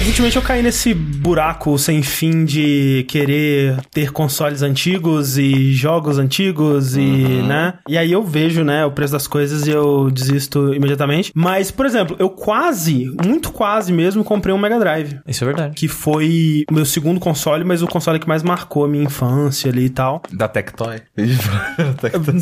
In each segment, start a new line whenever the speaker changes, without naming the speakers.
Recentemente eu caí nesse buraco sem fim de querer ter consoles antigos e jogos antigos e, né? E aí eu vejo, né, o preço das coisas e eu desisto imediatamente. Mas, por exemplo, eu quase, muito quase mesmo, comprei um Mega Drive.
Isso é verdade.
Que foi o meu segundo console, mas o console que mais marcou a minha infância ali e tal.
Da Tectoy.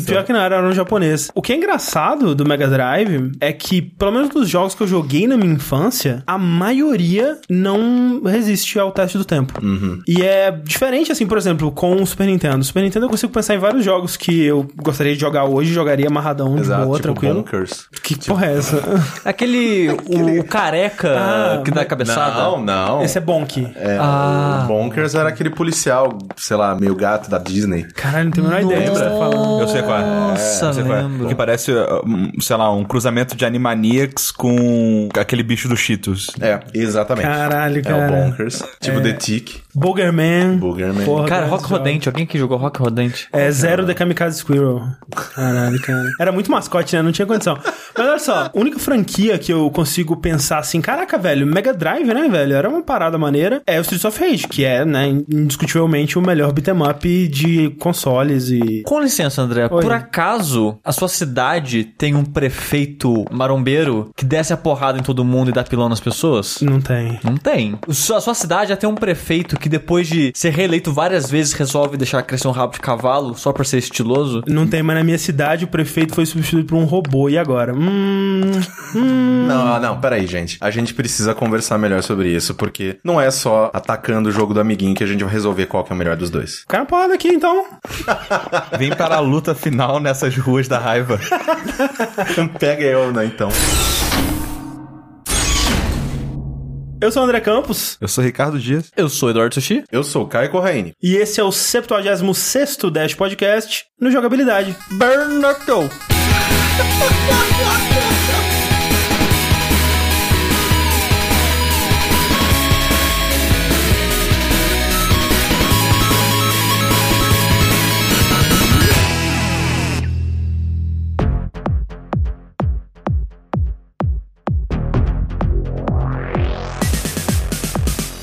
Pior que não era, era um japonês. O que é engraçado do Mega Drive é que, pelo menos dos jogos que eu joguei na minha infância, a maioria não resiste ao teste do tempo.
Uhum.
E é diferente, assim, por exemplo, com o Super Nintendo. O Super Nintendo eu consigo pensar em vários jogos que eu gostaria de jogar hoje, jogaria amarradão de
Exato,
boa,
tipo
tranquilo.
Bonkers.
Que porra é essa?
Aquele. O, o careca que dá cabeçada.
Não, não.
Esse é Bonk.
É,
Ah.
O Bonkers era aquele policial, sei lá, meio gato da Disney.
Caralho, não tenho a menor ideia do que você tá falando.
Eu sei qual é.
Nossa,
eu sei qual é.
lembro.
Que parece, uh, um, sei lá, um cruzamento de Animaniacs com aquele bicho do Cheetos.
É, exatamente.
Caralho,
É
cara.
o Bonkers. Tipo The Tick.
Boogerman.
Boogerman.
Porra,
Cara,
adoro
Rock
esse jogo.
Rodente. Alguém que jogou Rock Rodente?
É zero The Kamikaze Squirrel. Caralho, cara. Era muito mascote, né? Não tinha condição. Mas olha só, a única franquia que eu consigo pensar assim, caraca, velho, Mega Drive, né, velho? Era uma parada maneira. É o Streets of Rage, que é, né, indiscutivelmente o melhor beat'em up de consoles e...
Com licença, André, por acaso a sua cidade tem um prefeito marombeiro que desce a porrada em todo mundo e dá pilão nas pessoas?
Não tem.
Não tem. O su- A sua cidade já tem um prefeito que depois de ser reeleito várias vezes resolve deixar crescer um rabo de cavalo só pra ser estiloso?
Não tem, mas na minha cidade o prefeito foi substituído por um robô. E agora? Hum... Hum...
Não, ah, não, peraí, gente. A gente precisa conversar melhor sobre isso, porque não é só atacando o jogo do amiguinho que a gente vai resolver qual que é o melhor dos dois.
Cara, porrada aqui, então.
Vem para a luta final nessas ruas da raiva.
Pega eu, né, então.
Eu sou o André Campos.
Eu sou Ricardo Dias.
Eu sou Eduardo Sushi.
Eu sou o Caio Corraine.
E esse é o 76º Dash Podcast no Jogabilidade.
Bernardo!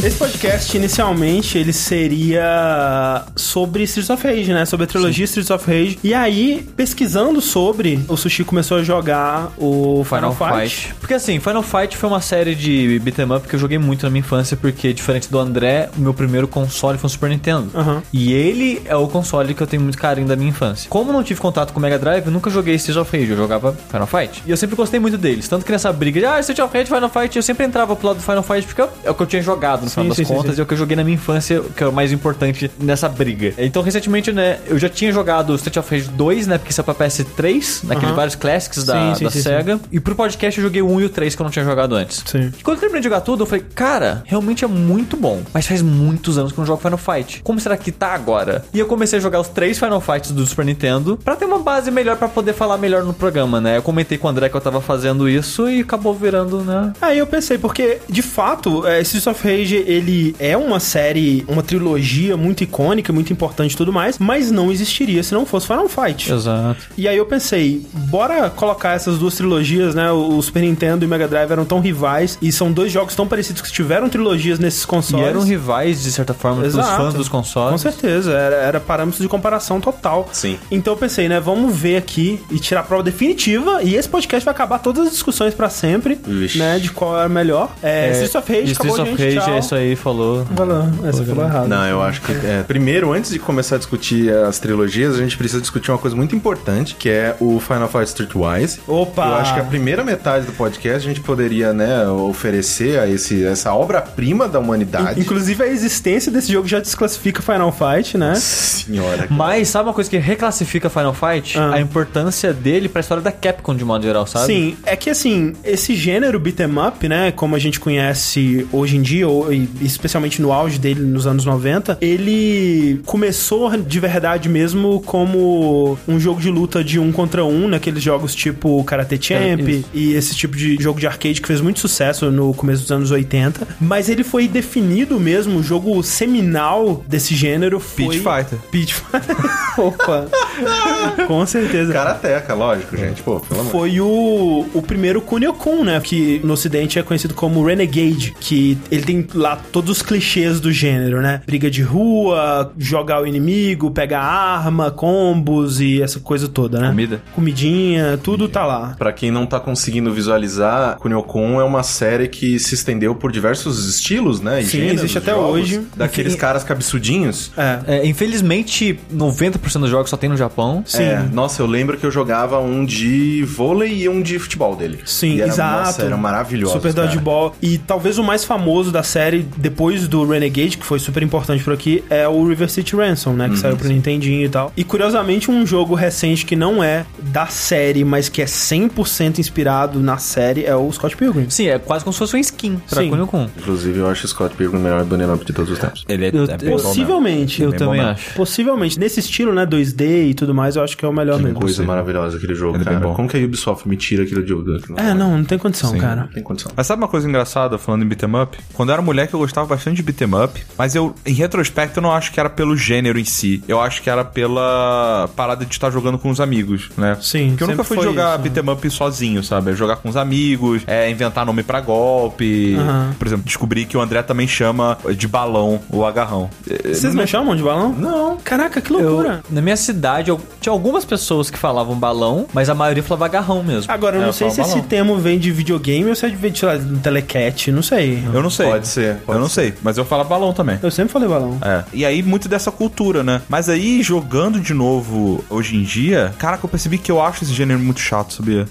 Esse podcast, inicialmente, ele seria sobre Streets of Rage, né? Sobre a trilogia Streets of Rage. E aí, pesquisando sobre, o Sushi começou a jogar o Final,
Final,
Fight.
Fight. Porque assim, Final Fight foi uma série de beat'em up que eu joguei muito na minha infância, porque diferente do André, o meu primeiro console foi o Super Nintendo.
Aham.
E ele é o console que eu tenho muito carinho da minha infância. Como eu não tive contato com o Mega Drive, eu nunca joguei Streets of Rage, eu jogava Final Fight. E eu sempre gostei muito deles, tanto que nessa briga de ah, Streets of Rage, Final Fight, eu sempre entrava pro lado do Final Fight, porque é o que eu tinha jogado no final
Sim,
das
sim, sim,
contas,
sim.
e é o que eu joguei na minha infância, que é o mais importante nessa briga. Então, recentemente, né, eu já tinha jogado Street of Rage 2, né, porque isso é pra PS3, naqueles
Aham.
é vários classics da,
Sim, sim,
da
sim,
SEGA. E pro podcast eu joguei o 1 e o 3 que eu não tinha jogado antes.
Sim.
E quando eu terminei de jogar tudo, eu falei, cara, realmente é muito bom. Mas faz muitos anos que eu não jogo Final Fight. Como será que tá agora? E eu comecei a jogar os três Final Fights do Super Nintendo pra ter uma base melhor pra poder falar melhor no programa, né? Eu comentei com o André que eu tava fazendo isso e acabou virando, né?
Aí eu pensei, porque, de fato, é, Streets of Rage, ele é uma série, uma trilogia muito icônica, muito importante e tudo mais, mas não existiria se não fosse Final Fight.
Exato.
E aí eu pensei, bora colocar essas duas trilogias, né? O o Super Nintendo e o Mega Drive eram tão rivais e são dois jogos tão parecidos que tiveram trilogias nesses
E
consoles.
eram rivais, de certa forma, pros
Exato.
fãs dos
Com
consoles.
certeza, era, era parâmetro de comparação total.
Sim.
Então eu pensei, né, vamos ver aqui e tirar a prova definitiva e esse podcast vai acabar todas as discussões pra sempre,
Ixi.
né, de qual era melhor. É, Streets of Rage, acabou,
Streets of
gente,
Rage,
tchau.
é isso aí, falou.
Falou, é, você falou errado.
Não, eu acho que. é, primeiro, antes de começar a discutir as trilogias, a gente precisa discutir uma coisa muito importante, que é o Final Fight Streetwise.
Opa!
Eu acho que é a primeira metade do podcast a gente poderia, né, oferecer a esse, essa obra-prima da humanidade.
Inclusive a existência desse jogo já desclassifica Final Fight, né?
Senhora. cara.
Mas sabe uma coisa que reclassifica Final Fight?
Ah.
A importância dele pra história da Capcom de modo geral, sabe?
Sim, é que assim, esse gênero beat 'em up, né, como a gente conhece hoje em dia, ou, e, e especialmente no auge dele nos anos 90, ele começou de verdade mesmo como um jogo de luta de um contra um, naqueles jogos tipo Karate Champ
É, isso.
e esse tipo de jogo de arcade que fez muito sucesso no começo dos anos 80. Mas ele foi definido mesmo, o jogo seminal desse gênero foi...
Pit Fighter.
Pit Fighter. Opa! Com certeza.
Karateca, lógico, gente. Pô, pelo amor.
Foi o, o primeiro Kunio Kun, né? Que no ocidente é conhecido como Renegade, que ele tem lá todos os clichês do gênero, né? Briga de rua, jogar o inimigo, pegar arma, combos e essa coisa toda, né?
Comida.
Comidinha, tudo tá lá.
Pra quem não tá conseguindo visualizar, Kunio Kun é uma série que se estendeu por diversos estilos, né? E
Sim, existe até hoje.
Daqueles
Enfim,
caras cabeçudinhos.
É.
É, infelizmente, 90% dos jogos só tem no Japão.
Sim.
É, nossa, eu lembro que eu jogava um de vôlei e um de futebol dele.
Sim,
E era,
exato.
Nossa, era maravilhoso.
Super
cara.
Dodgeball. E talvez o mais famoso da série, depois do Renegade, que foi super importante por aqui, é o River City Ransom, né? Que saiu pro Nintendinho e tal. E curiosamente, um jogo recente que não é da série, mas que é 100% inspirado na série, é o Scott Pilgrim.
Sim, é quase como se fosse um skin pra
Sim.
Kunio Kun.
Inclusive, eu acho o Scott Pilgrim o melhor banana de todos os tempos.
Ele é,
Eu-
é bom,
Possivelmente.
Eu
Bem
também
bom, né?
acho.
Possivelmente. Nesse estilo, né? 2D e tudo mais, eu acho que é o melhor
Que
mesmo.
coisa maravilhosa aquele jogo,
Ele é bem
cara.
bom.
Como que a Ubisoft me tira aquilo de... do-
É, não, não tem condição, cara.
Não tem condição.
Mas sabe uma coisa engraçada falando em beat'em up? Quando eu era mulher que eu gostava bastante de beat'em up, mas eu, em retrospecto, eu não acho que era pelo gênero em si. Eu acho que era pela parada de estar jogando com os amigos, né?
Sim,
Porque eu nunca
sempre
fui
foi
jogar
isso, né?
beat'em up sozinho, sabe? É Jogar com os amigos, é inventar nome pra golpe.
Aham.
Por exemplo, descobri que o André também chama de balão o agarrão. É,
Vocês não chamam de balão? Não. Caraca, que loucura.
Na minha cidade, eu- tinha algumas pessoas que falavam balão, mas a maioria falava agarrão mesmo.
Agora, eu
É,
não
eu
sei
falo
se esse
balão.
termo vem de videogame ou se é de, sei lá, de telecat, não sei.
Eu não sei.
Pode ser, pode
eu não
ser.
sei, mas eu falo balão também.
Eu sempre falei balão.
É. E aí, muito dessa cultura, né? Mas aí, jogando de novo hoje em dia, caraca, eu percebi que eu acho esse gênero muito chato, sabia?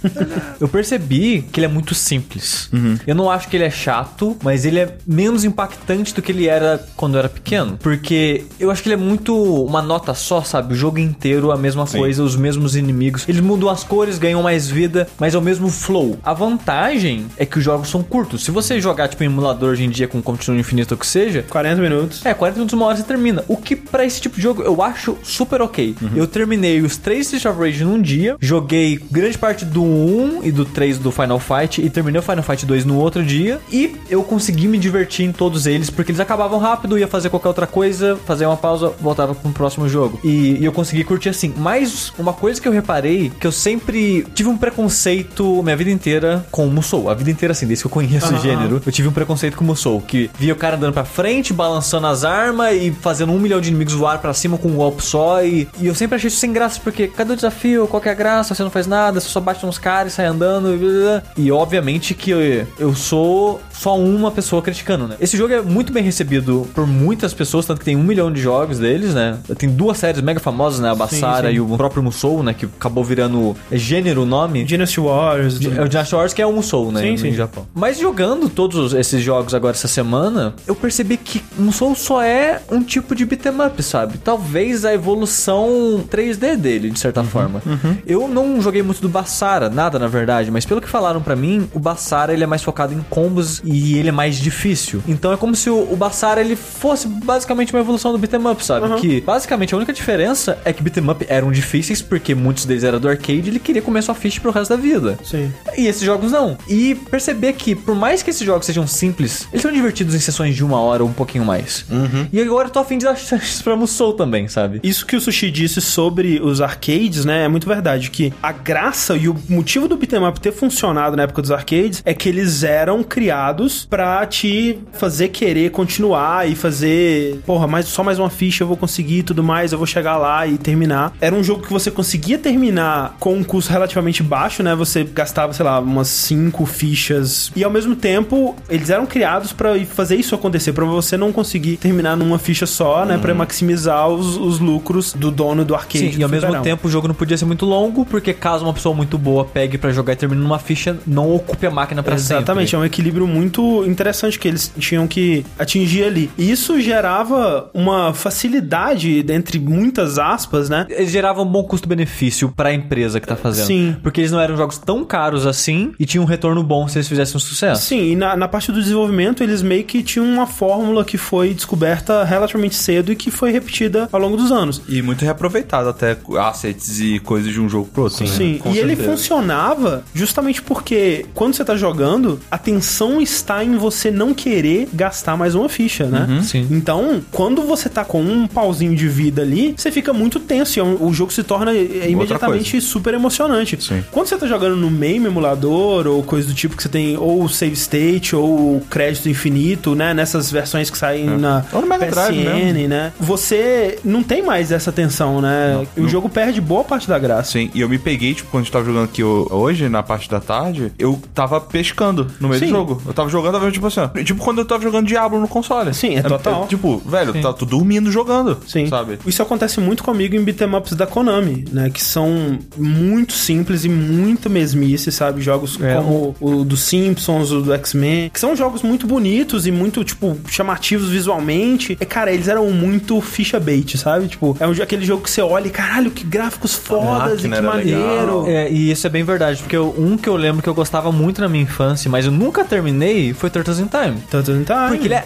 Eu percebi que ele é muito simples. Eu não acho que ele é chato, mas ele é menos impactante do que ele era quando eu era pequeno. Porque eu acho que ele é muito uma nota só, sabe? O jogo inteiro, a mesma coisa, os mesmos inimigos. Eles mudam as cores, ganham mais vida, mas é o mesmo flow. A vantagem é que os jogos são curtos. Se você jogar, tipo, em emulador hoje em dia com Continuum Infinito ou o que seja,
40 minutos.
É, 40 minutos, uma hora você termina. O que pra esse tipo de jogo eu acho super ok. Eu terminei os três Street of Rage num dia, joguei grande parte do 1 e do 3 do Final Fight e terminei o Final Fight 2 no outro dia. E eu consegui me divertir em todos eles, porque eles acabavam rápido, ia fazer qualquer outra coisa, fazer uma pausa, voltava pro próximo jogo. E, e eu consegui curtir assim. Mas uma coisa que eu reparei, que eu sempre tive um preconceito minha vida inteira com o Musou. A vida inteira, assim, desde que eu conheço o gênero. Eu tive um preconceito com o Musou, que via o cara andando pra frente, balançando as armas e fazendo um milhão de inimigos voar pra cima com um golpe só. E, e eu sempre achei isso sem graça, porque cadê o desafio? Qual que é a graça? Você não faz nada, você só bate nos caras e sai andando. E, blá, blá, blá. e obviamente que eu, eu sou só uma pessoa criticando, né? Esse jogo é muito bem recebido por muitas pessoas, tanto que tem um milhão de jogos deles, né? Tem duas séries mega famosas, né? A Bassara
sim.
e o próprio Musou, né? Que acabou virando é, gênero o nome.
Dynasty Warriors.
É o Josh Wars que é um Soul, né?
Sim,
no
sim.
Japão. Mas jogando todos esses jogos agora essa semana, eu percebi que um Soul só é um tipo de beat'em up, sabe? Talvez a evolução 3D dele, de
Uhum,
certa forma. Eu não joguei muito do Bassara, nada na verdade, mas pelo que falaram pra mim, o Bassara ele é mais focado em combos e ele é mais difícil. Então é como se o, o Bassara ele fosse basicamente uma evolução do beat'em up, sabe?
Uhum.
Que basicamente a única diferença é que beat'em up eram difíceis porque muitos deles eram do arcade e ele queria comer sua ficha pro resto da vida.
Sim.
E esses jogos não. E perceber que, por mais que esses jogos sejam simples, eles são divertidos em sessões de uma hora ou um pouquinho mais.
Uhum.
E agora eu tô afim de dar chances pra Musou também, sabe?
Isso que o Sushi disse sobre os arcades, né, é muito verdade, que a graça e o motivo do beat'em up ter funcionado na época dos arcades é que eles eram criados pra te fazer querer continuar e fazer, porra, mais, só mais uma ficha eu vou conseguir e tudo mais, eu vou chegar lá e terminar. Era um jogo que você conseguia terminar com um custo relativamente baixo, né, você gastava, sei lá, umas cinco fichas e ao mesmo tempo eles eram criados pra fazer isso acontecer, pra você não conseguir terminar numa ficha só, né, pra maximizar os, os lucros do dono do arcade.
Uhum. Sim,
do
e ao mesmo
fliperama.
tempo o jogo não podia ser muito longo, porque caso uma pessoa muito boa pegue pra jogar e termine numa ficha, não ocupe a máquina pra sempre.
Exatamente, é um equilíbrio muito interessante que eles tinham que atingir ali. E isso gerava uma facilidade, entre muitas aspas, né?
Eles geravam um bom custo-benefício pra empresa que tá fazendo.
Sim.
Porque eles não eram jogos tão caros assim e tinham um retorno bom se eles fizessem um sucesso.
Sim, e na, na parte do desenvolvimento eles meio que te tinha uma fórmula que foi descoberta relativamente cedo e que foi repetida ao longo dos anos.
E muito reaproveitado até assets e coisas de um jogo pro outro. né?
Sim,
Com
e ele
certeza.
funcionava justamente porque quando você tá jogando, a tensão está em você não querer gastar mais uma ficha, né?
Uhum,
sim.
Então, quando você tá com um pauzinho de vida ali, você fica muito tenso e é um- o jogo se torna é, imediatamente super emocionante.
Sim.
Quando você tá jogando no MAME emulador ou coisa do tipo que você tem ou save state ou crédito infinito, né, nessas versões que saem na
É. Ou no Mega Drive
PSN, né? Você não tem mais essa tensão, né? o jogo perde boa parte da graça.
Sim, e eu me peguei, tipo, quando a gente tava jogando aqui ho- hoje, na parte da tarde, eu tava pescando no meio
Sim.
do jogo. Eu tava jogando, tava vendo, tipo assim, ó, tipo quando eu tava jogando Diablo no console.
Sim, é total.
tipo, velho, tá tu dormindo jogando,
Sim.
sabe?
Isso acontece muito comigo em beat'em ups da Konami, né? Que são muito simples e muito mesmice, sabe? Jogos
É.
como o dos Simpsons, o do X-Men, que são jogos muito bonitos e muito, tipo, chamativos visualmente. E, cara, eles eram muito ficha bait, sabe? Tipo, é um, jo- aquele jogo que você olha e, caralho, que gráficos fodas e
máquina
que
era
maneiro.
legal.
É, e isso é bem verdade, porque eu- um que eu lembro que eu gostava muito na minha infância, mas eu nunca terminei, foi Turtles in Time.
Tanto não tá.
Porque ele é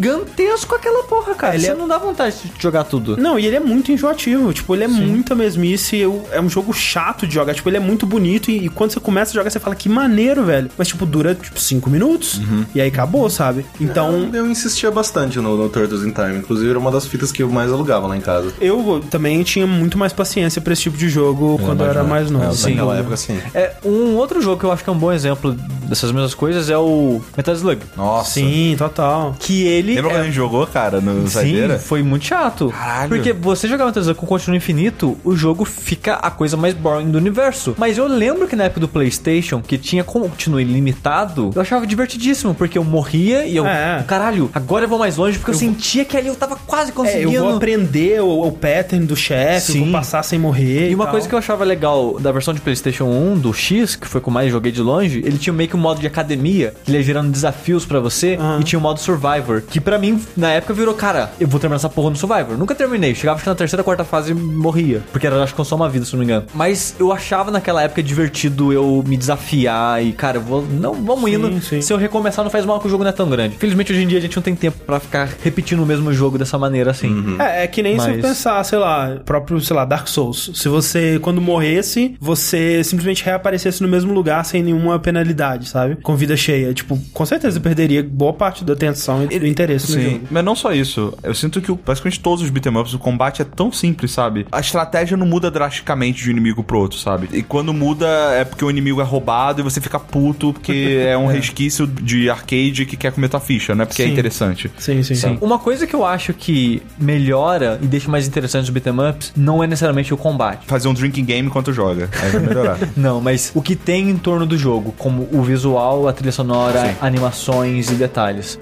gigantesco aquela porra, cara.
Ele
Você
é-
não dá vontade de jogar tudo.
Não, e ele é muito enjoativo. Tipo, ele é muita mesmice. eu- É um jogo chato de jogar. Tipo, ele é muito bonito. E, e quando você começa a jogar, você fala que maneiro, velho. Mas, tipo, dura, tipo, cinco minutos.
Uhum.
E aí acabou, sabe? Então.
Eu insistia bastante no, no Turtles in Time. Inclusive, era uma das fitas que eu mais alugava lá em casa.
Eu também tinha muito mais paciência pra esse tipo de jogo quando eu era mais novo.
É,
sem
Naquela
dúvida.
época, sim.
É, um outro jogo que eu acho que é um bom exemplo dessas mesmas coisas é o Metal Slug.
Nossa.
Sim, total.
Que ele.
Lembra quando a
é-
gente jogou, cara, no
né?
Sim,
Saideira?
foi muito chato.
Caralho.
Porque você jogar Metal Slug com continuo infinito, o jogo fica a coisa mais boring do universo. Mas eu lembro que na época do PlayStation, que tinha continuo ilimitado, eu achava divertidíssimo, porque eu morria e eu.
É.
Caralho, agora eu vou mais longe, porque eu, sentia que ali eu tava quase
É,
conseguindo.
eu vou aprender o, o pattern do chefe, eu vou
Sim.
passar sem morrer.
E uma
tal.
coisa que eu achava legal da versão de PlayStation 1, do X, que foi com mais joguei de longe, ele tinha meio que um modo de academia, que ele ia gerando desafios pra você, e tinha o modo Survivor, que pra mim, na época, virou, cara, eu vou terminar essa porra no Survivor. Nunca terminei, chegava acho que na terceira, quarta fase e morria, porque era acho que só uma vida, se não me engano. Mas eu achava naquela época divertido eu me desafiar e, cara, eu vou, não, vamos
Sim,
indo.
sim.
Se eu recomeçar, não faz mal que o jogo não é tão grande. Felizmente, hoje em dia, a gente não tem tempo pra ficar repetindo o mesmo jogo dessa maneira assim.
É, é que nem se
Mas-
você pensar, sei lá, próprio, sei lá, Dark Souls. Se você, quando morresse, você simplesmente reaparecesse no mesmo lugar sem nenhuma penalidade, sabe? Com vida cheia. Tipo, com certeza perderia boa parte da atenção e do interesse no
Sim,
jogo.
mas não só isso. Eu sinto que o- basicamente todos os beat'em ups, o combate é tão simples, sabe? A estratégia não muda drasticamente de um inimigo pro outro, sabe? E quando muda é porque o inimigo é roubado e você fica puto porque é um resquício de arcade que quer comer tua ficha, né? Porque é
Sim.
interessante.
Sim, sim, sim.
Uma coisa que eu acho que melhora e deixa mais interessante os beat'em ups não é necessariamente o combate.
Fazer um drinking game enquanto joga. Aí vai melhorar.
Não, mas o que tem em torno do jogo, como o visual, a trilha sonora, animações e detalhes.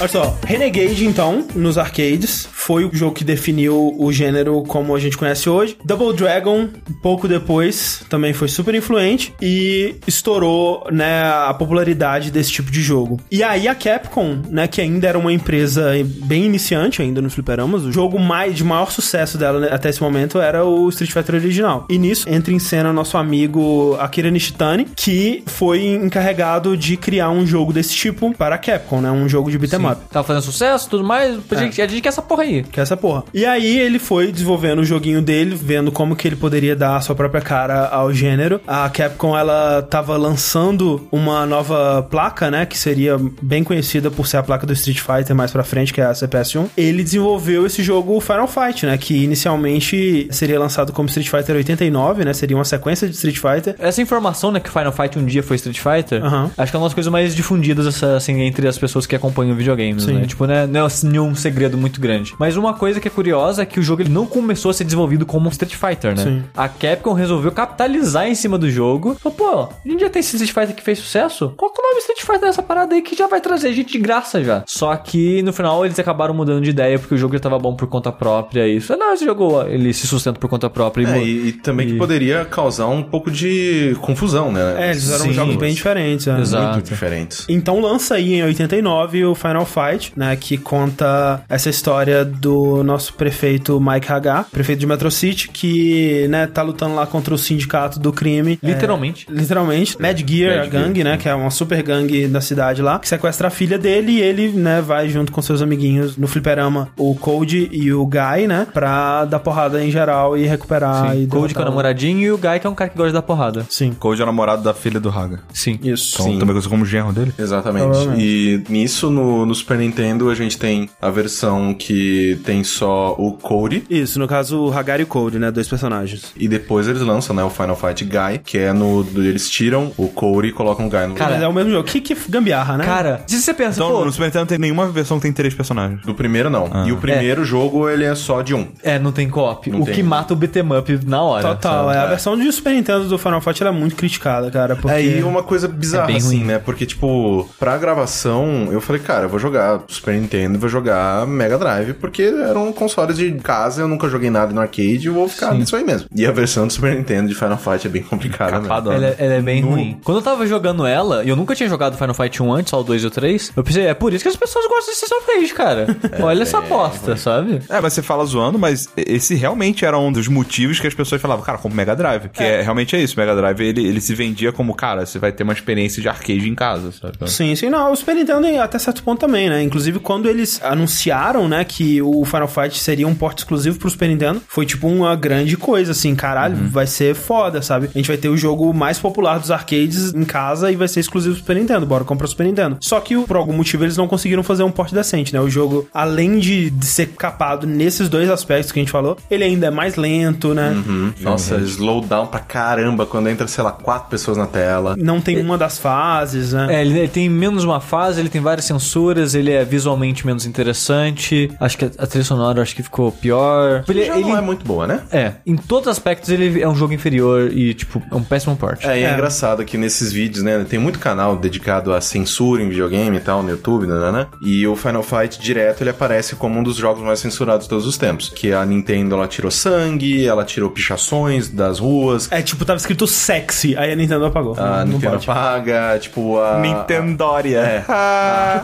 Olha só, Renegade, então, nos arcades, foi o jogo que definiu o gênero como a gente conhece hoje. Double Dragon, pouco depois, também foi super influente e estourou, né, a popularidade desse tipo de jogo. E aí a Capcom, né, que ainda era uma empresa bem iniciante ainda no fliperamas, o jogo mais, de maior sucesso dela né, até esse momento era o Street Fighter original. E nisso entra em cena nosso amigo Akira Nishitani, que foi encarregado de criar um jogo desse tipo para a Capcom, né, um jogo de beat'em up.
Tava Tá fazendo sucesso, tudo mais, a gente, a gente quer essa porra aí.
Que é essa porra. E aí ele foi desenvolvendo o joguinho dele, vendo como que ele poderia dar a sua própria cara ao gênero. A Capcom, ela tava lançando uma nova placa, né? Que seria bem conhecida por ser a placa do Street Fighter mais pra frente, que é a CPS-1. Ele desenvolveu esse jogo Final Fight, né? Que inicialmente seria lançado como Street Fighter 89, né? Seria uma sequência de Street Fighter.
Essa informação, né, que Final Fight um dia foi Street Fighter,
Aham.
acho que é uma das coisas mais difundidas, essa, assim, entre as pessoas que acompanham videogames,
Sim.
né? Tipo, né, não é assim, nenhum segredo muito grande. Mas uma coisa que é curiosa é que o jogo ele não começou a ser desenvolvido como um Street Fighter, né?
Sim.
A Capcom resolveu capitalizar em cima do jogo. Falou, pô, a gente já tem esse Street Fighter que fez sucesso? Qual que é o nome Street vai ter essa parada aí que já vai trazer gente de graça já. Só que no final eles acabaram mudando de ideia porque o jogo já tava bom por conta própria. E isso, não, esse jogo ele se sustenta por conta própria.
É,
mu-
e, e também que poderia causar um pouco de confusão, né?
É, eles fizeram
Sim.
jogos bem diferentes. né?
Exato.
Muito diferentes.
Então lança aí em 89 o Final Fight, né? Que conta essa história do nosso prefeito Mike Hagar, prefeito de Metro City, que, né, tá lutando lá contra o sindicato do crime.
Literalmente.
É, literalmente. Mad Gear,
Mad
a gangue, né? Que é uma super gangue da cidade lá, que sequestra a filha dele e ele, né, vai junto com seus amiguinhos no fliperama, o Cody e o Guy, né? Pra dar porrada em geral e recuperar. e
Cold com a
derrotar o-
namoradinho e é o Guy que é um cara que gosta da porrada.
Sim.
Cold é o namorado da filha do Haga.
Sim.
Isso.
Então, também conhecido como genro dele.
Exatamente. E nisso, no, no Super Nintendo, a gente tem a versão que tem só o Cody.
Isso, no caso, o Hagar e o Cody, né? Dois personagens.
E depois eles lançam, né, o Final Fight Guy, que é no. do- Eles tiram o Cody e colocam o Guy no
Cara,
Mas é o mesmo jogo. Que, que gambiarra, né?
Cara, se você pensa,
Então,
pô,
no Super Nintendo não tem nenhuma versão que tem três personagens.
Do primeiro, não. E o primeiro jogo, ele é só de um.
é, não tem co-op.
Não
O
tem.
que mata o beat'em up na hora.
Total, é. A versão de Super Nintendo do Final Fight ela é muito criticada, cara. Porque...
Aí uma coisa bizarra,
É. bem
assim,
ruim.
né? Porque, tipo, pra gravação, eu falei, cara, eu vou jogar Super Nintendo, vou jogar Mega Drive, porque eram consoles de casa, eu nunca joguei nada no arcade, eu vou ficar nisso aí mesmo. E a versão do Super Nintendo de Final Fight é bem complicada, né?
Capadona.
Ela, é- ela é bem ruim. Quando eu tava jogando ela, e eu nunca tinha jogado Final Fight 1 antes, só o 2 e o 3, eu pensei, é por isso que as pessoas gostam de Season Rage, cara. Olha essa aposta, sabe?
É, mas você fala zoando, mas esse realmente era um dos motivos que as pessoas falavam, cara, como Mega Drive. Que é, realmente é isso, o Mega Drive ele, ele se vendia como, cara, você vai ter uma experiência de arcade em casa, sabe?
Sim, sim, não, o Super Nintendo até certo ponto também, né? Inclusive, quando eles anunciaram, né, que o Final Fight seria um porte exclusivo pro Super Nintendo, foi tipo uma grande coisa, assim, caralho, vai ser foda, sabe? A gente vai ter o jogo mais popular dos arcades em casa e vai ser exclusivo pro Super Nintendo, bora comprar o Super Nintendo. Só que, por algum motivo, eles não conseguiram fazer um porte decente, né? O jogo, além de, de ser capado nesses dois aspectos que a gente falou, ele ainda é mais lento, né?
Uhum. Nossa,
Uhum.
slowdown pra caramba quando entra, sei lá, quatro pessoas na tela.
Não tem uma das fases, né?
É, ele, ele tem menos uma fase, ele tem várias censuras, ele é visualmente menos interessante. Acho que a, a trilha sonora acho que ficou pior. Ele,
Já não é muito boa, né?
é, em todos os aspectos ele é um jogo inferior e, tipo, é um péssimo port.
É, e é,
É.
engraçado que nesses vídeos, né, tem muito canal dedicado à censura em videogame e tal, no YouTube, né, né, né? E o Final Fight direto, ele aparece como um dos jogos mais censurados de todos os tempos. Que a Nintendo, ela tirou sangue, ela tirou pichações das ruas,
É, tipo, tava escrito sexy, aí a Nintendo apagou.
a
É,
Ah,
não
Nintendo
pode.
apaga, tipo, a...
Nintendoria.
É.
Ah.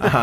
A,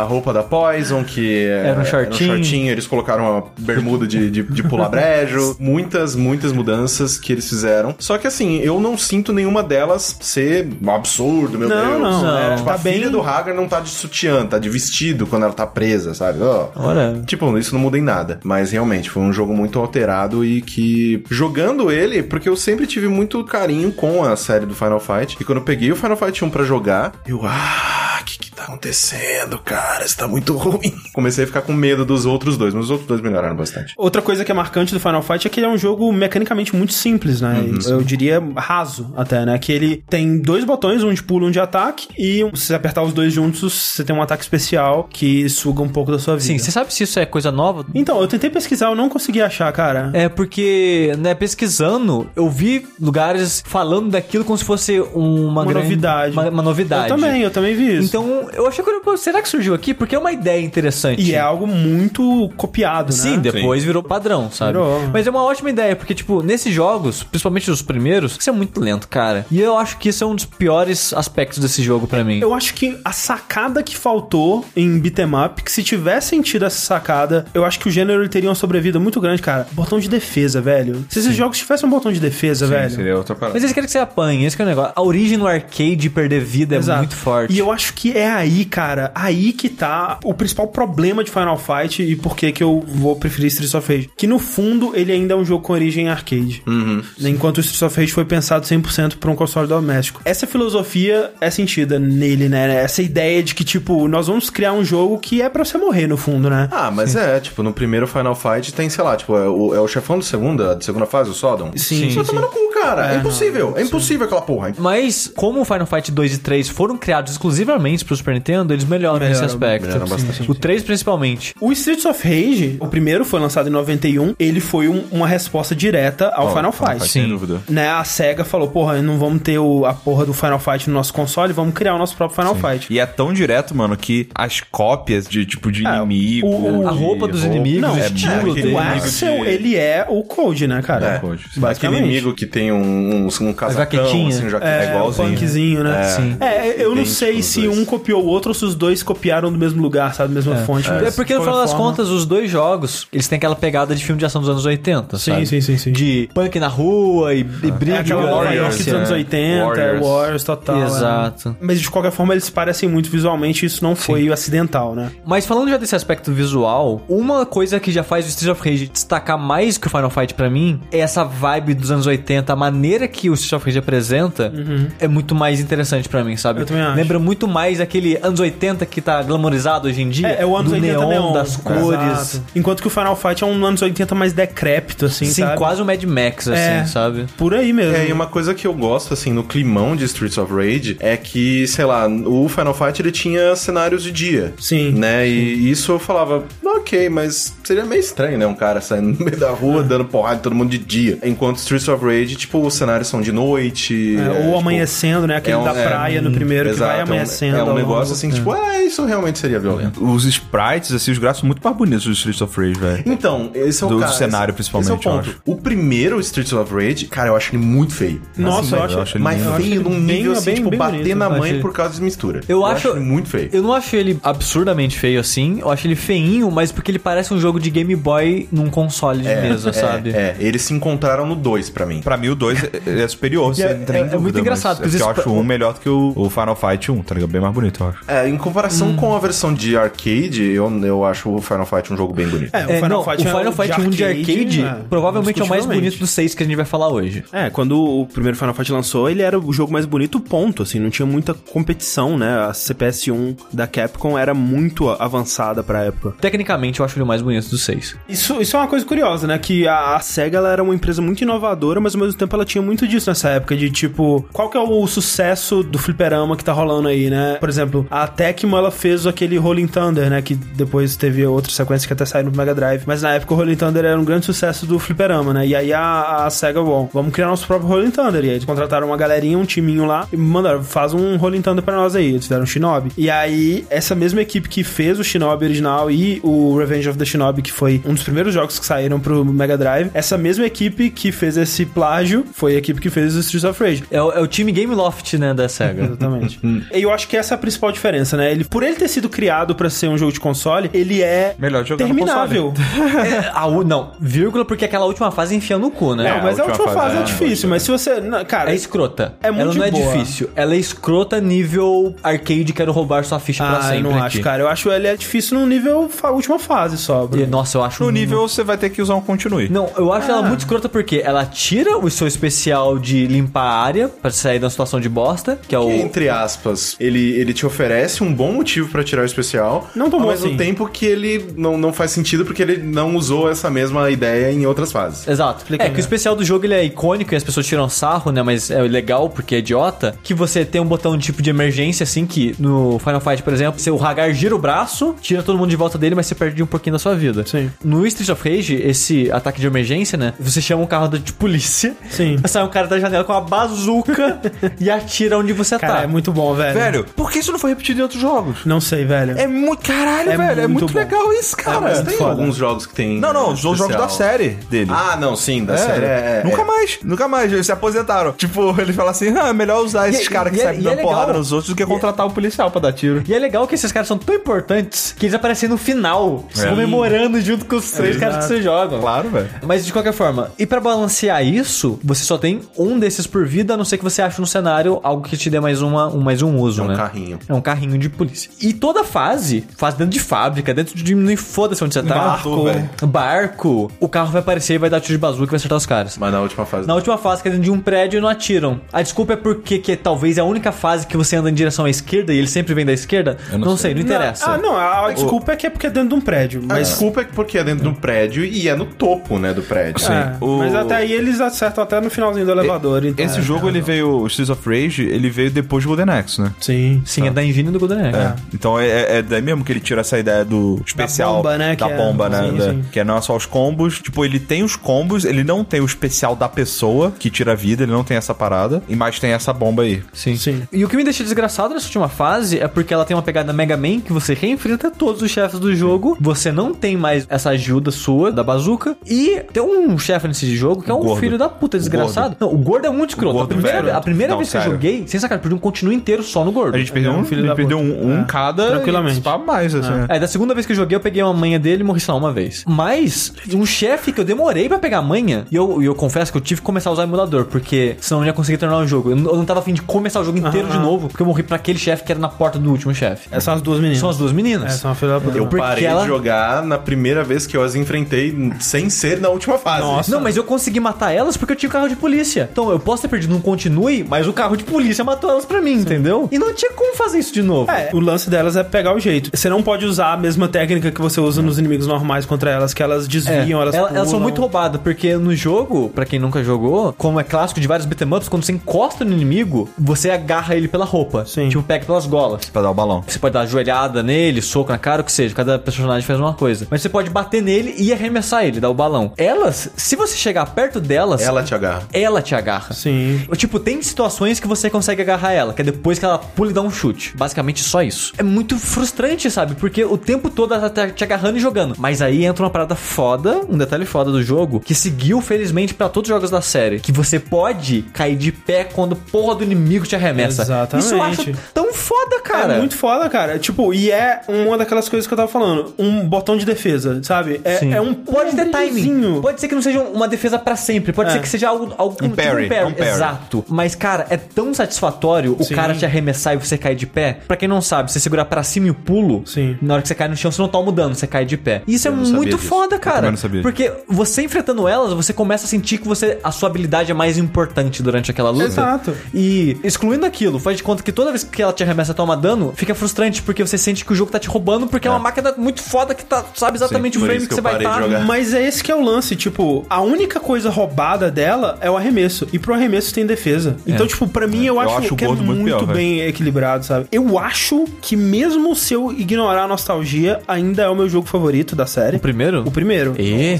a roupa da Poison, que é-
Era um shortinho.
Eles colocaram uma bermuda de, de, de pular brejo. Muitas, muitas mudanças que eles fizeram. Só que assim, eu não sinto nenhuma delas ser um absurdo, meu
Não,
Deus.
não, é,
tipo,
tá
a filha
bem-
do Hagar não tá de sutiã, tá de vestido quando ela tá presa, sabe? Ó.
Olha.
Tipo, isso não muda em nada. Mas realmente, foi um jogo muito alterado e que. Jogando ele, porque eu sempre tive muito carinho com a série do Final Fight. E quando eu peguei o Final Fight 1 pra jogar, eu. Ah, o que, que tá acontecendo, cara? Isso tá muito ruim. Comecei a ficar com medo dos outros dois, mas os outros dois melhoraram bastante.
Outra coisa que é marcante do Final Fight é que ele é um jogo mecanicamente muito simples, né?
Uhum.
Eu diria raso até, né? Que ele tem dois botões, um de pulo e um de ataque, e se você apertar os dois juntos, você tem um ataque especial que suga um pouco da sua vida.
Sim, você sabe se isso é coisa nova?
Então, eu tentei pesquisar, eu não consegui achar, cara.
É porque, né, pesquisando, eu vi lugares falando daquilo como se fosse uma,
Uma
grande-
novidade.
Uma, uma
Eu
novidade.
também, eu também vi isso.
Então, eu achei que pô, será que surgiu aqui? Porque é uma ideia interessante.
e é algo muito copiado, né?
Sim, depois virou padrão, sabe?
Virou.
Mas é uma ótima ideia, porque, tipo, nesses jogos, principalmente os primeiros, isso é muito lento, cara. E eu acho que isso é um dos piores aspectos desse jogo pra mim.
Eu acho que a sacada que faltou em beat'em up, que se tivessem tido essa sacada, eu acho que o gênero ele teria uma sobrevida muito grande, cara. Botão de defesa, velho. Se esses jogos tivessem um botão de defesa, velho.
Seria outra parada.
Mas eles querem que você apanhe, esse que é o negócio. A origem no arcade perder vida é
Exato.
muito forte.
E eu acho que é aí, cara, aí que tá o principal problema de Final Fight e por que que eu vou preferir Streets of Rage. Que no fundo ele ainda é um jogo com origem arcade. Né, Enquanto o Streets of Rage foi pensado 100% pra um console doméstico. Essa filosofia é sentida nele, né? Essa ideia de que, tipo, nós vamos criar um jogo que é pra você morrer no fundo, né?
Ah, mas é, tipo, no primeiro Final Fight tem, sei lá, tipo, é o, é o chefão do segundo, da segunda fase, o Sodom.
Sim,
Só toma no cu, cara. É, impossível. é impossível aquela porra.
Mas, como o Final Fight 2 e 3 foram criados exclusivamente pro Super Nintendo, eles melhoram nesse
Melhoram,
aspecto.
melhoram bastante.
O 3 principalmente.
O Streets of Rage, o primeiro foi lançado em 91, ele foi um- uma resposta direta ao
Ó,
Final Fight.
Sem
Sim.
dúvida.
Né, a SEGA falou, porra, não vamos ter o- a porra do Final Fight no nosso console, vamos criar o nosso próprio Final Fight.
E é tão direto, mano, que as cópias de tipo de
É,
inimigo.
o-
a
de
roupa dos inimigos,
Não,
o
é,
estilo
porque
dele.
o
inimigo
Axel,
de-
ele é o Code, né, cara?
É, Code. Aquele
Aquele
Basicamente.
inimigo que tem um, um, um casacão,
jaquetinha.
assim, um
É,
jaquete é,
igualzinho.
igualzinho.
punkzinho, né?
Sim.
É, eu não
Idêntico
sei
os
se
dois.
um copiou o outro ou se os dois copiaram do mesmo lugar, sabe? Mesma fonte. mas
É porque, no
de
final das
forma-
contas, os dois jogos, eles têm aquela pegada de filme de ação dos anos 80,
Sim,
sabe?
sim, sim, sim.
De punk na rua e, e briga.
É aquela Nova
Warriors,
York dos anos
né?
80, Warriors,
Warriors.
total. é.
Exato.
Mas de qualquer forma eles se parecem muito visualmente, isso não foi acidental, né?
Mas falando já desse aspecto visual, uma coisa que já faz o Street of Rage destacar mais que o Final Fight pra mim é essa vibe dos anos 80, a maneira que o Street of Rage apresenta é muito mais interessante pra mim, sabe?
Uhum. Eu também acho.
Lembra muito mais aquele anos 80 que tá glamorizado hoje em dia,
É, é o anos
do
80
neon,
neon,
das
exato.
cores.
Enquanto que o Final Fight é um anos 80 mais decrépito, assim,
Sim,
sabe?
quase o Mad Max, assim,
É.
sabe?
Por aí mesmo.
É, e uma coisa que eu gosto, assim, no climão de Streets of Rage é que, sei lá, o Final Fight ele tinha cenários de dia.
Sim.
Né? E isso eu falava, ok, mas seria meio estranho, né? Um cara saindo no meio da
É.
rua, dando porrada em todo mundo de dia. Enquanto Streets of Rage, tipo, os cenários são de noite.
É,
é,
ou
tipo,
amanhecendo, né? Aquele
é um-
da
é,
praia no
hum,
primeiro que vai
exato, é um-
amanhecendo.
É
ao
um,
longo
negócio
do
assim,
tempo.
tipo, ah, isso realmente seria violento.
Os sprites, assim, os gráficos são muito mais bonitos dos Streets of Rage, velho.
Então, esse é o
Do
cara,
cenário,
esse-
principalmente,
esse é o ponto.
eu acho.
O primeiro Streets of Rage, cara, eu acho ele muito feio.
Nossa, eu acho,
velho, Assim, eu acho ele
Mas
Eu
acho
feio
ele
num
bem-
nível assim,
bem-
tipo,
bem
bater
bonito,
na
eu
mãe
achei.
por causa de mistura.
Eu, acho,
ele muito feio.
Eu não acho ele absurdamente feio assim, eu acho ele feinho, mas porque ele parece um jogo de Game Boy num console de mesa,
é,
sabe?
É, eles se encontraram no 2 pra mim.
Pra mim, o 2 é, é superior, sem
é-
entrar
é
em dúvida,
muito
mas
engraçado,
É
porque
porque eu
os
acho
spri-
um melhor do que o, o Final Fight 1, tá ligado? Bem mais bonito, eu acho.
É, em
Hum.
comparação com a versão de arcade, eu, eu acho o Final Fight um jogo bem bonito.
É, o
É,
Final
não,
Fight,
o Final Fight 1 de arcade provavelmente é o mais bonito dos seis que a gente vai falar hoje.
É, quando o primeiro Final Fight lançou, ele era o jogo mais bonito, ponto, assim, não tinha muita competição, né? A CPS-1 da Capcom era muito avançada pra época.
Tecnicamente, eu acho ele o mais bonito dos seis.
Isso, isso é uma coisa curiosa, né? Que a, a SEGA ela era uma empresa muito inovadora, mas ao mesmo tempo ela tinha muito disso nessa época, de tipo, qual que é o sucesso do fliperama que tá rolando aí, né? Por exemplo, a Tecmo ela fez aquele Rolling Thunder, né? Que depois teve outra sequência que até saiu no Mega Drive. Mas na época o Rolling Thunder era um grande sucesso do fliperama, né? E aí a, a SEGA, bom, vamos criar nosso próprio Rolling Thunder. E aí eles contrataram uma galerinha, um timinho lá, e mandaram, faz um Rolling Thunder pra nós aí. Eles fizeram o Shinobi. E aí, essa mesma equipe que fez o Shinobi original e o Revenge of the Shinobi, que foi um dos primeiros jogos que saíram pro Mega Drive, essa mesma equipe que fez esse plágio foi a equipe que fez o Streets of Rage.
É o, é o time Game Loft, né, da SEGA.
Exatamente. e eu acho que essa é a principal diferença, né? Ele, por ele ter sido criado pra ser um jogo de console, ele é
Melhor de jogar no
terminável.
É, a u- não, vírgula, porque aquela última fase enfia no cu, né?
Não, mas a última fase é, difícil, mas se você. na- Cara,
É escrota.
É muito
ela não é
boa.
difícil. Ela é escrota nível arcade, quero roubar sua ficha pra
Ah, eu
sempre
não
aqui.
acho, cara. Eu acho ele é difícil no nível fa- última fase só. Bruno.
E, nossa, eu acho
No
mu-
nível, você vai ter que usar um continue.
Não, eu acho ela muito escrota porque ela tira o seu especial de limpar a área pra sair da situação de bosta, que é o.
Que, Então, entre aspas, ele, ele te oferece um bom motivo pra tirar o especial.
Não tão bom
Ao mesmo
assim.
tempo que ele não, não faz sentido porque ele não usou essa mesma ideia em outras fases.
Exato.
Explica
é
aí,
que
né?
o especial do jogo ele é icônico e as pessoas tiram sarro, né? Mas é legal porque é idiota. Que você tem um botão de tipo de emergência, assim, que no Final Fight, por exemplo, seu Hagar gira o braço, tira todo mundo de volta dele, mas você perde um pouquinho da sua vida.
Sim.
No Street of Rage, esse ataque de emergência, né? Você chama um carro da- de polícia,
Sim.
sai um cara da janela com uma bazuca e atira onde você
Cara,
tá.
é muito bom, velho.
Velho, por que isso não foi repetido em outros jogos?
Não sei, velho.
É muito. Caralho,
É
velho. é
muito
muito
bom.
legal isso, cara.
mas tem
foda.
alguns jogos que tem.
Não, não, os
especial.
jogos da série dele.
Ah, não, sim, da
É,
série. É, é,
nunca
é.
mais, nunca mais. Eles se aposentaram. Tipo, eles falam assim: ah, é melhor usar esses
e-
caras que
e é-
saem
e é
dando
legal.
porrada nos outros do que contratar o policial pra dar tiro.
E é legal que esses caras são tão importantes que eles aparecem no final,
É.
comemorando junto com os três caras que você joga.
Claro, velho.
Mas de qualquer forma, e pra balancear isso, você só tem um desses por vida, a não ser que você ache no cenário algo que te dê mais, uma, um, mais um uso,
É um
né?
carrinho.
É um carrinho de polícia. E toda fase, fase dentro de fábrica, dentro de. Não foda-se onde você tá.
Barco, velho.
Barco, o carro vai aparecer e vai dar tiro de bazuca e vai acertar os caras.
Mas na última fase.
Na última fase, que é dentro de um prédio e não atiram. A desculpa é porque que, talvez é a única fase que você anda em direção à esquerda e ele sempre vem da esquerda. Não, sei. não interessa.
Ah,
Ah, não, a, a desculpa é que é porque é dentro de um num prédio,
A
mas...
desculpa é porque é dentro de um prédio e é no topo, né, do prédio.
É,
o-
Mas até aí eles acertam até no finalzinho do elevador.
É,
então-
Esse jogo, ele veio, o Streets of Rage, ele veio depois do Golden Axe, né?
Sim.
Sim, é da engine do Golden Axe.
Então é- é, é daí mesmo que ele tira essa ideia do especial.
bomba, né,
Da
que é-
bomba, né?
sim,
da-
sim.
Que é não é só os combos. Tipo, ele tem os combos, ele não tem o especial da pessoa que tira a vida, ele não tem essa parada. E mais tem essa bomba aí.
Sim.
Sim.
E o que me deixa desgraçado nessa última fase é porque ela tem uma pegada Mega Man que você reenfrenta todos os chefes do jogo, você não tem mais essa ajuda sua da bazuca e tem um chefe nesse jogo que é um
gordo.
filho da puta desgraçado. não, o gordo é muito escroto.
O
A
gordo,
primeira,
velho.
a primeira
Não,
vez que eu
sério.
joguei, sem sacanagem, perdi um continuo inteiro só no gordo.
A gente perdeu
é um
um,
filho
a gente
da
perdeu
puta.
um, um
É.
cada.
Tranquilamente.
E pá, mais, assim. né?
É, da segunda vez que eu joguei, eu peguei uma manha dele e morri só uma vez. Mas, um chefe que eu demorei pra pegar a manha, e eu, e eu confesso que eu tive que começar a usar o emulador, porque senão eu não ia conseguir terminar o jogo. Eu não eu não tava afim de começar o jogo inteiro de novo, porque eu morri pra aquele chefe que era na porta do último chefe.
É, São as duas meninas.
São as duas
É,
meninas.
são a filha da puta.
Eu
Porque
parei
ela-
de jogar na primeira vez que eu as enfrentei sem ser na última fase.
Nossa.
Não, mas eu consegui matar elas porque eu tinha o carro de polícia. Então eu posso ter perdido um continue, mas o carro de polícia matou elas pra mim, entendeu? E não tinha como fazer isso de novo.
É, o lance delas é pegar o jeito. Você não pode usar a mesma técnica que você usa nos inimigos normais contra elas, que elas
É,
desviam, elas
ela- elas, são
pulam.
muito roubadas, porque no jogo, pra quem nunca jogou, como é clássico de vários beat'em ups, quando você encosta no inimigo, você agarra ele pela roupa.
Sim.
Tipo, pega pelas golas.
Pra dar o balão.
Você pode dar joelhada nele, soco na cara, o que seja. Cada personagem faz uma coisa. Mas você pode bater nele e arremessar ele, dar o balão. Elas, se você chegar perto delas,
Ela te agarra.
ela te agarra.
Sim.
Tipo, tem situações que você consegue agarrar ela, que é depois que ela pula e dá um chute. Basicamente só isso. É muito frustrante, sabe? Porque o tempo todo ela tá te agarrando e jogando. Mas aí entra uma parada foda, um detalhe foda do jogo, que seguiu, felizmente, pra todos os jogos da série. Que você pode cair de pé quando porra do inimigo te arremessa.
Exatamente.
Isso eu acho tão foda, cara.
É muito foda, cara. Tipo, e é uma daquelas coisas que eu tava falando. Um botão de defesa, sabe? É, é um
Pode ter timing.
brilhozinho.
Pode ser que não seja uma defesa pra sempre. Pode
É.
ser que seja algo, algo tipo
parry, é um parry.
Exato. Mas, cara, é tão satisfatório o
Sim.
cara te arremessar e você cair de pé. Pra quem não sabe, você segurar pra cima e o pulo,
Sim.
na hora que você cai no chão, você não toma dano, você cai de pé. Isso é muito
disso.
foda, cara.
também não sabia.
Porque você enfrentando elas, você começa a sentir que você, a sua habilidade é mais importante durante aquela luta.
Exato.
E excluindo aquilo, faz de conta que toda vez que ela te arremessa e toma dano, fica frustrante, porque você sente que o jogo tá te roubando, porque é, uma máquina muito foda que tá, sabe exatamente
Sim,
o
por
frame
isso
que, você
que eu
vai tá
parei de
estar.
jogar. É.
Mas é esse que é o lance, tipo, a única coisa roubada dela é o arremesso. E pro arremesso tem defesa. Então, tipo, pra mim eu, acho,
acho o
que é
gordo
muito,
muito pior, velho.
bem equilibrado, sabe? Eu acho que mesmo se eu ignorar a nostalgia, ainda é o meu jogo favorito da série.
O primeiro?
O primeiro.
E?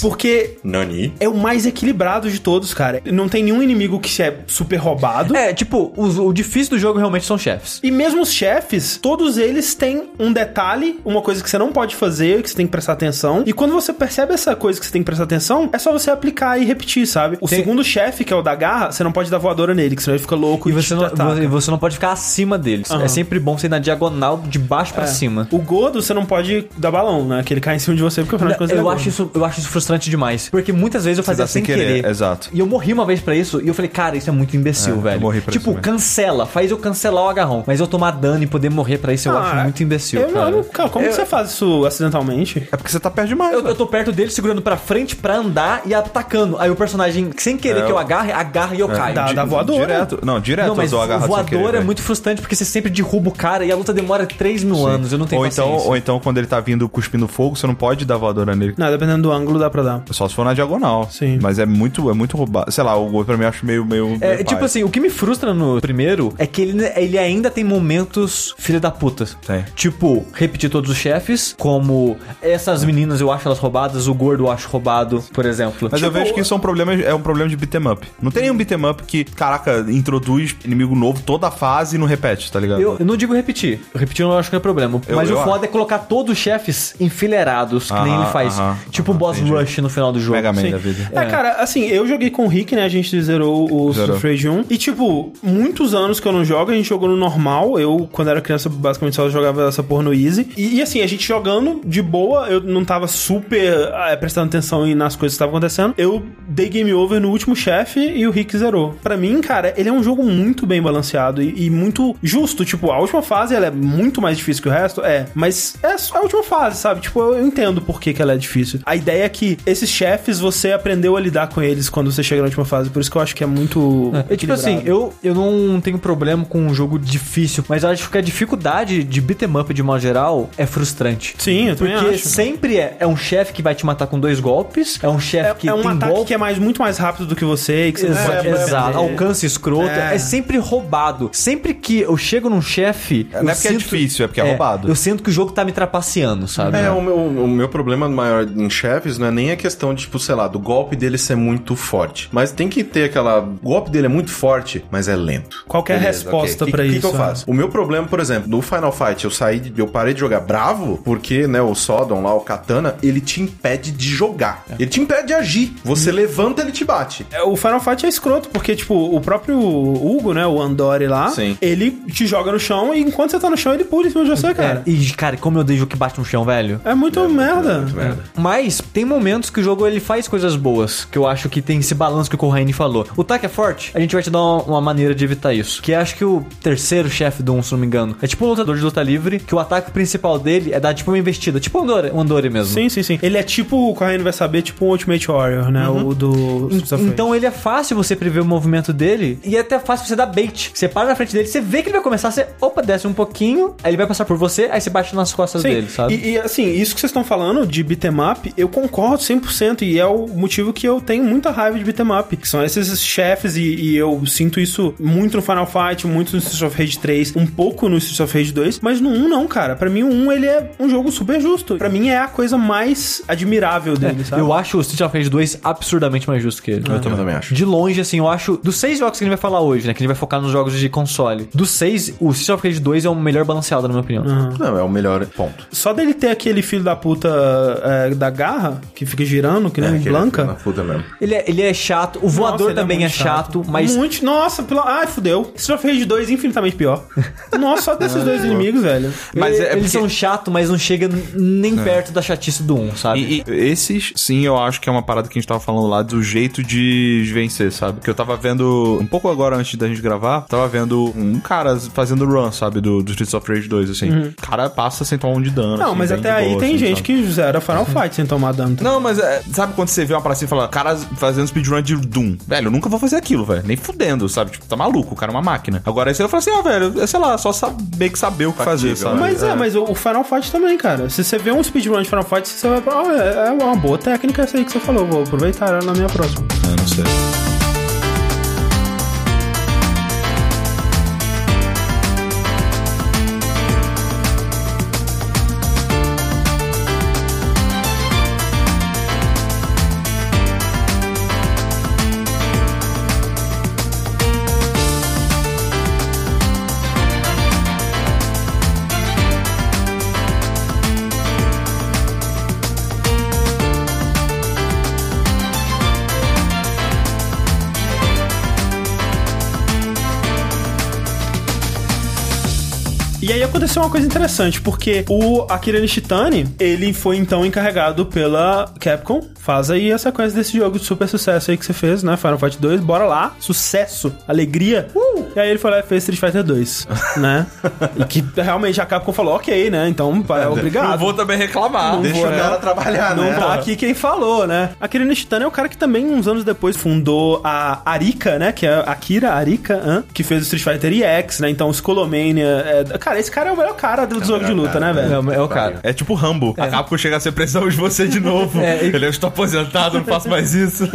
Porque
Nani.
é o mais equilibrado de todos, cara. Não tem nenhum inimigo que é super roubado.
É, tipo, os- o difícil do jogo realmente são chefes.
E mesmo os chefes, todos eles têm um detalhe, uma coisa que você não pode fazer, que você tem que prestar atenção. E quando você percebe essa coisa que você tem que prestar atenção, é só você aplicar e repetir, sabe? O
Tem-
segundo chefe, que é o da garra, você não pode dar voadora nele, que senão ele fica louco
E
e,
você
te
não,
ataca.
vo- você não pode ficar acima deles.
Aham.
É sempre bom você ir na diagonal de baixo pra cima.
O Godo, você não pode dar balão, né? Que ele cai em cima de você, porque afinal de contas ele é
Eu
gordo.
acho, isso, eu acho isso frustrante demais. Porque muitas vezes eu fazia
dá
sem
sem
querer.
querer, exato.
E eu morri uma vez pra isso e eu falei, cara, isso é muito imbecil,
eu
velho.
morri pra
tipo,
isso também.
cancela, faz eu cancelar o agarrão. Mas eu tomar dano e poder morrer pra isso eu
Ah,
acho muito imbecil.
eu,
cara.
Não, cara, como que você faz isso acidentalmente?
É porque você tá perto demais.
Eu,
velho.
eu tô perto dele, segurando pra frente pra andar e atacando. Aí o personagem, sem querer que eu agarre, agarra e eu caio.
Dá,
Tipo,
dá voadora.
Direto. Não, direto
não, mas
eu dou agarrado sem querer,
voador é
velho.
muito frustrante porque você sempre derruba o cara e a luta demora 3 mil anos. Eu não tenho
ou então,
paciência.
ou então, quando ele tá vindo cuspindo fogo, você não pode dar voadora nele.
Não, dependendo do ângulo dá pra dar.
Só se for na diagonal.
Sim.
Mas é muito, é muito roubado. Sei lá, o gol pra mim eu acho meio. meio meio
É,
pai.
tipo assim, o que me frustra no primeiro é que ele, ele ainda tem momentos filha da puta.
Tem.
Tipo, repetir todos os chefes, como essas meninas eu acho elas roubadas, o gordo eu acho roubado, por exemplo.
Mas eu
Tipo,
vejo que isso é um problema, é um problema de beat'em up. Não tem nenhum beat'em up que, caraca, introduz inimigo novo toda a fase e não repete, tá ligado?
Eu, eu não digo repetir. Repetir eu não acho que é problema.
Eu-
mas
eu
o foda é colocar todos os chefes enfileirados, que nem
Aham,
ele faz.
aham,
tipo o
aham,
boss
entendi.
rush no final do jogo.
Mega Man
Sim.
da vida.
É, cara, assim, eu joguei com o Rick, né? A gente zerou o
Zerou.
Surfrage 1. E, tipo, muitos anos que eu não jogo, a gente jogou no normal. Eu, quando era criança, basicamente só jogava essa porra no Easy. E, e, assim, a gente jogando de boa, eu não tava super eh, prestando atenção em- nas coisas que estavam acontecendo. Eu dei game over no último chefe e o Rick zerou. Pra mim, cara, ele é um jogo muito bem balanceado e, e muito justo. Tipo, a última fase, ela é muito mais difícil que o resto, é. Mas é só a última fase, sabe? Tipo, eu, eu entendo por que, que ela é difícil. A ideia é que esses chefes, você aprendeu a lidar com eles quando você chega na última fase. Por isso que eu acho que é muito.
É, tipo
equilibrado.
assim, eu, eu não tenho problema com um jogo difícil, mas eu acho que a dificuldade de beat 'em up de modo geral é frustrante. frustrante.
Sim, eu também
Porque
acho.
sempre é, é um chefe que vai te matar com dois golpes, é um chefe que
é um
tem
ataque
golpe.
que é mais, muito mais rápido do que você e que é- você não pode
Exato,
perder.
exato. alcance escroto, é. sempre roubado. Sempre que eu chego num chefe. eu
não é porque é difícil, é porque é roubado.
Eu sinto que o jogo tá me trapaceando, sabe?
É, o meu, o meu problema maior em chefes não é nem a questão de, tipo, sei lá, do golpe dele ser muito forte. Mas tem que ter aquela. O golpe dele é muito forte, mas é lento.
Qualquer resposta
ok. Que-
pra
que
isso.
né?
que eu
é.
faço? O meu problema, por exemplo, no Final Fight, eu saí, de- eu parei de jogar bravo, porque, né, o Sodom lá, o Katana, ele te impede de jogar. Ele te impede de agir. Você
Hum.
levanta, ele te bate.
É, O Final Fight é escroto, porque, tipo, o próprio Hugo, né, o Andori lá,
Sim.
ele te joga no chão e enquanto você tá no chão, ele pula em cima de você, cara.
É, E, cara, como eu odeio jogo que bate no chão, velho.
É, muito merda.
Merda.
Mas tem momentos que o jogo ele faz coisas boas, que eu acho que tem esse balanço que o Corraine falou. O ataque é forte, a gente vai te dar um, uma, uma maneira de evitar isso. Que acho que o terceiro chefe do um, se não me engano, é tipo um lutador de luta livre, que o ataque principal dele é dar tipo uma investida, tipo um Andori, um Andori mesmo.
Sim, sim, sim. Ele é tipo, o Corrêa vai saber, tipo um Ultimate Warrior, né? O do. Streets of Rage.
Então ele é fácil você prever o movimento dele e é até fácil você dar bait. Você para na frente dele, você vê que ele vai começar, você opa, desce um pouquinho, aí ele vai passar por você, aí você bate nas costas
Sim,
dele, sabe?
E, e, assim, isso que vocês estão falando de beat'em up, eu concordo 100% e é o motivo que eu tenho muita raiva de beat'em up, que são esses chefes e, e eu sinto isso muito no Final Fight, muito no Streets of Rage 3, um pouco no Streets of Rage 2, mas no 1 não, cara. Pra mim o 1 ele é um jogo super justo. Pra mim é a coisa mais admirável dele, sabe?
Eu acho o Street of Rage 2 absurdamente mais justo que ele.
Eu também acho.
Hum.
De longe, assim, eu acho. Dos seis jogos que a gente vai falar hoje, né? Que a gente vai focar nos jogos de console. Dos seis, o Street of Rage 2 é o melhor balanceado, na minha opinião.
Não, é o melhor ponto.
Só dele ter aquele filho da puta é, da garra, que fica girando, que nem
É,
um
aquele filho da
Blanca.
Puta mesmo.
Ele, é, ele é chato, o
Nossa,
voador
ele
também é,
muito
chato, mas.
Muito. Nossa, pelo... ai, fudeu. Street of Rage 2 infinitamente pior. Nossa, só desses dois inimigos, velho.
Mas
e-
é
eles
porque- É.
são chato, mas não chega nem perto da chatice do 1, sabe?
E, e esses, sim, eu acho que é uma parada que a gente tava falando lá do jeito de vencer, sabe? Que eu tava vendo, um pouco agora antes da gente gravar, tava vendo um cara fazendo run, sabe? Do, do Streets of Rage 2, assim. O cara passa sem tomar um de dano.
Uhum. Não,
assim,
mas
bem
até
de
aí
boa,
tem
assim,
gente
sabe?
que zera Final Fight sem tomar dano.
Não, mas é, sabe quando você vê uma parada assim e fala, cara fazendo speedrun de Doom? Velho, eu nunca vou fazer aquilo, velho. Nem fudendo, sabe? Tipo, tá maluco, o cara é uma máquina. Agora aí você fala assim, ah, velho, é, sei lá, só saber que saber o que fazer, sabe?
Mas é, mas o- o Final Fight também, cara. Se você vê um speedrun de Final Fight, você vai falar, olha, é uma boa técnica essa aí que você falou, vou aproveitar ela na minha próxima.
Eu não sei.
E aí aconteceu uma coisa interessante, porque o Akira Nishitani, ele foi então encarregado pela Capcom. Faz aí a sequência desse jogo de super sucesso aí que você fez, né? Final Fight 2, bora lá. Sucesso, alegria. E aí ele foi lá e fez Street Fighter 2, né? E que realmente a Capcom falou, ok, né? Então, pá, obrigado.
Não vou também reclamar.
Deixa o
né?
cara trabalhar,
Não
né?
tá aqui quem falou, né? Akira Nishitani é o cara que também, uns anos depois, fundou a Arika, né? Que é a Akira Arika, hã? que fez o Street Fighter EX, né? Então, Scolomania... É... Cara, esse cara é o melhor cara do jogo de luta, né, velho?
É, é o cara.
É tipo Rambo. A Capcom chega a ser precisamos de você de novo.
É, e-
Ele, eu estou aposentado, não faço mais isso.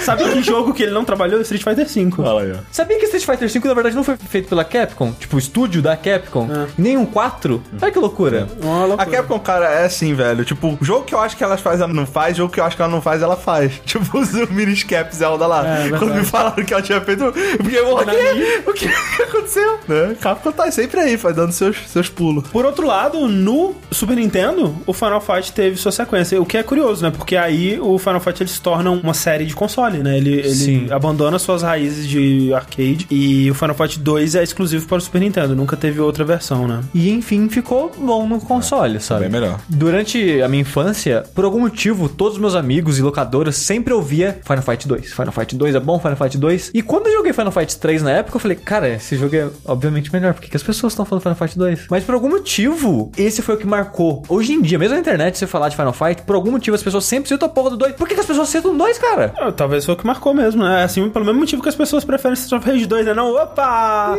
Sabe que jogo que ele não trabalhou? Street Fighter V.
Fala aí, ó.
Sabia que Street Fighter V, na verdade, não foi feito pela Capcom? Tipo, o estúdio da Capcom?
É.
Nem um 4? Olha que loucura.
Uma
A
loucura.
Capcom, cara, é assim, velho. Tipo, o jogo que eu acho que ela faz, ela não faz. Jogo que eu acho que ela não faz, ela faz. Tipo, os Minish Cap Zelda lá.
É, verdade.
Quando me falaram que ela tinha feito... eu fiquei, o quê? O que aconteceu? Né? Capcom tá sempre aí, faz dando seus, seus pulos.
Por outro lado, no Super Nintendo, o Final Fight teve sua sequência, o que é curioso, né? Porque aí o Final Fight ele se torna uma série de console, né? Ele, ele
Sim.
abandona suas raízes de arcade e o Final Fight 2 é exclusivo para o Super Nintendo, nunca teve outra versão, né?
E enfim, ficou bom no console,
É.
sabe?
melhor.
Durante a minha infância, por algum motivo, todos os meus amigos e locadoras sempre ouvia Final Fight 2. Final Fight 2 é bom, Final Fight 2. E quando eu joguei Final Fight 3 na época, eu falei, cara, esse jogo é obviamente melhor. Por que, que as pessoas estão falando Final Fight Fight 2. Mas por algum motivo, esse foi o que marcou. Hoje em dia, mesmo na internet, você falar de Final Fight, por algum motivo as pessoas sempre citam a porra do 2. Por que, que as pessoas citam o 2, cara?
Ah, talvez foi o que marcou mesmo, né? Assim, pelo mesmo motivo que as pessoas preferem Street of Rage 2, né? Não, opa!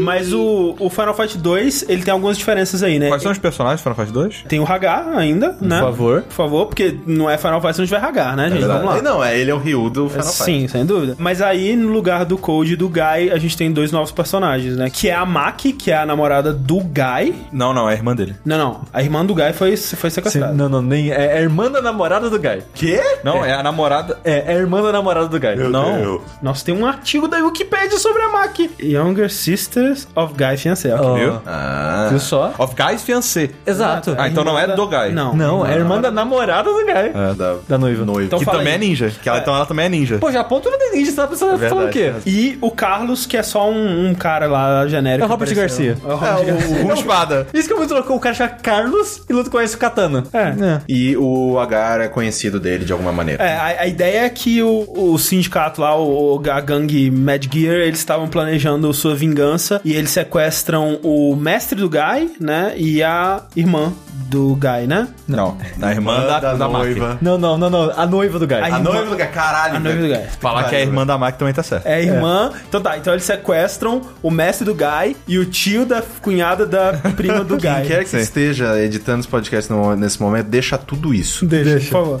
Mas o, o Final Fight 2, ele tem algumas diferenças aí, né?
Quais são os personagens do Final Fight 2?
Tem o Hagar ainda, né? Por
favor.
Por favor, porque não é Final Fight se não tiver Hagar, né, gente? Vamos lá.
Verdade. Não, é, ele é o Ryu do Final Fight.
Sim, sem dúvida. Mas aí, no lugar do Code e do Guy, a gente tem dois novos personagens, né? Que é a Maki, que é a namorada do Guy.
Não, não, é a irmã dele.
Não, não. A irmã do Guy foi, foi
Você-
sequestrada.
não, não, nem. É a irmã da namorada do Guy.
Quê?
Não, é, a namorada.
É, é a irmã da namorada do Guy.
não.
Nossa, tem um artigo da Wikipedia sobre a Maki. Younger Sisters of Guy Fiancé.
Ó,
Viu?
Ah.
Viu só?
Of Guys Fiancé.
Exato.
Ah, então não é
Irmã da-
do Guy.
Não.
Não, é a irmã da namorada do Guy.
Da,
Da noiva.
noiva.
É,
Então
que
fala
também
aí.
é ninja. Que ela, Então ela também é ninja.
Pô, Japão tudo é ninja, você tá pensando,
É
falando o quê?
verdade.
E o Carlos, que é só um, um cara lá genérico.
É o Robert
que apareceu.
Garcia.
É o Robert Garcia.
o Hulk espada.
Isso que é muito louco, o cara chama Carlos e luta com esse katana.
É.
E o Agar é conhecido dele de alguma maneira.
É, a, a ideia é que o, o sindicato lá, o, o- a gangue Mad Gear, eles estavam planejando sua vingança e eles sequestram o mestre do Guy, né? E a irmã do Guy, né?
Não. A irmã da, da, Maki.
Não, não, não, não. A noiva do Guy. Ah,
A
A noiva do Guy, caralho.
A noiva do
velho.
Guy.
Falar que é a irmã da Maki também tá certo.
É a irmã. Então tá, então eles sequestram o mestre do Guy e o tio da cunhada da prima do Guy.
Quem quer que é? esteja editando esse podcast no- nesse momento, deixa tudo isso.
Deixa, por favor.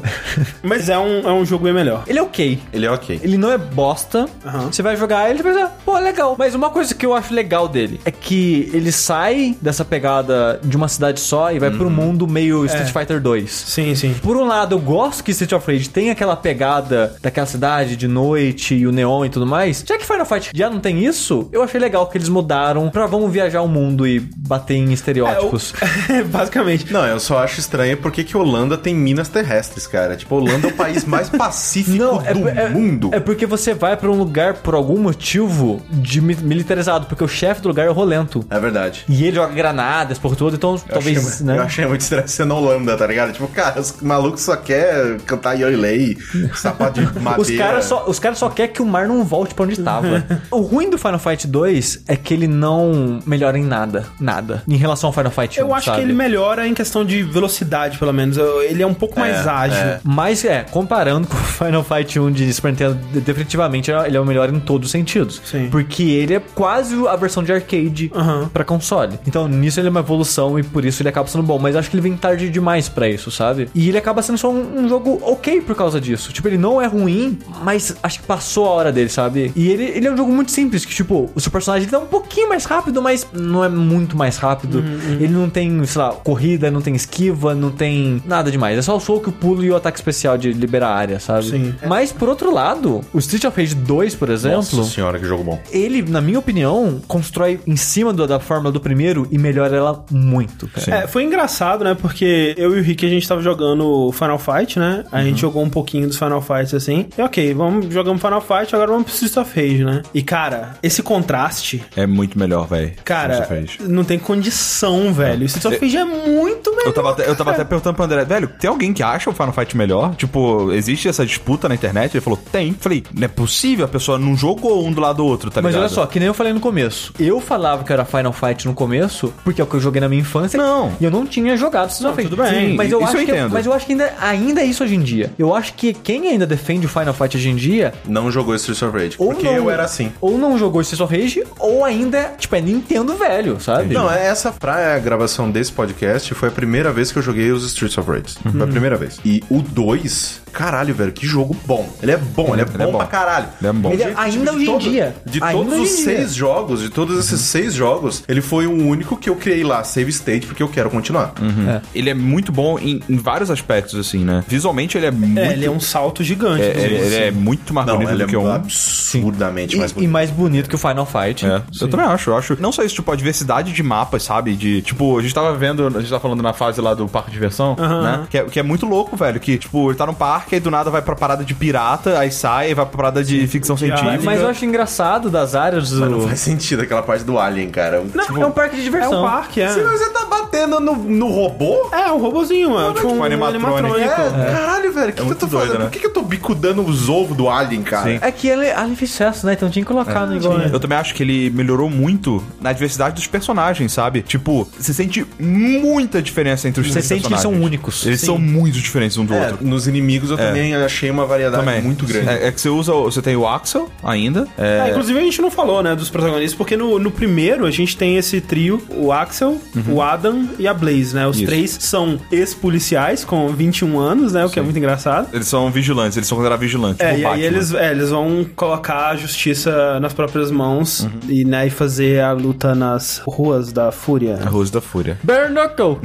Mas é um, é um jogo bem melhor.
Ele é ok.
Ele é ok.
Ele não é bosta.
Aham.
Você vai jogar ele e pensa, pô, legal. Mas uma coisa que eu acho legal dele é que ele sai dessa pegada de uma cidade só e vai pro mundo meio Street Fighter 2.
Sim, sim.
Por um lado, eu gosto que Street of Rage tem aquela pegada daquela cidade de noite e o neon e tudo mais. Já que Final Fight já não tem isso, eu achei legal que eles mudaram pra vamos viajar o mundo e bater em estereótipos.
É Basicamente.
Não, eu só acho estranho porque que Holanda tem minas terrestres, cara. Tipo, Holanda é o país mais pacífico
Não, é,
do
por- é-
mundo.
é porque você vai pra um lugar por algum motivo de mi- militarizado, porque o chefe do lugar é o Rolento.
É verdade.
E ele joga granadas por tudo, então
eu
talvez,
achei,
né?
eu achei muito estranho ser na Holanda, tá ligado? Tipo, cara, os malucos só quer cantar Yoilei, sapato de é madeira.
Os caras só, os caras só quer que o mar não volte pra onde estava. o ruim do Final Fight 2 é que ele não melhora em nada, nada em relação ao Final Fight 1,
Eu acho
sabe?
que ele melhora em questão de velocidade, pelo menos. Eu- Ele é um pouco mais ágil.
Mas é, comparando com o Final Fight 1 de Super Nintendo, de- definitivamente ele é o melhor em todos os sentidos.
Sim.
Porque ele é quase a versão de arcade
Aham.
pra console. Então nisso ele é uma evolução e por isso ele acaba sendo bom. Mas acho que ele vem tarde demais pra isso, sabe? E ele acaba sendo só um, um jogo ok por causa disso. Tipo, ele não é ruim, mas acho que passou a hora dele, sabe? E ele, ele é um jogo muito simples, que tipo, o seu personagem ele tá um pouquinho mais rápido, mas não é muito mais rápido.
Uhum,
Ele não tem, sei lá, corrida, não tem esquiva, não tem nada demais. É só o soco, o pulo e o ataque especial de liberar a área, sabe?
Sim.
Mas por outro lado, o Street of Rage 2, por exemplo,
Nossa senhora, que jogo bom.
ele, na minha opinião, constrói em cima do- da fórmula do primeiro e melhora ela muito, cara.
É, foi engraçado, né? Porque eu e o Rick, a gente tava jogando Final Fight, né? A gente jogou um pouquinho dos Final Fights, assim. E ok, vamos jogamos Final Fight, agora vamos pro Street of Rage, né? E, cara, esse contraste...
É muito melhor, velho.
Cara, não tem condição, velho. O Street of Rage é muito melhor.
Eu tava, até, eu tava até perguntando pro André, velho, tem alguém que acha o Final Fight melhor? Tipo, existe essa disputa na internet? Ele falou, tem. Falei, não é possível, a pessoa não jogou um do lado do outro, tá
Mas
ligado?
olha só, que nem eu falei no começo. Eu falava que era Final Fight no começo, porque é o que eu joguei na minha infância.
Não.
E eu não tinha jogado Street of Rage.
tudo bem.
Mas eu
Isso
acho
eu
que,
entendo.
Mas eu acho que ainda, ainda é isso hoje em dia. Eu acho que quem ainda defende o Final Fight hoje em dia...
Não jogou Streets of Rage,
Ou
porque
não,
eu era assim.
Ou não jogou Street of Rage, ou ainda, tipo, é Nintendo velho, sabe?
Não, é essa praia, a gravação desse podcast, foi a primeira vez que eu joguei os Streets of Rage.
Uhum.
Foi a primeira vez. E o 2, caralho, velho, que jogo bom. Ele é bom, ele é, bom,
bom.
pra caralho.
Ele é bom.
Ele é-
Tipo,
ainda
de
hoje em
todo-
dia.
De
Ainda
todos
hoje
os
em dia.
seis jogos, de todos
Uhum.
esses seis jogos, ele foi o único que eu criei lá, save state, porque eu quero continuar.
Ele é muito bom em, em vários aspectos, assim, né? Visualmente ele é muito...
É, ele é um salto gigante.
é- ele- ele é muito mais
Não,
bonito
ele
do que
é
um.
absurdamente
E,
mais
e
bonito.
mais bonito que o Final Fight.
É, eu também acho, eu acho. Não só isso, tipo, a diversidade de mapas, sabe? De, tipo, a gente tava vendo, a gente tava falando na fase lá do parque de diversão, né? Que é, que é muito louco, velho. Que, tipo, ele tá num Dark, aí do nada vai pra parada de pirata, aí sai, aí vai pra parada de ficção científica.
Mas eu acho engraçado das áreas do.
Não faz sentido aquela parte do Alien, cara. Tipo,
Não, é um parque de
É
diversão.
um parque, é.
Se você tá batendo no, no robô?
É, um robozinho, é tipo um
animatrônico.
É,
animatrônico.
caralho, velho, o que, que eu
muito
tô fazendo?
doido, né?
Por que, que eu tô bicudando os ovos do Alien, cara?
Sim.
É que ele, ali fez sucesso, né? Então tinha que
É.
colocar no igual. né?
Eu também acho que ele melhorou muito na diversidade dos personagens, sabe? Tipo, você sente muita diferença entre os
Você
três
sente que eles são
personagens.
únicos.
Eles
Sim.
são muito diferentes um do
É,
outro. É.
nos inimigos eu também achei uma variedade
Também.
muito grande.
É, é que você usa. o- Você tem o Axel ainda. É,
Ah, inclusive a gente não falou, né, dos protagonistas, porque no, no primeiro a gente tem esse trio, o Axel, o Adam e a Blaze, né? Os
Uhum. Isso.
três são ex-policiais com 21 anos, né? O que é muito engraçado.
Eles são vigilantes, eles são considerados vigilantes.
É,
tipo
e
Batman.
aí eles, é, eles vão colocar a justiça nas próprias mãos
Uhum.
e, né, e fazer a luta nas ruas da fúria.
A Rose da Fúria.
Bare knuckle.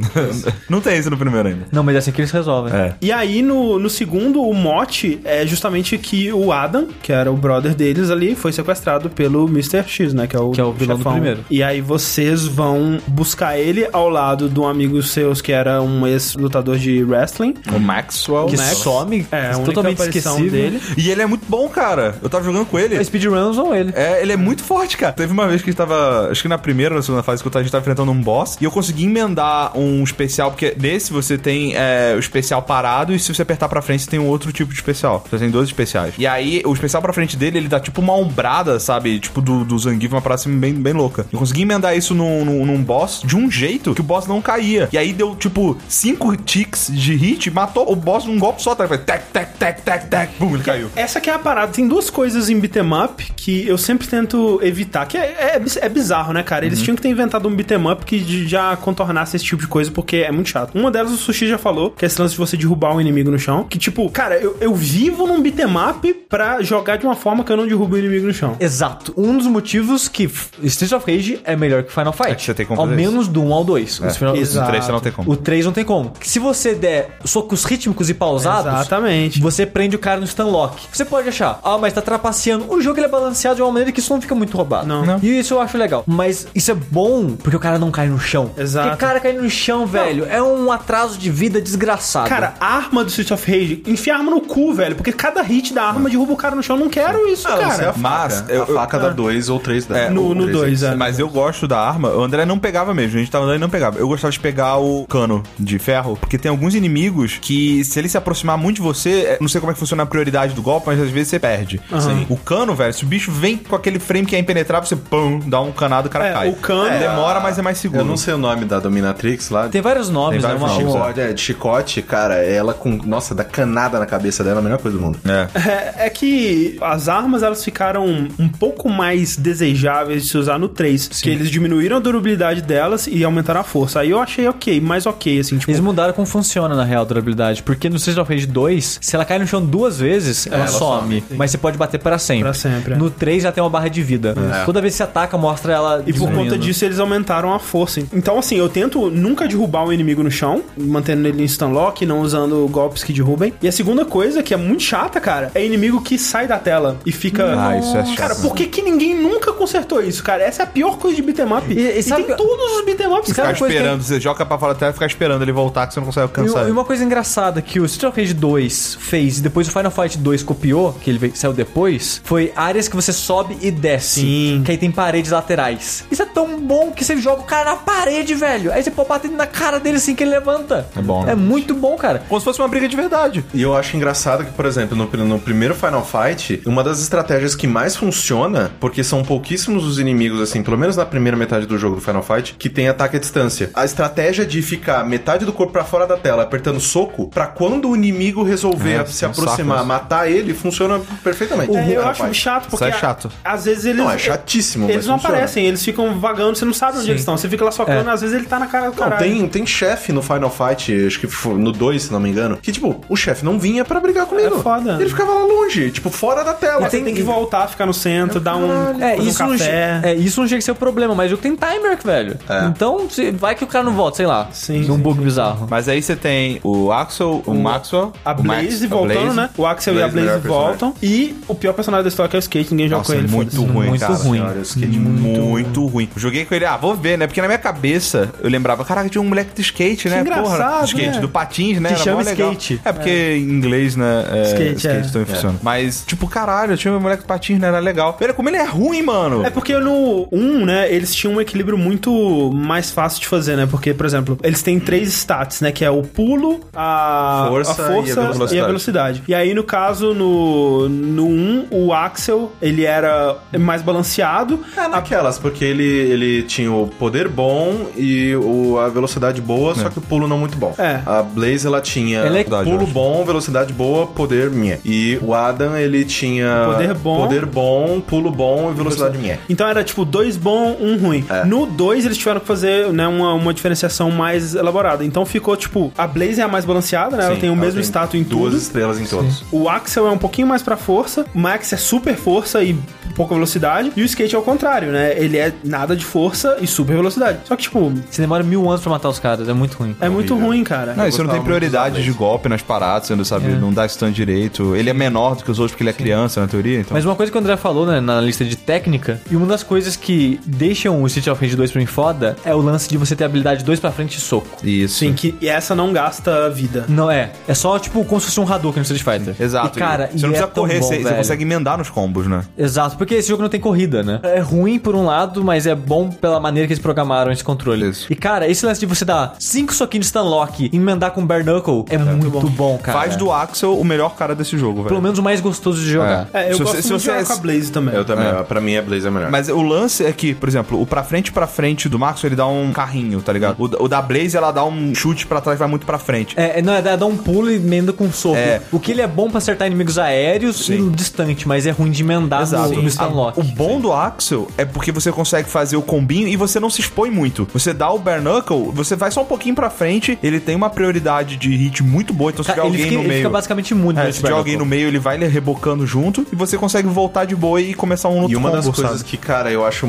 Não tem isso no primeiro ainda.
Não, mas é assim que eles resolvem.
É.
E aí, no, no segundo, o mote é justamente que o Adam, que era o brother deles ali, foi sequestrado pelo Mr. X, né? Que é o,
Que é o vilão do
chefão.
primeiro.
E aí vocês vão buscar ele ao lado de um amigo seu que era um ex-lutador de wrestling.
O Maxwell. né?
Que
Max.
some,
É, a única
totalmente
aparição
esquecível.
dele.
E ele é muito bom, cara. Eu tava jogando com ele.
A Speedruns ou ele.
É, ele é muito forte, cara. Teve uma vez que a gente tava. Acho que na primeira ou na segunda fase que eu tava- a gente tava enfrentando um boss. E eu consegui emendar um especial, porque nesse você tem é, o especial parado. E se você apertar pra frente, você tem um outro tipo de especial. Você tem dois especiais. E aí, o especial pra frente dele, ele dá tipo uma ombrada, sabe? Tipo do, do Zangief, uma parada assim bem, bem louca. Eu consegui emendar isso num, num, num boss de um jeito que o boss não caía. E aí deu tipo cinco ticks de hit, matou o boss num golpe só. Tá? Foi tac, tac, tac, tac, tac. Bum, ele caiu.
Essa que é a parada. Tem duas coisas em beat'em up que eu sempre tento evitar. Que é, é, biz- é bizarro, né, cara? Eles tinham que ter inventado um beat'em up que de- já contornasse esse tipo de coisa, porque é muito chato. Uma delas o Sushi já falou, que é esse lance de você derrubar um inimigo no chão. Que, tipo, cara, eu, eu vivo num beat'em up pra jogar de uma forma que eu não derrubo o inimigo no chão.
Exato. Um dos motivos que F- Streets of Rage é melhor que Final Fight.
É que você tem como
Ao
fazer isso.
menos do 1 ao 2. Os final...
Isso.
No três você não tem como.
O 3 não tem como. Se você der socos rítmicos e pausados,
Exatamente.
você prende o cara no stunlock. Você pode achar, ah, mas tá trapaceando. O jogo ele é balanceado de uma maneira que isso não fica muito roubado.
Não. Não.
E isso eu acho legal. Mas isso é bom porque o cara não cai no chão.
Exato.
Porque o cara cai no chão, velho, é um atraso de vida desgraçado.
Cara, a arma do Street of Rage, enfia a arma no cu, velho, porque cada hit da arma derruba o cara no chão. Não quero isso,
Ah, você é a
cara.
faca.
mas eu-
a
eu-
faca dá dois ou três dá.
É,
No-
Ou
no
três,
dois,
é.
é.
Mas eu gosto da arma. O André não pegava mesmo. A gente tava andando e não pegava. Eu gostava de pegar o cano de ferro, porque tem alguns inimigos que, se ele se aproximar muito de você, é- não sei como é que funciona a prioridade do golpe, mas às vezes você perde. Sim. O cano, velho, se o bicho vem com aquele frame que é impenetrável, você pum, dá um canado, o cara
É,
cai.
o cano-
É, demora, mas é mais seguro.
Eu não sei o nome da Dominatrix lá.
Tem vários nomes,
Tem vários
né? Uma-
nomes,
uma-
Chicote, é, de chicote, cara, ela com. Nossa, dá canada na cabeça dela, a melhor coisa do mundo.
É.
É, é que as armas elas ficaram um pouco mais desejáveis de se usar no 3. Porque eles diminuíram a durabilidade delas e aumentaram a força. Aí eu achei ok, mais ok, assim, tipo.
Eles mudaram como funciona, na real, a durabilidade. Porque no Street of Rage 2, se ela cai no chão duas vezes, ela, some. Mas você pode bater para sempre.
É, Pra sempre, é.
No 3, ela tem uma barra de vida. Toda vez que você ataca, mostra ela
E por conta
diminuindo.
disso eles aumentaram a força. Então, assim, eu tento nunca derrubar o inimigo no chão, mantendo ele em stunlock, não usando golpes que derrubem. E a segunda coisa, que é muito chata, cara, é inimigo que sai da tela e fica.
Ah, isso é chato.
Cara, por que, que ninguém nunca consertou isso, cara? Essa é a pior coisa de beat'em up.
E- e sabe
tem
que-
todos os beat'em ups,
Ficar
cara.
coisa que-
esperando, você joga pra fora até ficar esperando ele voltar, que você não consegue
E uma-
alcançar.
E uma coisa engraçada que o Street of Rage 2 fez e depois o Final Fight 2 copiou, que ele veio- saiu depois, foi áreas que você sobe e desce.
Sim.
Que aí tem paredes laterais. Isso é tão bom que você joga o cara na parede, velho. Aí você pode bater na cara dele assim que ele levanta. É
bom, né?
É muito bom, cara.
Como se fosse uma briga de verdade.
E eu acho engraçado que, por exemplo, no, no primeiro Final Fight, uma das estratégias que mais funciona, porque são pouquíssimos os inimigos, assim, pelo menos na primeira metade do jogo do Final Fight, que tem ataque à distância. A estratégia de ficar metade do corpo pra fora da tela apertando soco, pra quando o inimigo resolver
É,
se
são
aproximar,
sacos.
matar ele, funciona perfeitamente.
É, eu
Final
acho
Fight.
chato, porque
Isso é
a-
chato.
às vezes eles.
Não, é chatíssimo,
Eles
mas
não
funciona.
aparecem, eles ficam vagando, você não sabe onde eles estão. Você fica lá socando,
É.
às vezes ele tá na cara do
Não,
caralho.
tem, tem chefe no Final Fight, acho que foi no 2, se não me engano, que, tipo, o chefe não vinha pra brigar comigo.
É foda.
Ele ficava lá longe, tipo, fora da tela.
Mas você tem que voltar, ficar no centro, dar um,
É,
fazer
isso,
um
não,
café.
che- é, isso não chega a ser o problema, mas o jogo tem timer, velho. Então, se- vai que o cara não volta, sei lá.
É. Sim,
Num
sim,
bug bizarro.
Mas aí você tem o Axel, o, Maxwell,
A
o Max-
Blaze
a
voltando,
Blaze.
né? O Axel
Blaze, é
e a
melhor
Blaze voltam. E o pior personagem da história que é o Skate, ninguém joga
Nossa,
com
é
ele.
muito
foda-se.
ruim,
Muito
cara.
ruim.
Senhora, eu fiquei de
Muito, ruim. Joguei com ele, ah, vou ver, né? Porque na minha cabeça eu lembrava, caraca, tinha um moleque de skate, né?
engraçado,
de skate,
né?
do patins, né?
Que chama
mó legal.
skate.
É, porque em inglês, né? É,
Skate, é.
também funciona. Mas, tipo, caralho, eu tinha meu moleque de patins, né? Era legal. Olha como ele é ruim, mano.
É porque no 1, né, eles tinham um equilíbrio muito mais fácil de fazer, né? Porque, por exemplo, eles têm três stats, né? Que é o pulo, a
Força
a força
e a velocidade.
e a velocidade. E aí, no caso, no, no 1, o Axel, ele era mais balanceado.
É naquelas, porque ele, ele tinha o poder bom e o, a velocidade boa, só que o pulo não muito bom.
É.
A Blaze, ela tinha
Ela é-
pulo bom, velocidade boa, poder minha. E o Adam, ele tinha
Poder bom.
poder bom, pulo bom e velocidade minha.
Então era tipo dois bom, um ruim.
É.
No 2 eles tiveram que fazer né, uma, uma diferenciação mais elaborada. Então ficou tipo, a Blaze é a mais balanceada, né? ela
Sim,
tem o mesmo status em
Duas
tudo.
estrelas em todos.
O Axel é um pouquinho mais pra força, o Max é super força e pouca velocidade, e o skate é o contrário, né? Ele é nada de força e super velocidade. Só que, tipo,
Você demora mil anos pra matar os caras, é muito ruim.
é muito ruim, cara.
Não, isso não
gostava
tem
muito
prioridade
dos
de golpe nas paradas, você não
É.
sabe, não dá stand direito. Ele é menor do que os outros porque ele é criança, na teoria, então.
Mas uma coisa que o André falou né, na lista de técnica, e uma das coisas que deixam o City of Rage 2 pra mim foda é o lance de você ter habilidade 2 pra frente e soco.
Isso.
Sim, Assim, que e essa não gasta vida.
Não é. É só, tipo, como se fosse um Hadouken no Street Fighter.
Exato.
E, cara,
você não
e é
precisa
tão
correr,
bom,
você, você
velho.
consegue emendar nos combos, né?
Exato, porque esse jogo não tem corrida, né? É ruim por um lado, mas é bom pela maneira que eles programaram esse controle.
Isso.
E, cara, esse lance de você dar cinco soquinhos de Stunlock e emendar com Bare Knuckle é, muito bom. cara.
Faz do Axel o melhor cara desse jogo, velho.
Pelo menos o mais gostoso de jogar.
É, eu
Se
gosto
você- se
muito
você
de
é-
jogar com a Blaze também.
Eu também, pra mim a Blaze é melhor.
Mas o lance é que, por exemplo, o pra frente pra frente do Max, ele dá um carrinho, tá ligado? O, da- o da Blaze, ela dá um chute pra trás, vai muito pra frente.
É, não, é dar dar um pulo e emenda com um soco.
É.
O que ele é bom pra acertar inimigos aéreos e distante, mas é ruim de emendar no, no Stunlock.
O bom do Axel é porque você consegue fazer o combinho e você não se expõe muito. Você dá o bare knuckle, você vai só um pouquinho pra frente, ele tem uma prioridade de hit muito boa, então se
Cara,
tiver
ele,
alguém
fica,
no
ele
meio...
fica basicamente imune
É,
nesse
se
Bare
tiver alguém no
Knuckle.
meio, ele vai rebocando junto e você consegue voltar de boa e começar um outro
E uma das
combo,
coisas
sabe?
que, cara, eu acho,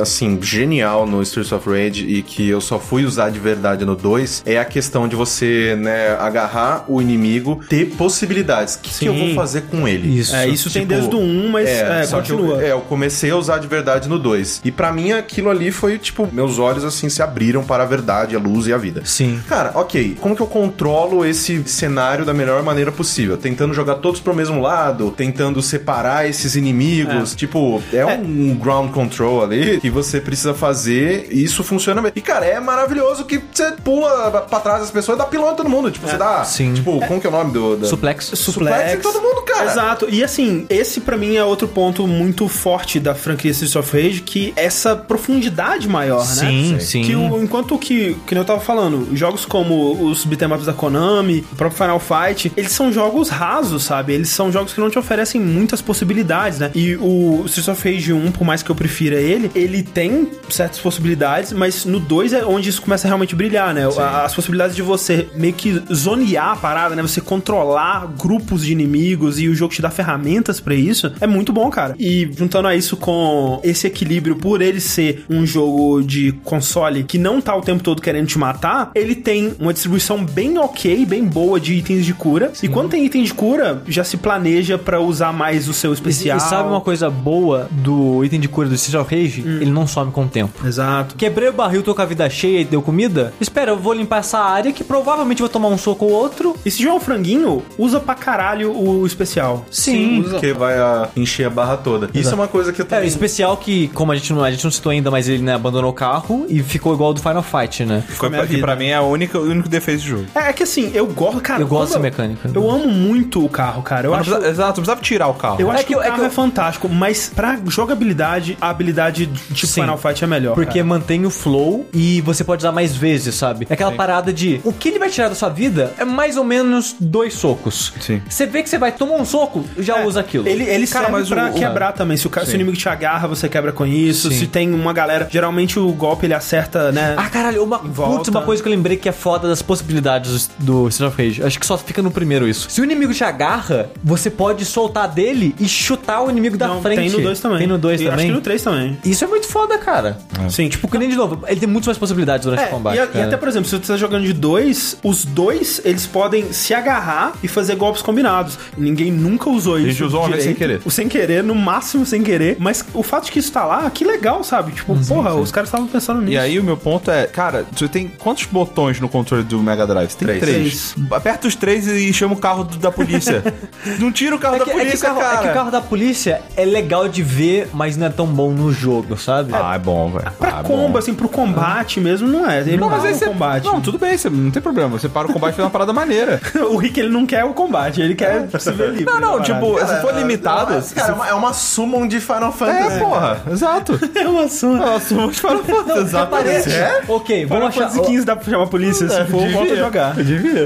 assim, genial no Streets of Rage e que eu só fui usar de verdade no 2 é a questão de você, né, agarrar o inimigo, ter possibilidades. O que, que eu vou fazer com ele?
Isso.
É, isso tem
Tipo,
desde o 1, mas é,
só que
continua.
eu, é, eu comecei a usar de verdade no 2. E pra mim aquilo ali foi, tipo, meus olhos, assim, se abriram para a verdade, a luz e a vida.
Sim.
Cara, ok. Como que eu controlo esse cenário da melhor maneira possível? Tentando jogar todos pro mesmo lado, tentando separar esses inimigos. Tipo, é, um ground control ali que você precisa fazer e isso funciona bem. E, cara, é maravilhoso que você pula pra trás das pessoas e dá pilão em todo mundo. Tipo, você dá.
Sim.
Tipo, como que é o nome do. da-
Suplex.
Suplex em todo mundo, cara.
Exato. E assim, esse pra mim é outro ponto muito forte da franquia Streets of Rage, que essa profundidade maior,
Sim,
né?
sim.
Que o, enquanto que, que nem eu tava falando, jogos como os beat'em ups da Konami, o próprio Final Fight, eles são jogos rasos, sabe? Eles são jogos que não te oferecem muitas possibilidades, né? E o Streets of Rage 1, por mais que eu prefira ele, ele tem certas possibilidades, mas no 2 é onde isso começa a realmente brilhar, né? A- As possibilidades de você meio que zonear a parada, né? Você controlar grupos de inimigos e o jogo te dá ferramentas pra isso, é muito bom, cara. E juntando a isso com esse equilíbrio, por ele ser um jogo de console que não tá o tempo todo querendo te matar, ele tem uma distribuição bem ok, bem boa de itens de cura. E quando tem item de cura, já se planeja pra usar mais o seu
E,
especial.
e sabe uma coisa boa do item de cura do Street of Rage? Ele não some com o tempo.
Exato.
Quebrei o barril, tô com a vida cheia e deu comida? Espera, eu vou limpar essa área que provavelmente vou tomar um soco ou outro.
E se jogar um franguinho, usa pra caralho o especial.
Sim.
Porque vai ah, encher a barra toda. Isso é uma coisa que eu
É, o
também.
especial que, como a gente, não, a gente não citou ainda, mas ele né, abandonou o carro e ficou igual ao do Final Fight, né?
Foi
minha
pra, que
vida.
pra mim é o único, o único defeito do jogo.
É, é que assim, eu gosto, cara.
Eu
quando-
gosto dessa mecânica.
Eu amo muito o carro, cara. Eu
Não
acho.
precisa- exato, não precisava tirar o carro.
Eu
É
acho que,
que
o
eu- é que
carro é,
eu-
fantástico, mas pra jogabilidade, a habilidade de tipo
Sim.
Final Fight é melhor.
Porque
cara.
mantém o flow e você pode usar mais vezes, sabe? É aquela parada de o que ele vai tirar da sua vida é mais ou menos dois socos.
Sim.
Você vê que você vai tomar um soco, já
É,
usa aquilo.
Ele, ele
Cara,
serve
mas
pra
o- o-
quebrar também. Se o, ca- se o inimigo te agarra, você quebra com isso.
Sim.
Se tem uma galera. Geralmente o golpe ele acerta, né?
Ah, caralho, uma,
volta.
putz, uma coisa que eu lembrei que é foda das possibilidades do do Street of Rage. Acho que só fica no primeiro isso. Se o inimigo te agarra, você pode soltar dele e chutar o inimigo da
Não,
frente.
Tem no 2 também.
Tem no 2
E
também.
Acho que no 3 também.
Isso é muito foda, cara.
Sim.
Tipo, que nem de novo, ele tem muitas mais possibilidades durante o
É,
combate.
e, a- e
cara.
até, por exemplo, se você tá jogando de dois, os dois, eles podem se agarrar e fazer golpes combinados. Ninguém nunca usou isso
gente usou uma vez
direito.
sem querer.
O sem querer no máximo sem querer. Mas o fato de que isso tá lá, que legal, sabe? Tipo, porra, os caras estavam pensando nisso.
E aí o meu ponto é, cara, você tem quantos botões no controle do Mega Drive? Você tem
Três.
três. Aperta os três e chama o carro do- da polícia. Não tira o carro
É
da
que, é que
polícia,
o carro,
cara.
é que o carro da polícia é legal de ver, mas não é tão bom no jogo, sabe?
Ah, é bom, velho.
Pra
ah,
combo,
bom.
assim, pro combate mesmo, não é. Ele não,
mas
mas
aí
um
você...
combate.
Não, tudo bem, você... não tem problema. Você para o combate e faz uma parada maneira.
o Rick, ele não quer o combate, ele quer se ver livre.
Não, não,
da parada.
tipo, se for limitado...
Cara, é uma, é uma summon de Final Fantasy.
É, porra, exato.
é uma surra.
Ela suma de Final Fantasy, exatamente.
É? Ok,
Final
vamos achar.
Fantasy XV dá pra chamar a polícia, se for, volta a jogar.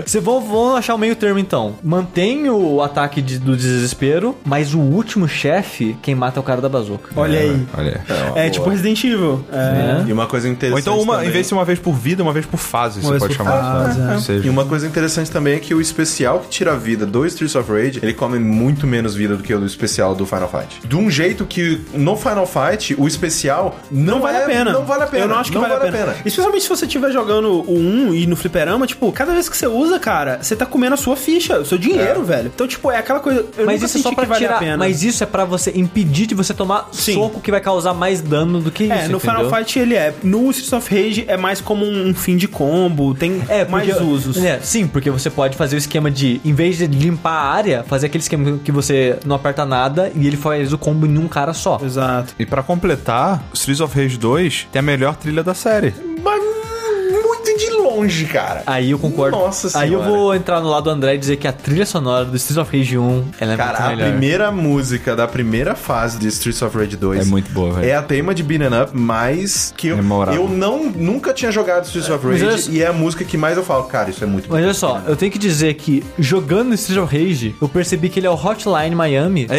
Você vão, vão achar o meio termo então. Mantém o ataque de- do desespero, mas o último chefe, quem mata é o cara da bazuca.
Olha aí.
Olha.
É tipo Resident Evil. É.
E uma coisa interessante.
Ou então, uma,
também-
em vez de ser uma vez por vida, uma vez por fase, você
vez
pode
por
chamar.
fase,
sabe?
é.
Seja.
E uma coisa interessante também é que o especial que tira a vida do Streets of Rage, ele come muito menos vida do que o do especial do Final Fight. De um jeito que no Final Fight, o especial não,
Não vale
é-
a pena.
Não vale a pena.
Eu não acho que vale, a pena. é Especialmente se você estiver jogando o 1 e no fliperama, tipo, cada vez que você usa, cara, você tá comendo a sua ficha, o seu dinheiro, velho. Então, tipo, é aquela coisa. Eu nunca
mas isso é
senti
só pra
que vale
tirar.
a pena.
Mas isso é pra você impedir de você tomar
Sim.
soco que vai causar mais dano do que isso.
É, no
entendeu?
Final Fight ele é. No Streets of Rage é mais como um fim de combo, tem
É,
mais
porque-
usos.
É, sim, porque você pode fazer o esquema de, em vez de limpar a área, fazer aquele esquema que você não aperta nada e ele faz o combo em um cara só.
Exato.
E pra completar, Streets of Rage 2 tem a melhor trilha da série.
Mas muito de longe, cara.
Aí eu concordo.
Nossa
Aí eu
Senhora.
vou entrar no lado do André e dizer que a trilha sonora do Streets of Rage 1 ela é
Cara,
muito
a
melhor.
primeira música da primeira fase de Streets of Rage 2
É muito boa, velho.
É a tema de Beaten Up, mas que eu,
Memorável.
eu não, nunca tinha jogado Streets of Rage
mas eu-
e é a música que mais eu falo, cara, isso é muito bom.
Mas olha só, eu tenho que dizer que jogando Streets of Rage, eu percebi que ele é o Hotline Miami
É,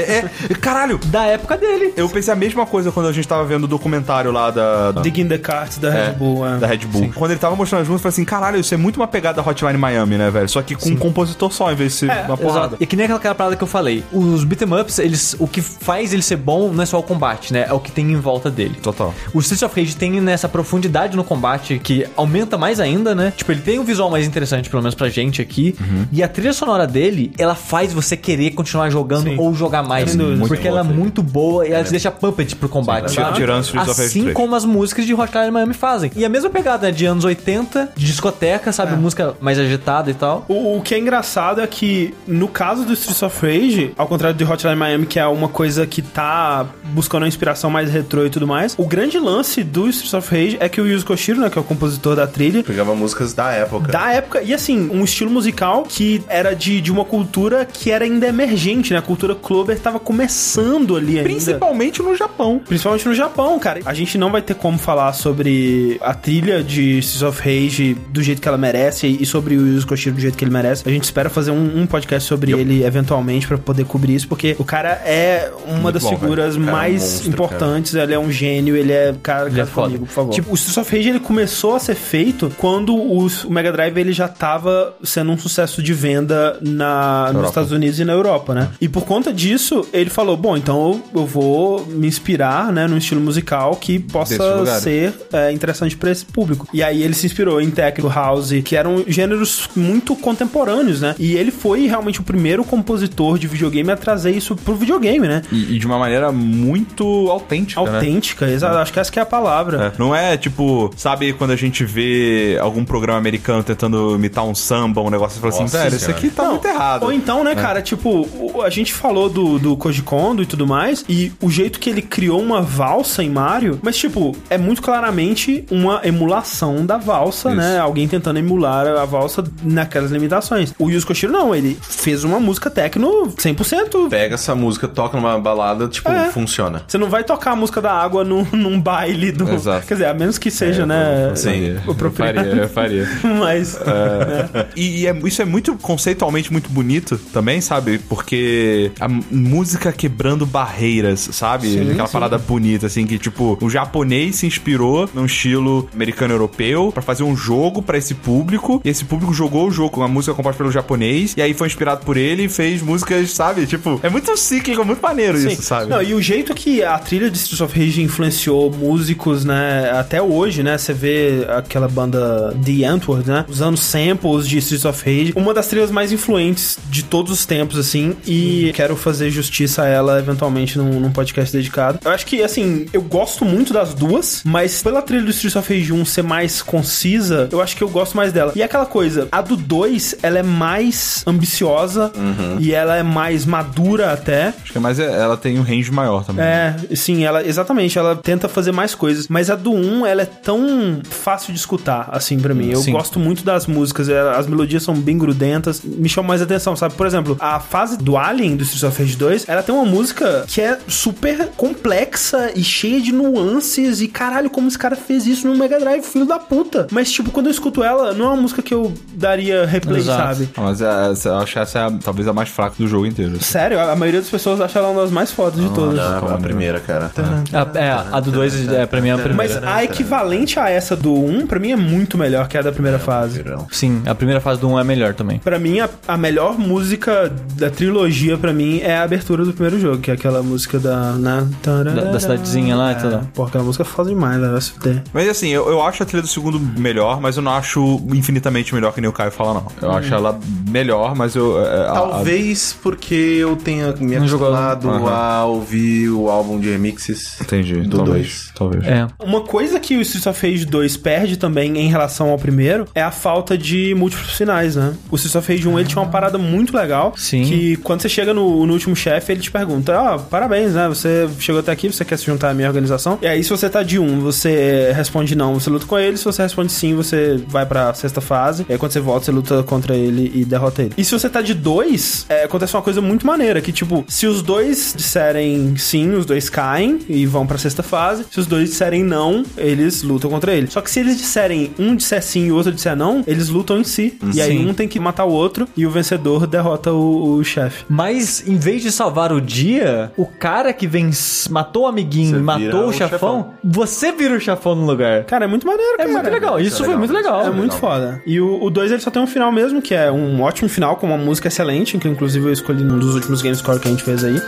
é- caralho!
da época dele.
Eu pensei a mesma coisa quando a gente tava vendo o documentário lá da. da...
Digging the Cards da
é,
Red Bull. É.
da Red Bull. Quando ele tava mostrando junto, eu falei assim: caralho, isso é muito uma pegada Hotline Miami, né, velho? Só que com um compositor só, em vez de ser uma porrada.
Exato. E que nem aquela parada que eu falei. Os beat'em ups, eles, o que faz ele ser bom não é só o combate, né? É o que tem em volta dele.
Total.
O Streets of Rage tem nessa profundidade no combate que aumenta mais ainda, né? Tipo, ele tem um visual mais interessante, pelo menos pra gente aqui.
Uhum.
E a trilha sonora dele, ela faz você querer continuar jogando
Sim.
ou jogar mais.
Sem dúvida.
Porque
Muito
ela é
boa,
muito boa e ela te deixa pumped pro combate.
Sim,
sabe?
tirando Streets of Rage
assim
3.
como as músicas de Hotline Miami fazem. E a mesma pegada né, de anos 80, de discoteca,
É.
sabe? Música mais agitada e tal.
O, o que é engraçado é que, no caso do Streets of Rage, ao contrário de Hotline Miami, que é uma coisa que tá buscando uma inspiração mais retrô e tudo mais, o grande lance do Streets of Rage é que o Yuzo Koshiro, né, que é o compositor da trilha,
Pegava músicas da época.
da época, e assim, um estilo musical que era de, de uma cultura que era ainda emergente, né? A cultura clubber tava começando ali ainda.
Principalmente no Japão.
Principalmente no Japão, cara. A gente não vai ter como falar sobre a trilha de Streets of Rage do jeito que ela merece e sobre o Yuzo Koshiro do jeito que ele merece. A gente espera fazer um, um podcast sobre ele eventualmente pra poder cobrir isso, porque o cara é uma das
bom,
figuras
cara é um
mais
monstro,
importantes. Ele é um gênio, ele é cara,
Ele é
casa
foda.
comigo, por favor. Tipo, o Streets of Rage ele começou a ser feito quando os- o Mega Drive ele já tava sendo um sucesso de venda na, nos Estados Unidos e na Europa, né? E por conta disso, ele falou: bom, então eu, eu vou me inspirar, né, num estilo musical que
Desses
possa
lugares.
ser é, interessante pra esse público. E aí ele se inspirou em techno house, que eram gêneros muito contemporâneos, né? E ele foi realmente o primeiro compositor de videogame a trazer isso pro videogame, né?
E, e de uma maneira muito autêntica. né?
Autêntica, exato. Acho que essa que é a palavra.
É, Não é tipo, sabe quando a gente vê algum programa americano tentando imitar um samba, um negócio, e fala assim,
Nossa
velho, isso
Senhora.
aqui tá
Não,
muito errado. É.
Ou então, né, cara, tipo, o- a gente falou do, do Koji Kondo e tudo mais, e o jeito que ele criou uma valsa em Mario, mas, tipo, é muito claramente uma emulação da valsa,
Isso.
né? Alguém tentando emular a valsa naquelas limitações. O Yuzo Koshiro, não, ele fez uma música tecno 100%.
Pega essa música, toca numa balada, tipo,
É.
funciona.
Você não vai tocar a música da água num, num baile do.
Exato. É,
Quer dizer, a menos que seja, né?
Sim.
O propriedade.
eu faria.
Mas.
É. E, e é- isso é muito conceitualmente muito bonito também, sabe? Porque a m- música quebrando barreiras, sabe? Aquela parada bonita, assim, que tipo, o japonês se inspirou num estilo americano-europeu pra fazer um jogo jogo pra esse público, e esse público jogou o jogo, uma música composta pelo japonês, e aí foi inspirado por ele e fez músicas, sabe? Tipo, é muito cíclico, muito maneiro isso, sabe?
Não, e o jeito que a trilha de Streets of Rage influenciou músicos, né, até hoje, né, você vê aquela banda The Antwoord, né, usando samples de Streets of Rage, uma das trilhas mais influentes de todos os tempos, assim, e quero fazer justiça a ela eventualmente num, num podcast dedicado. Eu acho que, assim, eu gosto muito das duas, mas pela trilha do Streets of Rage 1 ser mais concisa, eu acho que eu gosto mais dela. E é aquela coisa, a do 2, ela é mais ambiciosa
Uhum.
e ela é mais madura até.
Acho que é mais ela tem um range maior também.
É, sim, ela exatamente, ela tenta fazer mais coisas, mas a do 1 ela é tão fácil de escutar, assim, pra mim. Eu
Sim.
gosto muito das músicas, ela- as melodias são bem grudentas, me chamam mais atenção, sabe? Por exemplo, a fase do Alien do Streets of Rage 2, ela tem uma música que é super complexa e cheia de nuances e caralho, como esse cara fez isso no Mega Drive, filho da puta. Mas tipo, quando eu escuto ela, não é uma música que eu daria replay,
Exato.
sabe?
Ah, Mas é, essa- eu acho que essa é a- talvez a mais fraca do jogo inteiro. assim.
Sério, a a maioria das pessoas acha ela uma das mais fodas de todas.
Ah, a primeira, cara. Ah,
A- é, a do 2 é pra mim é a primeira.
Mas a equivalente a essa do 1, pra mim, é muito melhor que a da
É,
primeira fase.
Sim, a primeira fase do 1 é a melhor também.
Pra mim, a, a melhor música da trilogia, pra mim, é a abertura do primeiro jogo, que é aquela música da... né, tarará,
Da- da cidadezinha lá e
é,
tudo.
Pô, aquela música é foda demais, né? vai se fuder.
Mas assim, eu, eu acho a trilha do segundo melhor, mas eu não acho infinitamente melhor que nem o Caio fala, não. Eu acho ela melhor, mas eu. é, a-
Talvez porque eu tenha me
Não jogou-
acostumado a ouvir o álbum de remixes
a- Entendi.
do
talvez.
2.
Talvez.
É.
Uma coisa que o Streets of Rage 2 perde também em relação ao primeiro é a falta de múltiplos finais, né? O Streets of Rage 1, ele tinha uma parada muito legal,
Sim.
que quando você chega no, no último chefe, ele te pergunta, ah, parabéns, né? Você chegou até aqui, você quer se juntar à minha organização? E aí, se você tá de um, você responde não, você luta com ele, se você responde sim, você vai pra sexta fase, e aí quando você volta, você luta contra ele e derrota ele. E se você tá de dois, é, acontece uma coisa muito maneira, que tipo, se os dois disserem sim, os dois caem e vão pra sexta fase, se os dois disserem não, eles lutam contra ele. Só que se eles disserem, um disser sim e o outro disser não, eles lutam em si. E aí
Sim.
um tem que matar o outro e o vencedor derrota o, o chefe.
Mas em vez de salvar o dia, o cara que vem matou o amiguinho,
Você
e
vira
matou o
o
chefão, você vira o chefão no lugar.
Cara, é muito maneiro,
É
cara.
muito legal, isso foi
legal.
muito legal.
É muito foda. E o 2 ele só tem um final mesmo, que é um ótimo final, com uma música excelente, que inclusive eu escolhi num dos últimos Gamescore que a gente fez aí.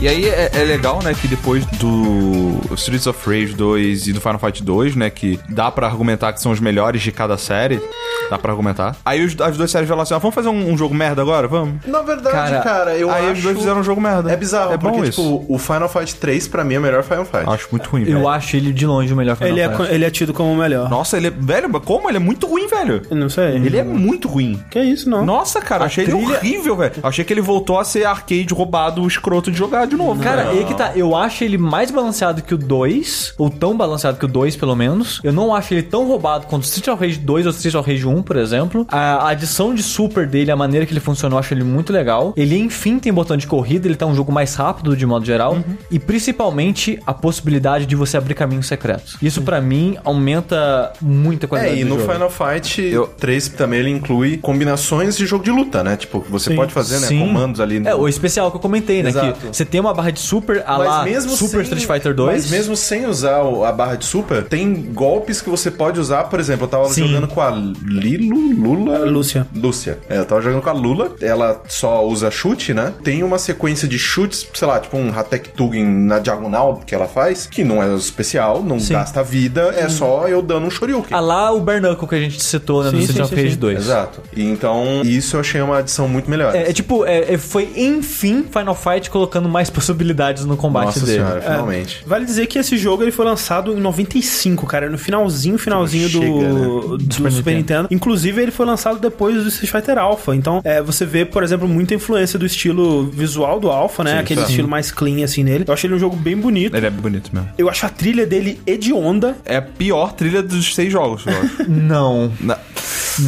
E aí é, é legal, né, que depois do Streets of Rage 2 e do Final Fight 2, né, que dá pra argumentar que são os melhores de cada série, dá pra argumentar. Aí os- as duas séries falaram assim, ó, vamos fazer um, um jogo merda agora? Vamos.
Na verdade,
Cara,
cara, eu
aí
acho...
os dois fizeram um jogo merda.
É bizarro,
É bom
porque,
isso.
tipo, o Final Fight 3, pra mim, é o melhor Final Fight.
Acho muito ruim,
Eu
velho.
acho ele de longe o melhor Final
Ele é,
Fantasy.
ele é tido como o melhor.
Nossa, ele é... Velho, mas como? Ele é muito ruim, velho.
Eu Não sei.
Ele é muito ruim.
Que isso, não.
Nossa, cara, achei ele
trilha-
horrível, velho. Achei que ele voltou a ser arcade roubado, escroto de jogar de novo.
Cara, aí que tá. Eu acho ele mais balanceado que o 2, ou tão balanceado que o 2, pelo menos. Eu não acho ele tão roubado quanto o Street of Rage 2 ou Street of Rage 1. 1, por exemplo. A adição de super dele, a maneira que ele funciona, eu acho ele muito legal. Ele, enfim, tem botão de corrida, ele tá um jogo mais rápido de modo geral.
Uhum.
E principalmente a possibilidade de você abrir caminhos secretos. Isso pra mim aumenta muita
É,
qualidade
e
do
no
jogo.
Final Fight 3 também ele inclui combinações de jogo de luta, né? Tipo, você pode fazer, né,
Sim.
comandos ali. no-
É, o especial que eu comentei, né?
Exato.
Que você tem uma barra de super a lá Super
sem-
Street Fighter 2.
Mas mesmo sem usar o- a barra de super, tem golpes que você pode usar. Por exemplo, eu tava
Sim.
jogando com a Lilo, Lula...
Lúcia.
Lúcia. É, eu tava jogando com a Lula, ela só usa chute, né? Tem uma sequência de chutes, sei lá, tipo um Hatek Tugin na diagonal que ela faz, que não é especial, não gasta vida,
Hum.
é só eu dando um Shoryuken.
A lá o Bernuckle que a gente citou né, no
Sim,
Street
sim,
of
sim,
Rage
sim.
2.
Exato. E então, isso eu achei uma adição muito melhor.
É, é tipo, é- é- foi enfim Final Fight colocando mais possibilidades no combate
Nossa
dele. É.
senhora, finalmente.
Vale dizer que esse jogo ele foi lançado em 95, cara, no finalzinho, finalzinho do,
Chega, né?
do Super, Nintendo. Inclusive, ele foi lançado depois do Street Fighter Alpha. Então, é, você vê, por exemplo, muita influência do estilo visual do Alpha, né? Aquele
sim.
estilo mais clean, assim, nele. Eu achei ele um jogo bem bonito.
Ele é bonito mesmo.
Eu acho a trilha dele hedionda.
É a pior trilha dos seis jogos, eu acho.
Não.
Na-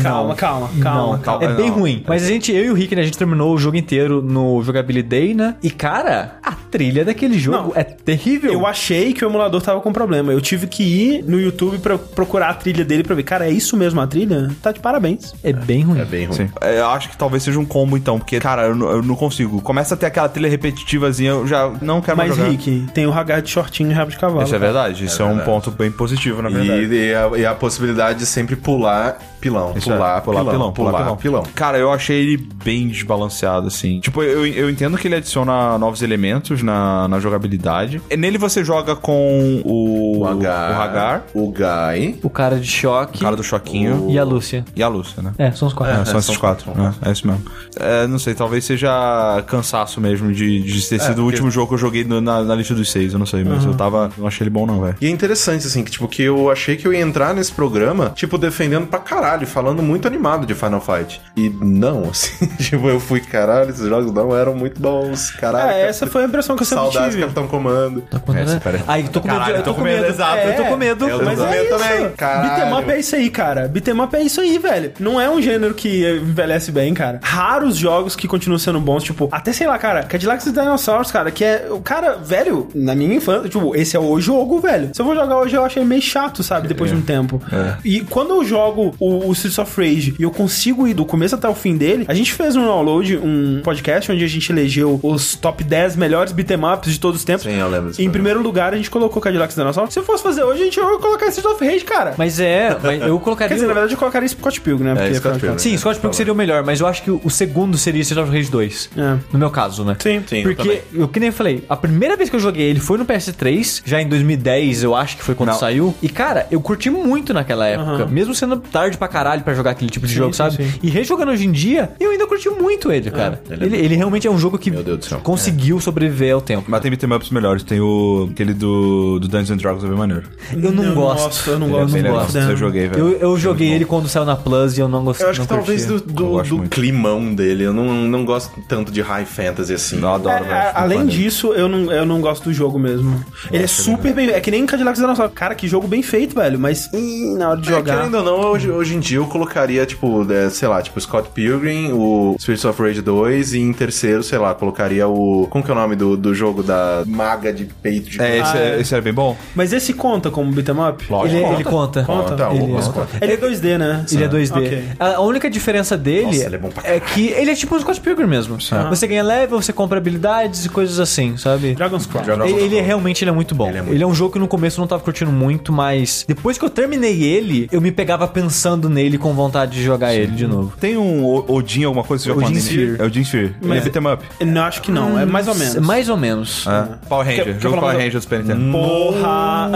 Calma, calma, calma.
Não,
calma.
É bem
não.
ruim. Mas a gente, eu e o Rick, né, a gente terminou o jogo inteiro no Jogability Day, né? E, cara, a trilha daquele jogo
Não.
é terrível.
Eu achei que o emulador tava com problema. Eu tive que ir no YouTube pra procurar a trilha dele pra ver. Cara, é isso mesmo a trilha? Tá de parabéns.
É bem ruim.
É bem ruim.
Sim. É, Eu acho que talvez seja um combo, então, porque, cara, eu, não- eu não consigo. Começa a ter aquela trilha repetitivazinha, eu já não quero mais
Mas,
jogar.
Rick, tem o Hagar de shortinho e rabo de cavalo.
Isso é verdade, isso é, um
verdade.
ponto bem positivo,
É
na verdade.
E, e a, e a possibilidade de sempre pular pilão,
Isso é,
pular, pilão, pular, pilão.
Cara, eu achei ele bem desbalanceado, assim. Tipo, eu, eu entendo que ele adiciona novos elementos na, na jogabilidade. E nele você joga com o,
O Hagar,
o Hagar,
o Guy,
O cara de choque
o cara do Choquinho
e a Lúcia.
e a Lúcia, né?
É, são os quatro.
É, são esses quatro. É, é isso mesmo. É, não sei, talvez seja cansaço mesmo de, de ter sido
porque-
o último jogo que eu joguei no- na, na lista dos seis. Eu não sei, mas eu tava. Não achei ele bom, não, velho.
E é interessante, assim, que tipo, que eu achei que eu ia entrar nesse programa, tipo, defendendo pra caralho, falando muito animado de Final Fight. E não, assim, tipo, eu fui, caralho, esses jogos não eram muito bons, caralho.
É, essa foi a impressão que eu sempre
Saudades,
tive.
Capitão Comando.
Essa, É, pera.
Ai, tô com medo.
Caralho,
eu tô com medo.
exato.
É, eu tô com medo.
Eu tô
Mas
com
é
medo
isso.
também, caralho.
Beat'em up é isso aí, cara. Beat'em up é isso aí, velho. Não é um gênero que envelhece bem, cara. Raros jogos que continuam sendo bons, tipo, até sei lá, cara, Cadillacs e Dinosaurs, cara, que é. O cara, velho, na minha infância, tipo, esse é o jogo, velho. Se eu vou jogar hoje, eu achei meio chato, sabe? Depois de um tempo. E quando eu jogo o, o Streets of Rage e eu consigo ir do começo até o fim dele, a gente fez um download, um podcast onde a gente elegeu os top 10 melhores beat'em ups de todos os tempos.
Sim, eu lembro disso.
Em primeiro lugar, a gente colocou Cadillacs e Dinosaurs. Se eu fosse fazer hoje, a gente ia colocar Streets of Rage, cara.
Mas é, mas eu colocaria.
Quer dizer, na verdade eu colocaria Scott Pilgrim, né?
Scott
afinal de
Pilgrim.
contas-
Sim, Scott Pilgrim seria o melhor, mas eu acho que o segundo seria Street of Rage 2.
É.
No meu caso, né?
Sim. Sim, eu
Porque, eu, que nem eu falei, a primeira vez que eu joguei ele foi no PS3, já em 2010, eu acho que foi quando
Não.
saiu. E, cara, eu curti muito naquela época. Mesmo sendo tarde pra caralho pra jogar aquele tipo de jogo,
sim,
sabe?
sim.
E rejogando hoje em dia, eu ainda curti muito ele, cara.
ele é
ele,
bom.
ele realmente é um jogo que
Meu Deus do céu.
conseguiu sobreviver ao tempo.
Mas tem beat'em ups melhores. Tem o aquele do, do Dungeons and Dragons, é bem maneiro.
Eu não
Eu
gosto.
gosto, eu não gosto,
Ele
Eu
é bem legal.
não gosto.
gosto.
Eu joguei, velho.
Eu, eu joguei ele quando saiu na Plus e eu não gostei.
Eu acho que
não curti.
talvez do,
Eu
do,
gosto
do
muito.
climão dele. Eu não, não gosto tanto de high fantasy assim.
Eu adoro,
É,
velho.
a- além
Maneiro.
disso, eu não, eu não gosto do jogo mesmo. ele é super bem. É que nem Cadillacs da nossa. Cara, que jogo bem feito, velho. Mas hum, na hora de
É,
jogar.
querendo ou não, hoje, hoje em dia eu colocaria, tipo, é, sei lá, tipo, Scott Pilgrim, o Spirits of Rage 2 e em terceiro, sei lá, colocaria o... Como que é o nome do, do jogo da maga de peito de...
É, esse,
Ah,
é,
é.
esse era bem bom.
Mas esse conta como beat'em up? é-
Ele, ele conta.
Conta.
Tá,
Ele-
o- o-
Ele é 2D, né?
Ele é 2D.
Ok.
A a única diferença dele
Nossa, ele é bom pra
é, que ele é tipo um Scott Pilgrim mesmo. Você ganha level, você compra habilidades e coisas assim, sabe?
Dragon's Crown.
Dragon's
Ele, ele é
Crown.
realmente ele é muito bom. Ele
Ele
é,
é muito
um jogo que no começo eu não tava curtindo muito, mas depois que eu terminei ele, eu me pegava pensando nele com vontade de jogar ele de novo.
Tem um O- Odin, alguma coisa? Você já
Odin
falou dele?
Sphere.
É o Odin Sphere. Ele é
Mas-
beat'em up.
Não, acho que não. É mais ou menos.
Hum, Mais ou menos.
É. Power Ranger.
quer
jogo
falar
Power
mais-
Ranger do Super Nintendo.
Porra!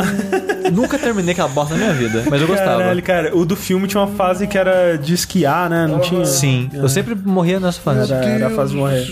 Nunca terminei aquela bosta na minha vida, mas eu gostava.
Caralho, cara. O do filme tinha uma fase que era de esquiar, né? Não tinha.
Sim, eu sempre morria nessa fase.
Era, era a fase de morrer.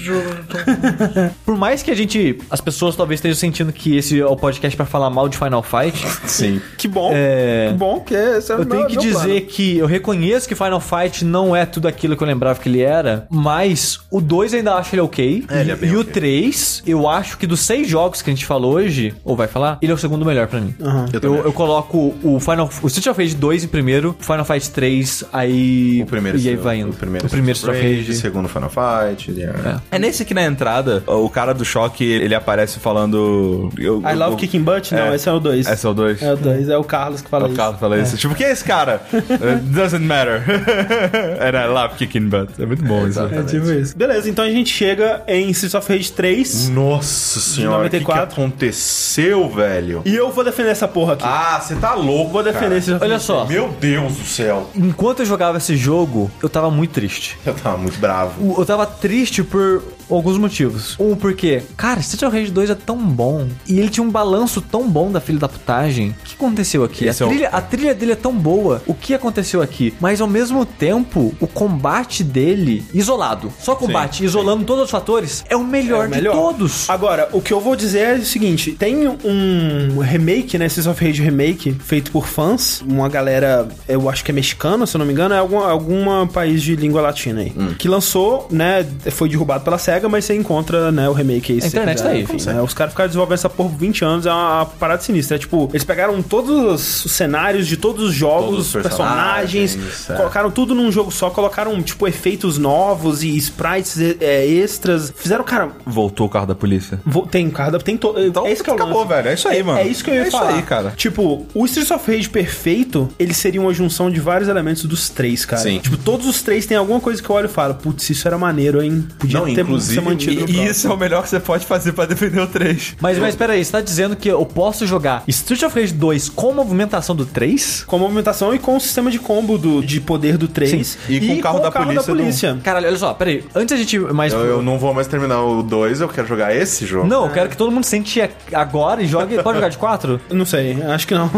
Por mais que a gente, as pessoas talvez estejam sentindo que esse é o podcast pra falar mal de Final Fight,
Sim.
Que bom.
é,
Que bom que esse é o
Eu tenho
meu-
que
meu plano.
dizer que eu Eu reconheço que Final Fight não é tudo aquilo que eu lembrava que ele era, mas o 2 ainda acho ele ok.
É, ele é bem
e o
ok.
3, eu acho que dos seis jogos que a gente falou hoje, ou vai falar, ele é o segundo melhor pra mim.
Eu também
Eu, eu coloco o Final o Street of Rage 2 em primeiro, o Final Fight 3, aí.
O primeiro
e aí
Street-
vai indo.
O primeiro,
o primeiro Street of
O
Rage.
segundo Final Fight. ele é-
É nesse que na entrada, o cara do choque, ele aparece falando. Eu,
I love
eu,
kicking butt? Não,
É.
esse é o 2.
Esse é o 2.
É o 2, é o Carlos que fala
o
isso.
Carlos fala isso. Tipo, quem é esse cara? It doesn't matter. And I love kicking butt. É muito bom isso.
É tipo isso. Beleza, então a gente chega em Streets of Rage
Hum.
3
Nossa senhora, o que, que
94.
aconteceu, velho?
e eu vou defender essa porra aqui.
Ah, você tá louco.
vou defender
cara.
esse Streets of
Olha
Rage
só,
Meu Deus do céu.
enquanto eu jogava esse jogo, eu tava muito triste.
Eu tava muito bravo.
O- Eu tava triste por alguns motivos. Um, porque, cara, Street of Rage 2 é tão bom. E ele tinha um balanço tão bom da filha da putagem. O que aconteceu aqui? A
Esse é o-
trilha, a trilha dele é tão boa. O que aconteceu aqui? Mas ao mesmo tempo, o combate dele, isolado, só combate, isolando todos os fatores, é o melhor,
É o melhor.
de todos.
Agora, o que eu vou dizer é o seguinte: tem um remake, né? Streets of Rage Remake, feito por fãs. Uma galera, eu acho que é mexicana, se eu não me engano, é algum alguma país de língua latina aí.
Hum.
Que lançou, né? Foi derrubado pela SEGA, mas você encontra, né, o remake aí. se você
internet
quiser,
tá aí,
enfim,
filho.
né, Os caras ficaram desenvolvendo essa porra por 20 anos, é uma uma parada sinistra. É tipo, eles pegaram todos os cenários de todos os jogos,
Todos
os
os
personagens,
personagens, é.
colocaram tudo num jogo só, colocaram, tipo, efeitos novos e sprites é, extras. Fizeram, cara,
Voltou o carro da polícia.
Vou- tem carro da. Tem to...
Então,
é isso que eu
acabou, velho. É isso aí, mano.
É isso que eu ia
É isso
falar.
aí, cara.
Tipo, o Streets of Rage perfeito, ele seria uma junção de vários elementos dos três, cara.
Sim.
Tipo, todos os três tem alguma coisa que eu olho e falo, putz, isso era maneiro, hein? Podia
Não,
ter
inclusive,
ser mantido. no
E
próximo."
isso é o melhor que você pode fazer pra defender o 3.
Mas, mas peraí, você tá dizendo que eu posso jogar Street of Rage 2 com a movimentação do 3?
Com a movimentação e com o sistema de combo do, de poder do 3.
E com o carro da polícia do-
Caralho, olha só, peraí. Antes a gente ir mais.
Eu, eu não vou mais terminar o 2, eu quero jogar esse jogo.
Não, eu quero que todo mundo sente agora e jogue. Pode jogar de quatro?
Não sei, acho que não.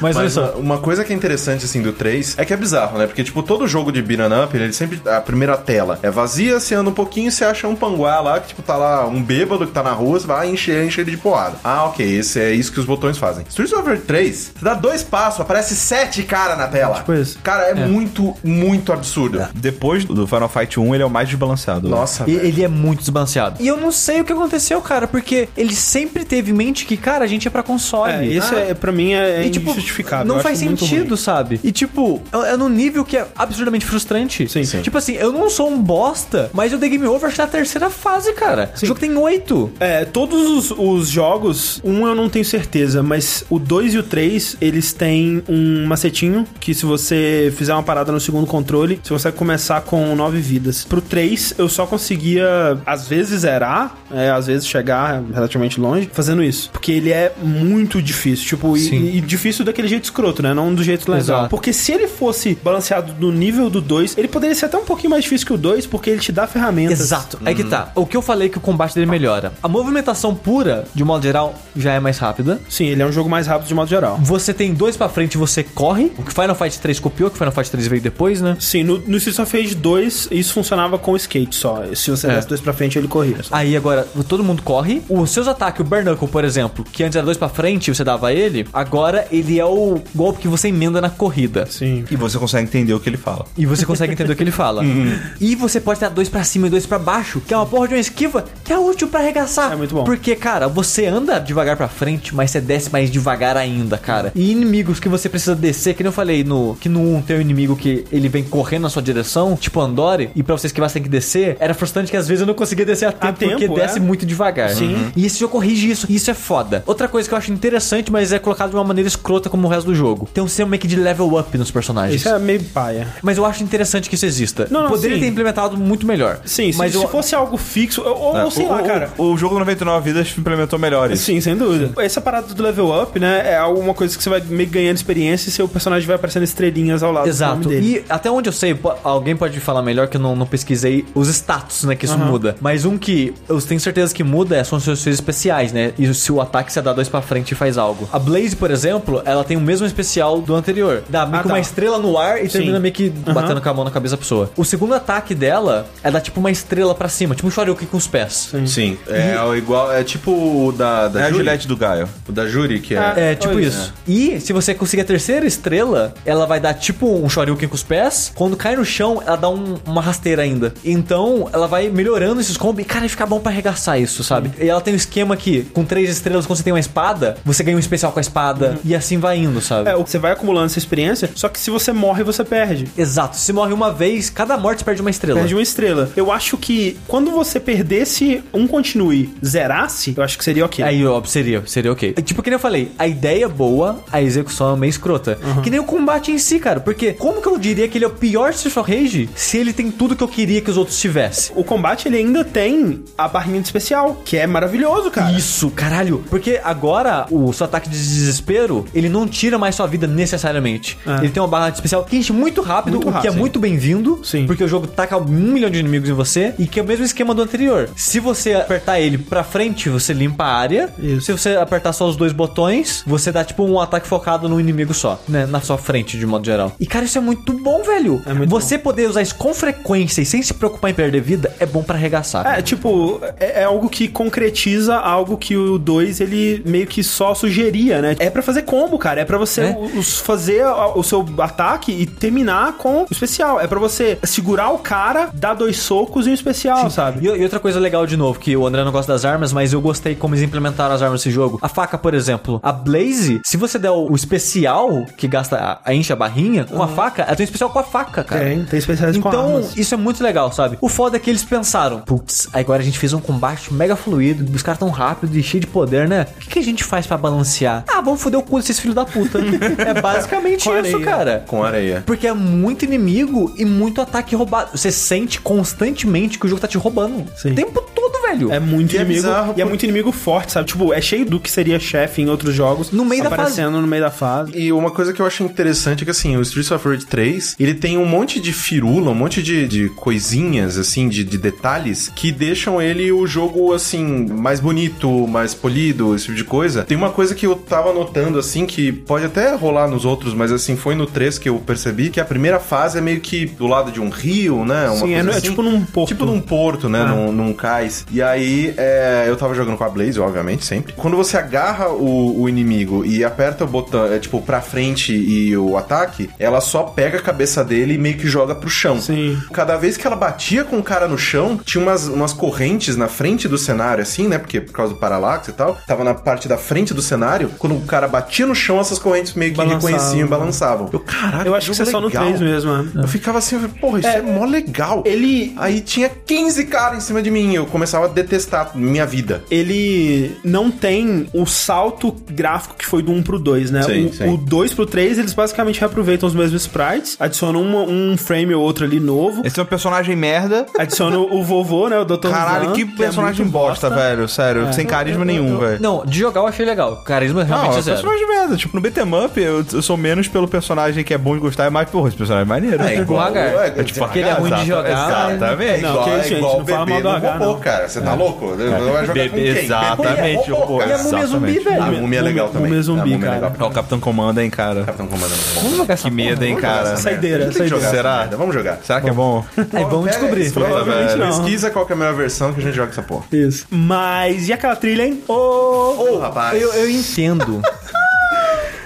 Mas, olha
Mas
só.
uma, uma coisa que é interessante, assim, do 3 é que é bizarro, né? Porque, tipo, todo jogo de Beat'em Up, ele sempre. A primeira tela é vazia, você anda um pouquinho você acha um panguá lá, que, tipo, tá lá um bêbado que tá na rua, você vai encher, enche ele de porrada. Ah, ok, esse é isso que os botões fazem. Streets of Rage 3, você dá dois passos, aparece sete cara na tela.
Tipo isso.
Cara, é, muito, muito absurdo.
É. Depois do Final Fight 1, ele é o mais desbalanceado.
Nossa,
E-
velho.
Ele é muito desbalanceado. E eu não sei o que aconteceu, cara, porque ele sempre teve em mente que, cara, a gente é pra console.
É, esse
Ah, tipo,
é, pra mim é, é
tipo,
injustificável.
Não
eu
faz
acho muito ruim.
sentido, sabe? E tipo, é é num nível que é absurdamente frustrante.
Sim. Sim.
Tipo assim, eu não sou um bosta, mas eu dei game over na terceira fase, cara. O jogo tem oito.
É, todos os, os jogos, um eu não tenho certeza, mas o 2 e o 3, eles têm um macetinho que se você fizer uma parada no segundo controle, você consegue começar com 9 vidas. Pro 3, eu só conseguia, às vezes, zerar, é, às vezes chegar relativamente longe, fazendo isso. Porque ele é muito difícil, tipo, e, e difícil daquele jeito escroto, né? Não do jeito legal.
Exato.
Porque se ele fosse balanceado no nível do 2, ele poderia ser até um pouquinho mais difícil que o 2, porque ele te dá ferramentas.
Exato. É
Uhum.
que tá. O que eu falei que o combate dele melhora. A movimentação pura, de modo geral, já é mais rápida.
Sim, ele é um jogo mais rápido de modo geral.
Você tem dois pra frente, você corre. O que Final Fight 3 copiou, que Final Fight 3 veio depois, né?
Sim, no, no Streets of Rage 2, isso funcionava com o skate só. Se você desse dois pra frente, ele corria. só.
Aí agora todo mundo corre. Os seus ataques, o Bernuckle, por exemplo, que antes era dois pra frente e você dava ele, agora ele é o golpe que você emenda na corrida.
Sim.
E você consegue entender o que ele fala.
E você consegue entender o que ele fala.
Uhum.
e você pode dar dois pra cima e dois pra baixo, que é uma porra de uma esquiva que é útil pra arregaçar.
É muito bom.
Porque, cara, você anda devagar pra frente, mas você desce mais devagar ainda, cara. E inimigos que você precisa descer, que nem eu falei no que no 1 tem um inimigo que ele vem correndo na sua direção, tipo Andore, e pra você esquivar você tem que descer. Era frustrante que às vezes eu não conseguia descer a tempo, porque
tempo, é.
desce muito devagar. Sim. E esse jogo corrige isso. E isso é foda. Outra coisa que eu acho interessante, mas é colocado de uma maneira escrota como o resto do jogo. Tem um sistema meio que de level up nos personagens.
Isso é meio paia.
Mas eu acho interessante que isso exista.
Não, não,
Poderia
sim.
ter implementado muito melhor.
Sim,
mas
se,
eu...
se fosse algo fixo, ou, ou- É, ou sei
É. o,
lá,
o-
cara.
O, jogo 99 Vidas implementou melhor isso.
Sim, sem dúvida. Essa parada do level up, né, é alguma coisa que você vai meio que ganhando experiência e seu personagem vai aparecendo estrelinhas ao lado do
Exato.
nome dele.
E até onde eu sei, po- alguém pode falar melhor que eu não, não pesquisei os status, né? Que isso muda. Mas um que eu tenho certeza que muda é, são os seus seus especiais, né? E se o ataque você dá dois pra frente e faz algo. A Blaze, por exemplo, ela tem o mesmo especial do anterior. Dá meio
Ah,
que
tá.
uma estrela no ar e termina meio que
Aham.
batendo com a mão na cabeça da pessoa. O segundo ataque dela é dar tipo uma estrela pra cima, tipo um shoryuken com os pés.
Sim. É o igual. É tipo o da, da
É a
Juri.
Juliette do Gaio.
O da Juri, que é.
É, tipo
Olha.
isso. E se você conseguir a terceira estrela, ela vai dar tipo um shoryuken com os pés. Quando cai no chão, ela dá um- uma rasteira ainda. Então, ela vai melhorando esses combos. E, cara, fica bom pra arregaçar isso, sabe? E ela tem um esquema que, com três estrelas, quando você tem uma espada, você ganha um especial com a espada. E assim vai indo, sabe?
Uhum. É, o- você vai acumulando essa experiência, só que se você morre, você perde.
Exato. Se morre uma vez, cada morte você perde uma estrela.
Perde uma estrela. Eu acho que quando você perdesse um continue, zerasse, eu acho que seria ok.
Aí, ó, seria, seria ok. É, Tipo, que nem eu falei, a ideia é boa, a execução é meio escrota. Que nem o combate em si, cara. Porque como que eu diria que ele é o pior Street of Rage se ele tem tudo que eu queria que os outros tivessem?
O combate ele ainda tem a barrinha de especial, que é maravilhoso, cara.
Isso, caralho. Porque agora o seu ataque de desespero, ele não tira mais sua vida necessariamente. Ele tem uma barra de especial que enche muito rápido,
É. Muito
o que é
rápido,
muito bem-vindo.
Sim.
Porque o jogo taca um milhão de inimigos em você e que é o mesmo esquema do anterior. Se você apertar ele pra frente, você limpa a área.
Isso.
Se você apertar só os dois botões, você dá tipo um ataque focado num inimigo só, né? Na sua frente, de modo geral. E cara, isso é muito bom, velho.
É muito
você poder usar isso com frequência e sem se preocupar em perder vida é bom pra arregaçar.
É, tipo, é, é algo que concretiza algo que o 2 ele meio que só sugeria, né? É pra fazer combo, cara. É pra você
É.
o- os- fazer a- o seu ataque e terminar com o especial. É pra você segurar o cara, dar dois socos e um especial, sabe?
E, e outra coisa legal, de novo, que o André não gosta das armas, mas eu gostei como eles implementaram as armas nesse jogo. A faca, por exemplo. A Blaze, se você der o, o especial, que gasta, a, a enche a barrinha, com a faca, ela tem um especial com a faca, cara.
Uhum. É, Tem, tem especiais com
Então,
armas.
isso é muito legal, sabe? O foda é que eles pensaram, putz, agora a gente fez um combate mega fluido, os caras tão rápido e cheio de poder, né? O que, que a gente faz pra balancear? Ah, vamos foder o cu desses filhos da puta. é basicamente
Com
isso,
areia.
cara.
Com areia.
Porque é muito inimigo e muito ataque roubado. Você sente constantemente que o jogo tá te roubando.
Sim.
O tempo todo, velho.
É muito
E é
inimigo.
bizarro
e é
porque-
muito inimigo forte, sabe? Tipo, é cheio do que seria chefe em outros jogos.
No meio da fase.
Aparecendo no meio da fase.
E uma coisa que eu acho interessante é que, assim, o Streets of Rage 3, ele tem um monte de firula, um monte de, de coisinhas, assim, de, de detalhes, que deixam ele o jogo, assim, mais bonito, mais polido, esse tipo de coisa. Tem uma coisa que eu tava notando, assim, que pode até rolar nos outros, mas, assim, foi no 3 que eu percebi que a primeira fase é meio que do lado de um rio, né? Uma
Sim, é,
coisa
no- é
assim.
tipo num porto.
Tipo num porto, né? Num, num cais. E aí, é, eu tava jogando com a Blaze, obviamente, sempre. Quando você agarra o, o inimigo e aperta o botão, é, tipo, pra frente e o ataque, ela só pega a cabeça dele e meio que joga pro chão.
Sim.
Cada vez que ela batia com o cara no chão, tinha umas, umas correntes na frente do cenário, assim, né? Porque por causa do paralaxe e tal, tava na parte da frente do cenário. Quando o cara batia no chão, essas correntes meio que
Balançavam.
reconheciam e balançavam. Eu, caralho,
Eu acho que isso
jogo
é só no
legal.
3 mesmo, né?
Eu ficava assim, eu falei, porra, isso é, mó legal.
Ele-
Aí tinha 15 caras em cima de mim. Eu começava a detestar minha vida.
ele não tem o salto gráfico que foi do 1 pro 2, né?
Sim,
o,
sim.
o 2 pro 3, eles basicamente reaproveitam os mesmos sprites, adicionam uma- um frame ou outro ali novo,
Esse é um personagem merda.
adicionam o vovô, né? O Dr.
Caralho,
Zan,
que personagem
é muito
bosta, velho. Sério, sem carisma nenhum, velho.
Não, de jogar eu achei legal. Carisma realmente
Não,
é
é
zero.
personagem merda. Tipo, no beat'em up, eu, eu sou menos pelo personagem que é bom de gostar, é mais, porra, esse personagem é maneiro. né?
igual- Hagar.
É,
É tipo,
Porque ele é ruim de jogar,
Exatamente.
Não,
igual,
que isso,
é
gente,
igual
não
o
fala
bebê
mal
no
do H,
robô,
não.
cara. Você tá louco? Não vai jogar com quem? Bebê
Exatamente,
é robô,
robô.
cara.
E a múmia zumbi,
Exatamente.
velho.
A múmia é
Múmia-
legal também.
múmia zumbi,
a múmia é
cara.
legal.
Ó, o Capitão Comando, hein, cara.
Capitão Comando é muito bom.
Vamos jogar essa
Que medo, hein, assim, cara.
Essa merda.
Saideira,
A gente tem que
saideira.
jogar essa
Será?
merda, Vamos jogar.
Será que é bom?
Aí vamos
Pega
descobrir.
isso, vamos lá,
Provavelmente
velho.
não.
Pesquisa qual que é a melhor versão que a gente joga essa porra.
Isso. Mas e aquela trilha, hein? Ô!
Ô, rapaz.
Eu, eu entendo.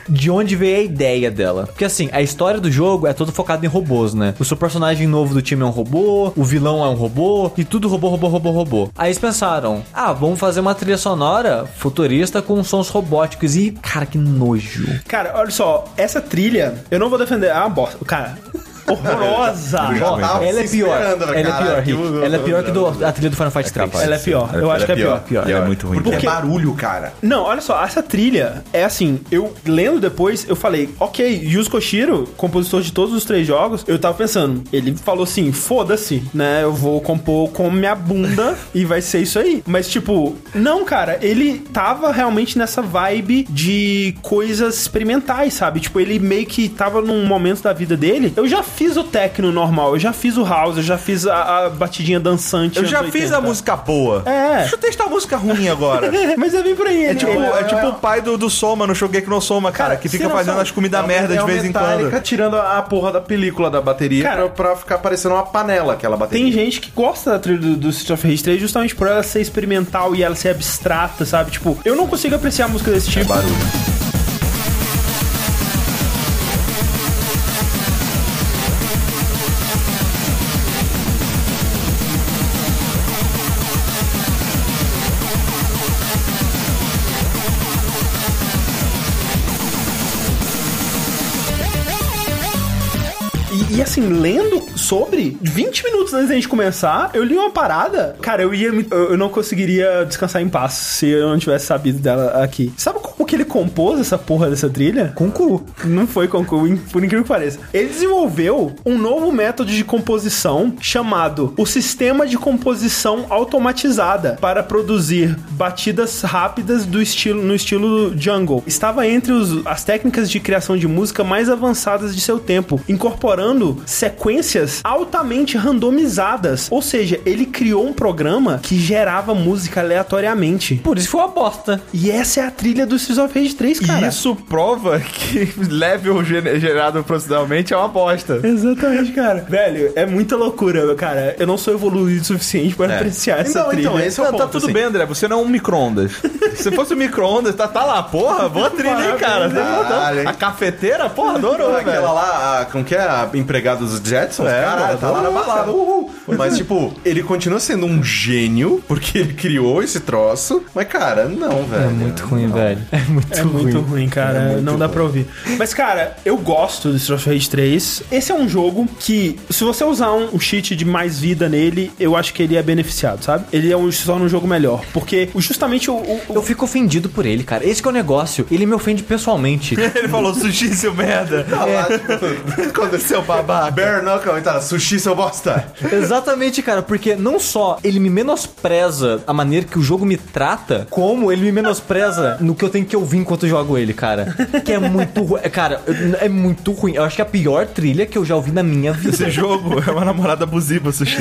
De onde veio a ideia dela? Porque assim, a história do jogo é todo focado em robôs, né? O seu personagem novo do time é um robô, o vilão é um robô, e tudo robô, robô, robô, robô. Aí eles pensaram: ah, vamos fazer uma trilha sonora futurista com sons robóticos. E, cara, que nojo.
Cara, olha só, essa trilha, eu não vou defender. Ah, bosta. Cara, horrorosa!
Obrigado.
Ó,
tava
ela é
se
pior.
esperando,
Ela
né,
é
cara?
pior, Rick. Ela é pior que do- a trilha do Final Fight 3.
Ela é pior, eu acho que é pior.
Ela é muito ruim.
Porque é
Porque-
barulho, cara.
Não, olha só, essa trilha é assim, eu lendo depois, eu falei, ok, Yuzo Koshiro, compositor de todos os três jogos, eu tava pensando, ele falou assim, foda-se, né, eu vou compor com minha bunda e vai ser isso aí. Mas, tipo, não, cara, ele tava realmente nessa vibe de coisas experimentais, sabe? Tipo, ele meio que tava num momento da vida dele, eu já fiz o techno normal, eu já fiz o house, eu já fiz a, a batidinha dançante.
Eu
anos
já
80.
fiz a música boa.
É.
Deixa eu testar a música ruim agora.
Mas é bem por aí, né?
É tipo, é tipo o pai do, do Soma no Shogeki no Soma, cara, que fica fazendo as comidas merda de vez em quando.
tirando a porra da película da bateria
Cara,
pra, pra ficar parecendo uma panela aquela bateria.
Tem gente que gosta da trilha do, do Street of Rage 3 justamente por ela ser experimental e ela ser abstrata, sabe? Tipo, eu não consigo apreciar música desse tipo.
barulho.
E, e, assim, lendo sobre, 20 minutos antes da gente começar, eu li uma parada. Cara, eu ia me- eu, eu não conseguiria descansar em paz se eu não tivesse sabido dela aqui. Sabe como que ele compôs essa porra dessa trilha? Com cu. Não foi com cu, in- por incrível que pareça. Ele desenvolveu um novo método de composição chamado o sistema de composição automatizada para produzir batidas rápidas do estilo no estilo jungle. Estava entre os- as técnicas de criação de música mais avançadas de seu tempo, incorporando sequências altamente randomizadas. Ou seja, ele criou um programa que gerava música aleatoriamente.
Por isso foi uma bosta.
E essa é a trilha do Streets of Rage 3, cara.
E isso prova que level gen- gerado profissionalmente é uma bosta.
Exatamente, cara. Velho, é muita loucura, cara. Eu não sou evoluído o suficiente para apreciar essa
Então,
trilha.
então, esse é o
É. Não,
ponto.
tá tudo
assim.
bem, André. Você não é um micro-ondas. Se fosse um micro-ondas, tá, tá lá, porra, boa trilha, hein, cara.
Parabéns, caralho,
a
hein.
cafeteira, porra, adorou,
Ah, Aquela
velho.
lá, a, como que é? A empregada dos Jetsons?
É,
cara, tá lá na
adorou,
balada. Uhul. Mas, tipo, ele continua sendo um gênio, porque ele criou esse troço. Mas, cara, não, velho. É muito
Ruim, velho. É muito
É
ruim.
muito ruim, cara.
É muito
não dá
ruim.
pra ouvir. Mas, cara, eu gosto do Street of Rage 3. Esse é um jogo que, se você usar um, um cheat de mais vida nele, eu acho que ele é beneficiado, sabe? Ele é um, se torna um jogo melhor. Porque o- justamente o. o- o-
Eu fico ofendido por ele, cara. Esse que é o negócio. Ele me ofende pessoalmente.
Ele falou, sushi, seu merda.
Quando seu babaca. Tá tipo, Bare Knuckle, ele tá lá, sushi, seu bosta.
Exatamente, cara, porque não só ele me menospreza a maneira que o jogo me trata, como ele me menospreza no que eu tenho que ouvir enquanto jogo ele, cara. Que é muito ruim. Cara, eu- é muito ruim. Eu acho que é a pior trilha que eu já ouvi na minha vida.
Esse jogo é uma namorada abusiva, sushi.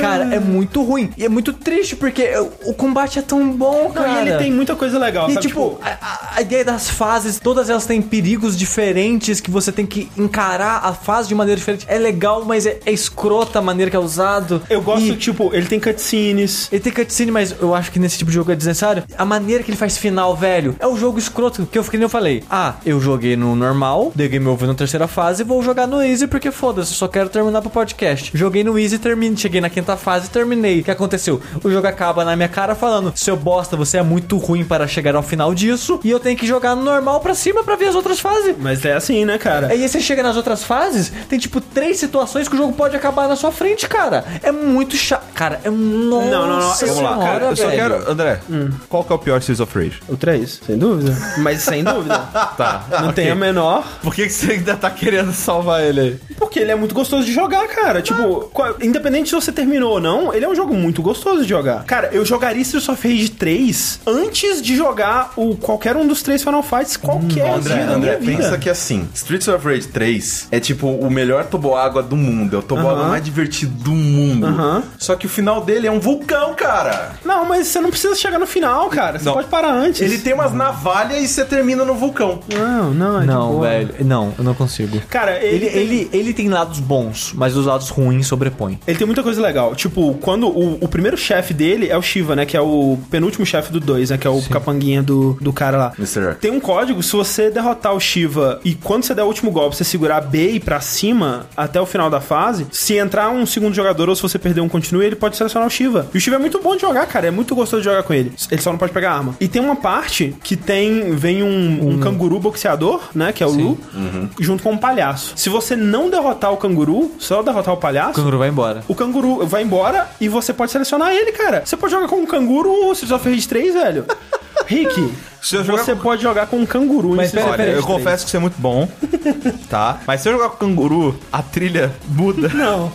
Cara, é muito ruim. E é muito triste, porque eu- o combate é tão bom,
Não,
cara.
e ele tem muita coisa legal,
E,
sabe?
tipo, a- a, a ideia das fases, todas elas têm perigos diferentes que você tem que encarar a fase de maneira diferente. É legal, mas é, é escrota a maneira que é usado.
eu gosto,
E-
tipo, ele tem cutscenes.
Ele tem cutscene, mas eu acho que nesse tipo de jogo é desnecessário. A maneira que ele faz final, velho, é o jogo escroto que eu fiquei nem eu falei. Ah, eu joguei no normal, dei game over na terceira fase, vou jogar no easy porque foda-se, eu só quero terminar pro podcast. Joguei no easy, termine, cheguei na quinta fase, terminei. O que aconteceu? O jogo acaba na minha cara falando: "Seu bosta, você é muito ruim para chegar ao final disso e eu tenho que jogar no normal pra cima pra ver as outras fases".
Mas é assim, né, cara?
Aí você chega nas outras fases, tem tipo três situações que o jogo pode acabar na sua frente, cara. É muito chato. Cara, é nossa
não, não,
senhora,
eu-
Vamos lá, cara. Eu só
velho.
quero. André, qual que é o pior Seas of Rage?
O 3, sem dúvida. Mas sem dúvida.
Tá.
Não tem a menor.
Por que, que você ainda tá querendo salvar ele aí?
Porque ele é muito gostoso de jogar, cara. Tipo, qual- independente se você terminou ou não, ele é um jogo muito gostoso de jogar. Cara, eu jogaria Streets of Rage 3 antes de jogar o qualquer um dos três Final Fights, qualquer
André,
É dia da
André,
minha vida.
pensa que assim, Streets of Rage 3 é tipo o melhor toboágua do mundo. É o toboágua
Aham.
mais divertido do mundo.
Aham.
Só que o final dele é um vulcão, cara.
Não, mas você não precisa chegar no final, cara. Você
Não.
pode parar antes.
Ele tem umas navalhas e você termina no vulcão.
Não, não, é de
Não,
boa.
velho. Não, eu não consigo.
Cara, ele,
Ele, ele, ele tem lados bons, mas os lados ruins sobrepõem.
Ele tem muita coisa legal. Tipo, quando o, o primeiro chefe dele é o Shiva, né? Que é o penúltimo chefe do 2, né? Que é o capanguinha do, do cara lá.
Mr. X.
Tem um código, se você derrotar o Shiva e quando você der o último golpe, você segurar B e ir pra cima até o final da fase, se entrar um segundo jogador ou se você perder um continue, ele pode selecionar o Shiva. E o Shiva é muito bom de jogar, cara. É muito gostoso de jogar com ele. Ele só não pode pegar arma. E tem uma parte que tem... Vem um, um canguru boxeador, né? Que é o Lu. Junto com um palhaço. Se você não derrotar o canguru, só derrotar o
O
palhaço...
canguru vai embora.
O canguru vai embora e você pode selecionar ele, cara. Você pode jogar com um canguru ou Streets of Rage 3, velho. Rick,
Se eu jogar
Você
com-
pode jogar com um canguru
Mas
em cima.
pera-
Olha, eu
diferente,
confesso que isso é muito bom, tá? Mas se eu jogar com canguru, a trilha muda.
Não.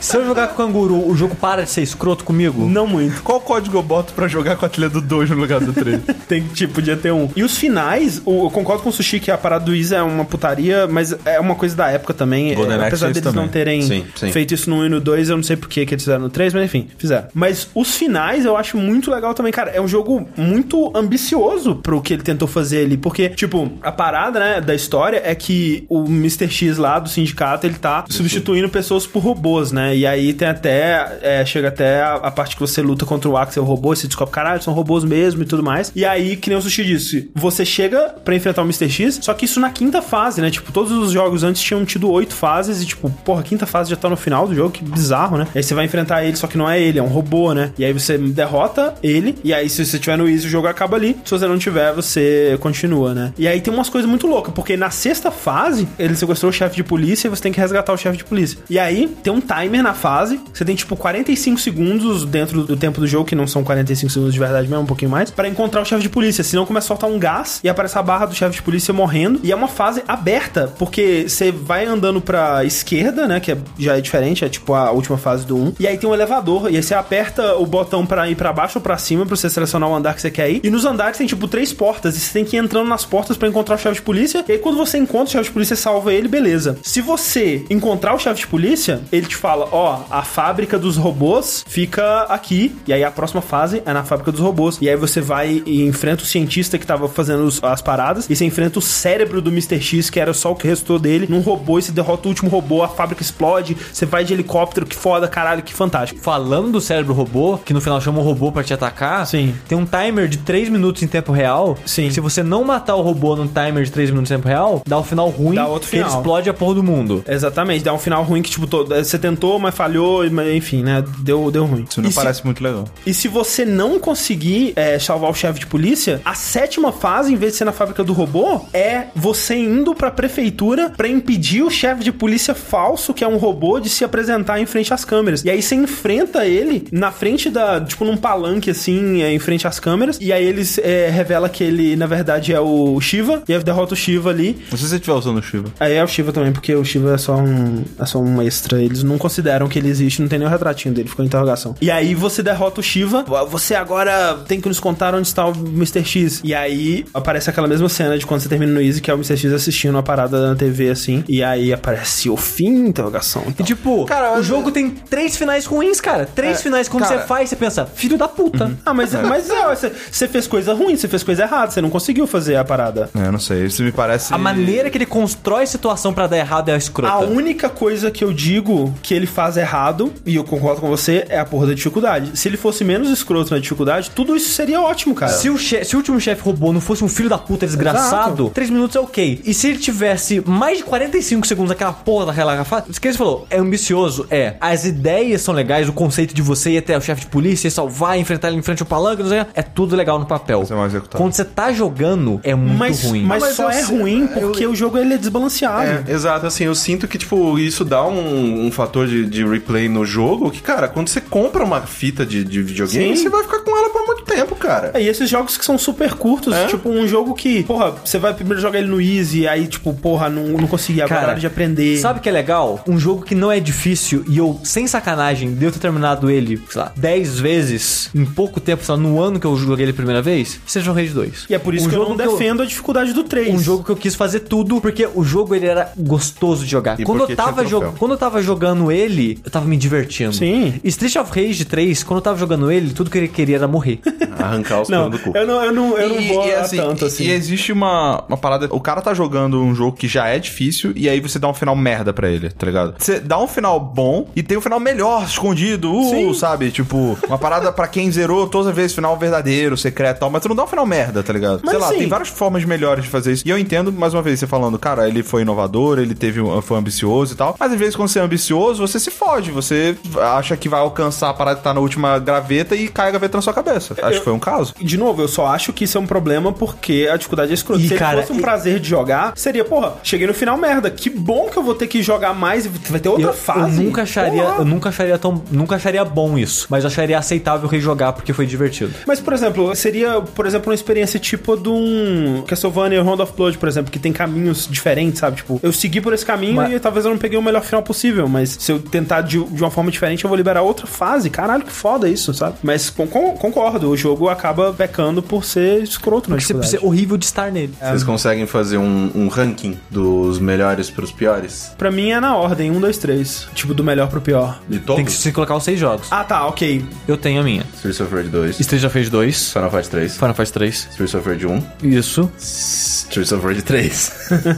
Se eu jogar com canguru, o jogo para de ser escroto comigo?
Não muito.
Qual código eu boto pra jogar com a trilha do 2 no lugar do 3?
Tem, tipo, podia ter um. E os finais, o- eu concordo com o Sushi que a parada do Isa é uma putaria, mas é uma coisa da época também.
Golden
é,
Axe
apesar
é isso
deles
também.
não terem
Sim, sim.
feito isso no 1 e no 2, eu não sei por que que eles fizeram no 3, mas enfim, fizeram. Mas os finais eu acho muito legal também, cara. É um jogo muito ambicioso pro que ele tentou fazer ali, porque, tipo, a parada, né, da história é que o Mr. X lá do sindicato, ele tá substituindo pessoas por robôs, né? E aí tem até, é, chega até a, a parte que você luta contra o Axel robô, e você descobre, caralho, são robôs mesmo e tudo mais. E aí, que nem o Sushi disse, você chega pra enfrentar o Mr. X, só que isso na quinta fase, né? Tipo, todos os jogos antes tinham tido oito fases e, tipo, porra, a quinta fase já tá no final do jogo, que bizarro, né? E aí você vai enfrentar ele, só que não é ele, é um robô, né? E aí você derrota ele, e aí se você tiver no easy, o jogo acaba ali. Se você não tiver, você continua, né? E aí tem umas coisas muito loucas, porque na sexta fase, ele sequestrou o chefe de polícia e você tem que resgatar o chefe de polícia. E aí tem um timer na fase, você tem, tipo, 45 segundos dentro do tempo do jogo, que não são 45 segundos de verdade mesmo, um pouquinho mais, pra encontrar o chefe de polícia. Senão começa a soltar um gás e aparece a barra do chefe de polícia morrendo. E é uma fase aberta, porque você vai andando pra esquerda, né? Que é- já é diferente, é tipo a última fase do 1. E aí tem um elevador, e aí você aperta o botão pra ir pra baixo ou pra cima, pra você selecionar o andar que você quer ir. E nos andares tem tipo três portas, e você tem que ir entrando nas portas pra encontrar o chefe de polícia. E aí quando você encontra o chefe de polícia, você salva ele, beleza. Se você encontrar o chefe de polícia, ele te fala: ó, a fábrica dos robôs fica aqui. E aí a próxima fase é na fábrica dos robôs. E aí você vai e enfrenta o cientista que tava fazendo os- as paradas. E você enfrenta o cérebro do Mr. X, que era só o que restou dele, num robô. E você derrota o último robô, a fábrica explode. Você vai de helicóptero, que foda, caralho, que fantástico.
Falando do cérebro robô, que no final chama o robô pra te atacar,
Sim.
tem um timer de 3 minutos em tempo real.
Sim.
Se você não matar o robô num timer de 3 minutos em tempo real, dá o final ruim
Dá outro
que
final.
ele explode a porra do mundo.
Exatamente, dá um final ruim que, tipo, todo, você tentou, mas falhou, e- mas, enfim, né? Deu, deu ruim.
Isso não
E se-
parece muito legal.
E se você não conseguir é, salvar o chefe de polícia, a sétima fase, em vez de ser na fábrica do robô, é você indo pra prefeitura pra impedir o chefe de polícia falso, que é um robô, de se apresentar em frente às câmeras. E aí você enfrenta ele na frente da. Tipo, num palanque assim, é, em frente às câmeras. E aí eles é, revela que ele, na verdade, é o Shiva. E aí derrota o Shiva ali.
Não sei se você estiver usando o Shiva.
Aí é o Shiva também, porque o Shiva é só um, é só um extra. Eles não consideram que ele existe, não tem nem o retratinho dele, ficou em interrogação. E aí você derrota o Shiva, você agora tem que nos contar onde está o Mr. X. E aí aparece aquela mesma cena de quando você termina no Easy, que é o Mr. X assistindo a parada na TV, assim. E aí aparece o fim, interrogação. então.
E tipo,
Cara,
o
mas-
jogo tem três finais ruins, cara. Três finais quando
cara-
você faz, você pensa, filho da puta.
Uhum.
Ah, mas, mas é, você, você fez coisa ruim, você fez coisa errada, você não conseguiu fazer a parada.
É, não sei. Isso me parece.
A maneira que ele constrói situação pra dar errado é escrota.
A única coisa que eu digo que ele faz errado, e eu concordo com você, é a porra da dificuldade. Se ele fosse menos escroto na dificuldade, tudo isso seria ótimo, cara.
Se o, che- se o último chefe robô não fosse um filho da puta desgraçado,
Exato.
3 minutos é ok. E se ele tivesse mais de 45 segundos naquela porra daquela fase, isso que ele falou, é ambicioso, é. As ideias são legais, o conceito de você ir até o chefe de polícia e salvar, enfrentar ele em frente ao palanque, não sei, o que, é tudo legal no papel.
é mal executado.
Quando você tá jogando, é muito
mas,
ruim.
mas
Mas
só
eu
é
sei-
ruim porque o jogo ele é desbalanceado.
É, exato, assim, eu sinto que, tipo, isso dá um, um fator de, de replay no jogo que, cara, quando você compra uma fita de, de videogame,
Sim. É
você vai ficar com ela por muito tempo, cara.
E esses jogos que são super curtos, tipo um jogo que, porra, você vai primeiro jogar ele no easy, aí tipo, porra, não, não consegui agora é hora de aprender.
Sabe o que é legal? Um jogo que não é difícil e eu, sem sacanagem, de eu ter terminado ele, sei lá, 10 vezes em pouco tempo, sei lá, no ano que eu joguei ele a primeira vez, Seja um Rage 2.
E é por isso
Um
que eu não
jogo eu-
defendo a dificuldade do 3.
um jogo que eu quis fazer tudo, porque o jogo ele era gostoso de jogar.
E
Quando
porque
eu, tava
tinha troféu.
jog- quando eu tava jogando ele, eu tava me divertindo.
Sim.
Street of Rage 3, quando eu tava jogando ele, tudo que ele queria era morrer.
Arrancar os
Não,
pelos do cu.
eu não, eu não, eu não vou a tanto
e-
assim.
e existe uma, uma parada. O cara tá jogando um jogo que já é difícil e aí você dá um final merda pra ele, tá ligado? Você dá um final bom e tem um final melhor escondido, uh, sabe? Tipo, uma parada pra quem zerou todas as vezes, final verdadeiro, secreto e tal, mas tu não dá um final merda, tá ligado?
Mas
Sei lá,
assim-
tem várias formas melhores de fazer isso. E eu entendo, mais uma vez, você falando, cara, ele foi inovador, ele teve um- foi ambicioso e tal. Mas às vezes, quando você é ambicioso, você se fode, você acha que vai alcançar a parada que tá na última gaveta e cai a gaveta na sua cabeça. Acho que foi um caso.
De novo, eu só acho que isso é um problema porque a dificuldade é escrota.
Ih,
Se ele
cara,
fosse um
e-
prazer de jogar, seria, porra, cheguei no final, merda. Que bom que eu vou ter que jogar mais e vai ter outra
Eu, eu
fase.
nunca acharia,
Porra.
eu nunca acharia tão, nunca acharia bom isso, mas eu acharia aceitável rejogar porque foi divertido.
Mas, por exemplo, seria, por exemplo, uma experiência tipo a de um Castlevania Round of Blood, por exemplo, que tem caminhos diferentes, sabe? Tipo, eu segui por esse caminho
Mas-
e talvez eu não peguei o melhor final possível, mas se eu tentar de, de uma forma diferente, eu vou liberar outra fase. Caralho, que foda isso, sabe? Mas con- con- concordo, o jogo acaba pecando por ser escroto na
Porque
dificuldade.
você é horrível de estar nele.
Vocês conseguem fazer um, um ranking dos melhores pros piores?
Pra mim é na ordem, um, dois, três. Tipo, do melhor pro pior.
De
Tem que
todos?
se colocar os seis jogos.
Ah, tá, ok.
Eu tenho a minha.
Streets of Rage 2,
Street of Rage 2,
Final Fight 3,
Final Fight 3.
Streets of Rage 1,
Isso.
Streets of Rage 3,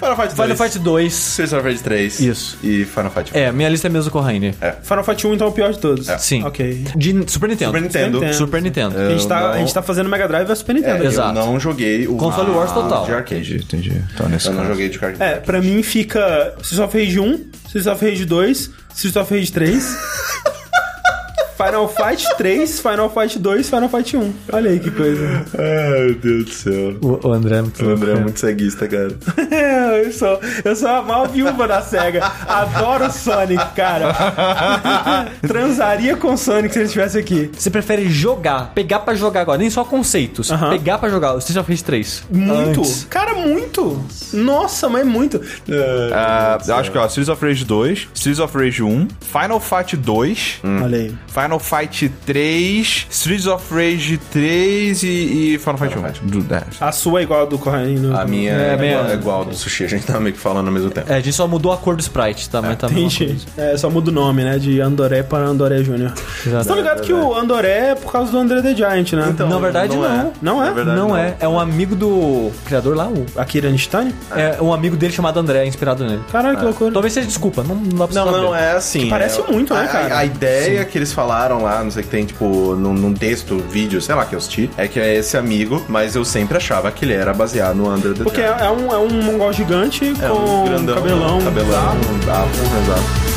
Final Fight 2,
Final Fight 2.
Streets of Rage 3
Isso.
e Final Fight um. 4.
É, minha lista é mesmo com o Rainer.
Final Fight 1, então, é o pior de todos.
Sim.
Ok.
De Super Nintendo.
Super Nintendo.
Super Nintendo.
A gente, tá,
não-
a gente tá fazendo Mega Drive versus Super Nintendo.
eu
Exato.
não joguei o Ah,
Console Wars total.
de arcade.
Entendi, entendi. Então, nesse
Eu não
caso.
joguei de arcade.
É, pra mim fica Streets of Rage 1, Streets of Rage 2, Streets of Rage 3, Final Fight 3, Final Fight 2, Final Fight 1. Olha aí que coisa.
Ai, meu Deus do céu.
O, o André é muito
O André é muito ceguista, cara.
É, eu sou, eu sou a mal viúva da SEGA. Adoro o Sonic, cara. Transaria com o Sonic se ele estivesse aqui.
Você prefere jogar, pegar pra jogar agora, nem só conceitos.
Aham.
Pegar pra jogar o Street of Rage 3.
Muito.
Antes.
Cara, muito. Nossa, mas muito.
Ah, eu acho que, ó, Streets of Rage 2, Streets of Rage 1, Final Fight 2,
Hum.
Olha aí.
Final Fight 3, Streets of Rage 3 e, e Final Fight 1. Do- é.
A sua é igual a do Correio.
A minha
É,
é,
bem-
igual, é igual a do sushi, a gente tá meio que falando ao mesmo tempo.
É, a gente só mudou a cor do sprite, tá? Mas tá a mesma
Entendi. É, só muda o nome, né? De Andoré para Andoré Júnior. Vocês estão ligados que o Andoré é por causa do André the Giant, né?
coisa. Na verdade, não.
não é.
Não é?
Na verdade,
não, é. É um amigo do criador lá, o...
Akira Nishitani?
É um amigo dele chamado André, inspirado nele.
Caralho,
É.
que loucura.
Talvez seja desculpa, não, não dá pra
Não,
saber.
não, é assim.
Que parece
é-
muito, né,
a-
cara?
A, a ideia que eles falaram lá, não sei o que tem, tipo, num, num texto, vídeo, sei lá que eu assisti, é que é esse amigo, mas eu sempre achava que ele era baseado no Under the
Porque é,
Dome.
é um, é um mongol gigante
É
com um cabelão.
Cabelão, afro, exato.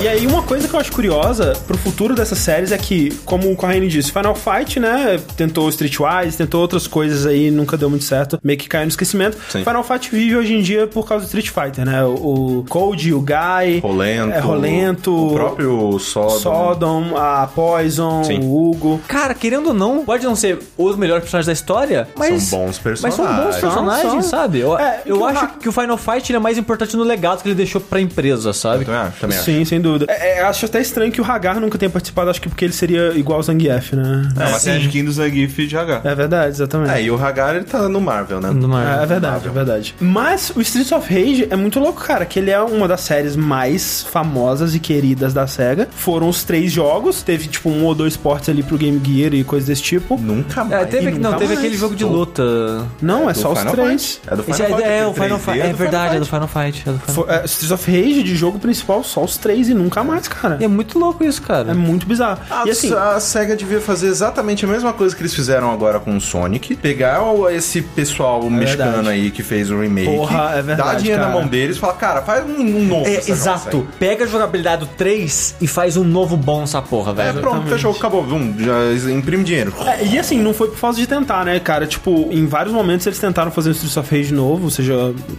E aí, uma coisa que eu acho curiosa pro futuro dessas séries é que, como o Corrêne disse, Final Fight, né? Tentou Streetwise, tentou outras coisas aí, nunca deu muito certo, meio que caiu no esquecimento.
Sim.
Final Fight vive hoje em dia por causa do Street Fighter, né? O, o Code, o Guy.
Rolento.
É, Rolento.
O próprio Sodom.
Sodom, a Poison,
Sim.
o Hugo.
Cara, querendo ou não, pode não ser os melhores personagens da história, mas...
São bons
Mas
personagens.
são bons personagens,
São, são.
sabe? Eu,
É,
eu
que o
acho
Ra-
que o Final Fight ele é mais importante no legado que ele deixou pra empresa, sabe?
Também acho, é? também acho.
Sim, sem dúvida. É, é, acho até estranho que o Hagar nunca tenha participado, acho que porque ele seria igual o Zangief, né?
Não, mas tem a skin do Zangief de H.
É verdade, exatamente.
É, e o Hagar, ele tá no Marvel, né?
No mar.
É, é verdade, é verdade. Mas o Streets of Rage é muito louco, cara, que ele é uma das séries mais famosas e queridas da SEGA. Foram os três jogos, teve tipo um ou dois portes ali pro Game Gear e coisas desse tipo.
Nunca
É,
tá mais.
teve,
E
não,
nunca
teve
mais.
aquele jogo de luta.
Não, é,
Do
só os
Final
três.
Fight. É do Final
Esse é,
Fight.
é,
tem
o Final
3D
Fight. É
do Final
verdade, é
Fight.
do Final Fight. É do Final
Fo- é, Streets of Rage de jogo principal, só os três e nunca mais, cara.
Fight. É muito louco isso, cara.
É muito bizarro.
A,
e assim,
a SEGA devia fazer exatamente a mesma coisa que eles fizeram agora com o Sonic. Pegar o- esse pessoal mexicano
É verdade.
aí que fez o remake.
Porra, é
Dá
verdade,
dinheiro na
cara.
mão deles e fala, cara, faz um, um novo.
É,
essa
exato.
jogo,
Pega a jogabilidade do 3 e faz um novo bom essa porra,
SEGA. É,
velho.
pronto, fechou, acabou. Vum, já imprime dinheiro.
É, e assim, não foi por falta de tentar, né, cara? Tipo, em vários momentos eles tentaram fazer o Streets of Rage novo, seja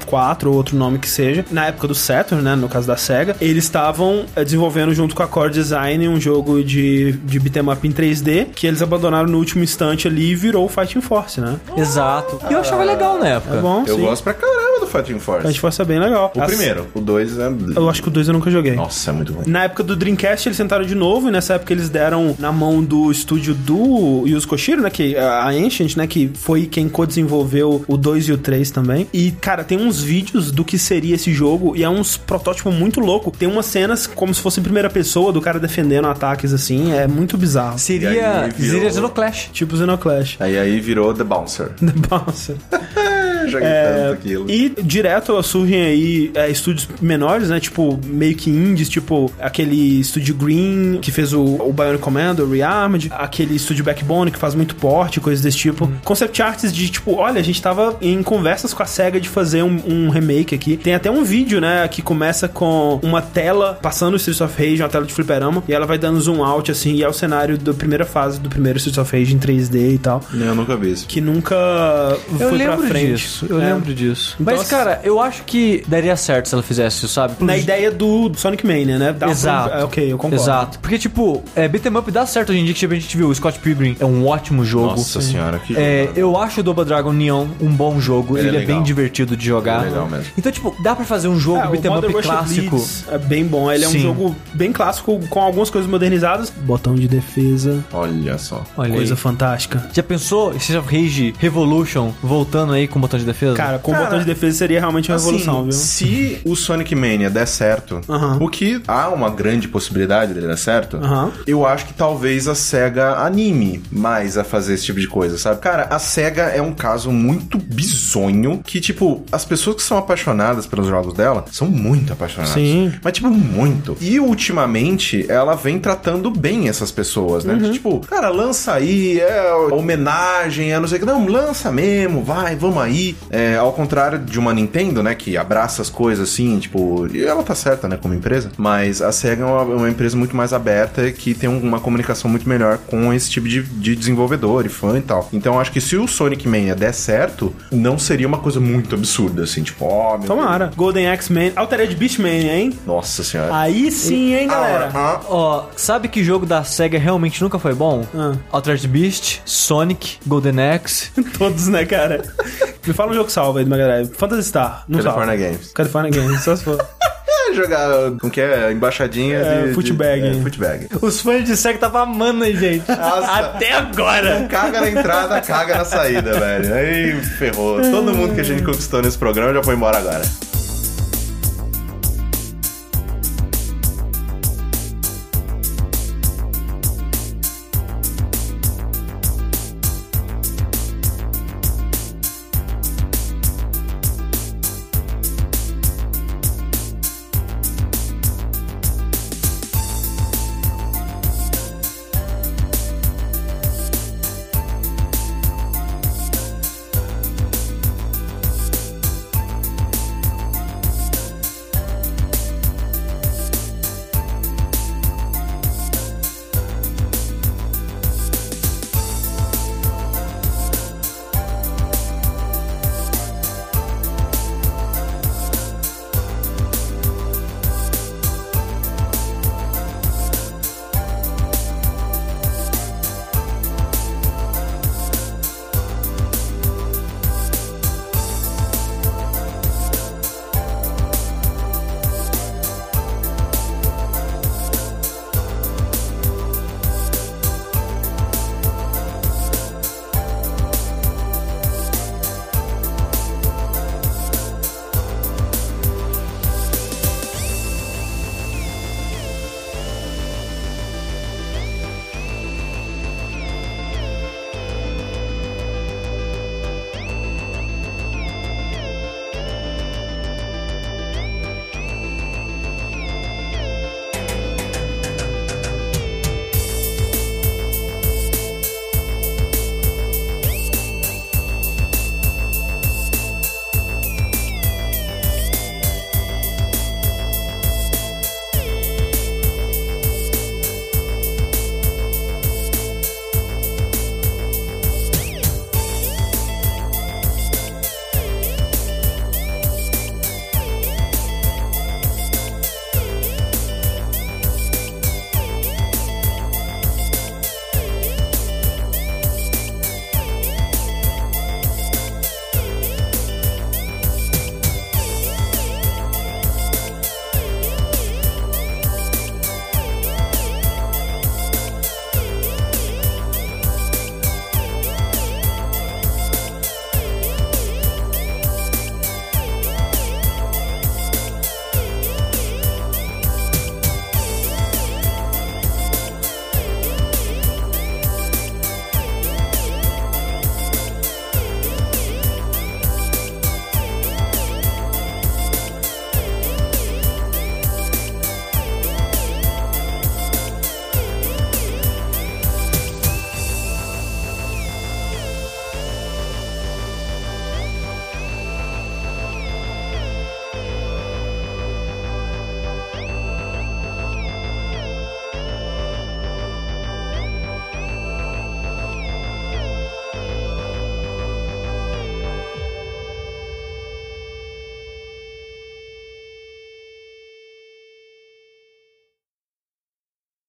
4 ou outro nome que seja. Na época do Saturn, né, no caso da SEGA, eles estavam eh, desenvolvendo junto com a Core Design um jogo de, de beat'em up em 3D, que eles abandonaram no último instante ali e virou o Fighting Force, né?
Exato. E eu achava legal na época.
Bom,
Tá. Eu
sim.
gosto pra caramba do Fighting Force.
Fighting Force é bem legal.
O
As-
primeiro. O dois é.
Eu acho que o 2 eu nunca joguei.
Nossa, é muito ruim.
Na época do Dreamcast eles tentaram de novo, e nessa época eles deram na mão do estúdio do Yuzo Koshiro, né, que a Ancient, né, que foi quem co-desenvolveu o 2 e o 3 também. E cara, tem uns vídeos do que seria esse jogo e é uns protótipo muito louco. Tem umas cenas como se fosse em primeira pessoa do cara defendendo ataques assim, é muito bizarro.
Seria.
aí virou-
Seria Xenoclash.
Tipo Xenoclash.
Aí aí virou The Bouncer.
The Bouncer.
Eu joguei tanto aquilo.
É, E direto surgem aí é, estúdios menores, né? Tipo, meio que indies, tipo aquele estúdio Green que fez o, o Bionic Commando, o Rearmed, aquele estúdio Backbone que faz muito porte, coisas desse tipo. Concept arts de tipo, olha, a gente tava em conversas com a SEGA de fazer um, um remake aqui. Tem até um vídeo, né, que começa com uma tela passando o Streets of Rage, uma tela de fliperama, e ela vai dando zoom out assim, e é o cenário da primeira fase do primeiro Streets of Rage em 3D e tal.
Eu nunca vi isso.
Que nunca
Eu
foi pra
lembro
frente.
disso. Eu
É.
lembro disso. assim-
Então,
né? Mas, cara, eu acho que daria certo se ela fizesse, sabe?
Na ideia do Sonic Mania, né? Dá pra-
Exato.
É, ok, eu concordo.
Exato. Porque, tipo, é, beat'em up dá certo hoje em dia, que tipo, a gente viu o Scott Pilgrim é um ótimo jogo.
Nossa senhora, que
É,
jogo.
eu acho o Double Dragon Neon um bom jogo.
Ele é
Ele, é,
legal.
bem divertido de jogar.
Ele é legal mesmo.
Então, tipo, dá pra fazer um jogo
É, o
beat'em
Modern
up
Warfare
clássico.
Blitz é bem bom. Ele é um
Sim.
jogo bem clássico, com algumas coisas modernizadas. Botão de defesa,
Olha só.
Olha
coisa
aí.
fantástica.
Já pensou Street of Rage Revolution voltando aí com o botão de defesa?
Cara, com
Cara,
botão de defesa seria realmente uma revolução,
Assim,
viu?
Se o Sonic Mania der certo,
Aham.
o que há uma grande possibilidade dele dar certo,
Aham.
eu acho que talvez a SEGA anime mais a fazer esse tipo de coisa, sabe? Cara, a SEGA é um caso muito bizonho que, tipo, as pessoas que são apaixonadas pelos jogos dela são muito apaixonadas.
Sim.
Mas, tipo, muito. E ultimamente ela vem tratando bem essas pessoas, né?
Uhum.
Tipo, cara, lança aí, é homenagem, é não sei o que. Não, lança mesmo, vai, vamos aí. É, ao contrário de uma Nintendo, né? Que abraça as coisas assim, tipo, e ela tá certa, né? Como empresa. Mas a SEGA é uma, é uma empresa muito mais aberta que tem uma comunicação muito melhor com esse tipo de, de desenvolvedor e fã e tal. Então acho que se o Sonic Mania der certo, não seria uma coisa muito absurda, assim, tipo, ó, meu
Tomara. Golden X-Men, Altered Beastmania, hein?
Deus. Nossa senhora.
Aí sim, hein, Ah, galera?
Ah, ah,
Ó, sabe que jogo da SEGA realmente nunca foi bom?
Ah.
Altered Beast, Sonic, Golden Axe.
Todos, né, cara? Me fala um jogo salvo aí do Mega Drive. Phantasy Star. Não
California
salva.
Games.
California Games, só se for.
É, jogar com que é embaixadinha
É,
de, de-
footbag.
é, footbag.
Os fãs de SEGA estavam amando aí, gente.
Nossa,
Até agora!
caga na entrada, caga na saída, velho. Aí ferrou. Todo mundo que a gente conquistou nesse programa já foi embora agora.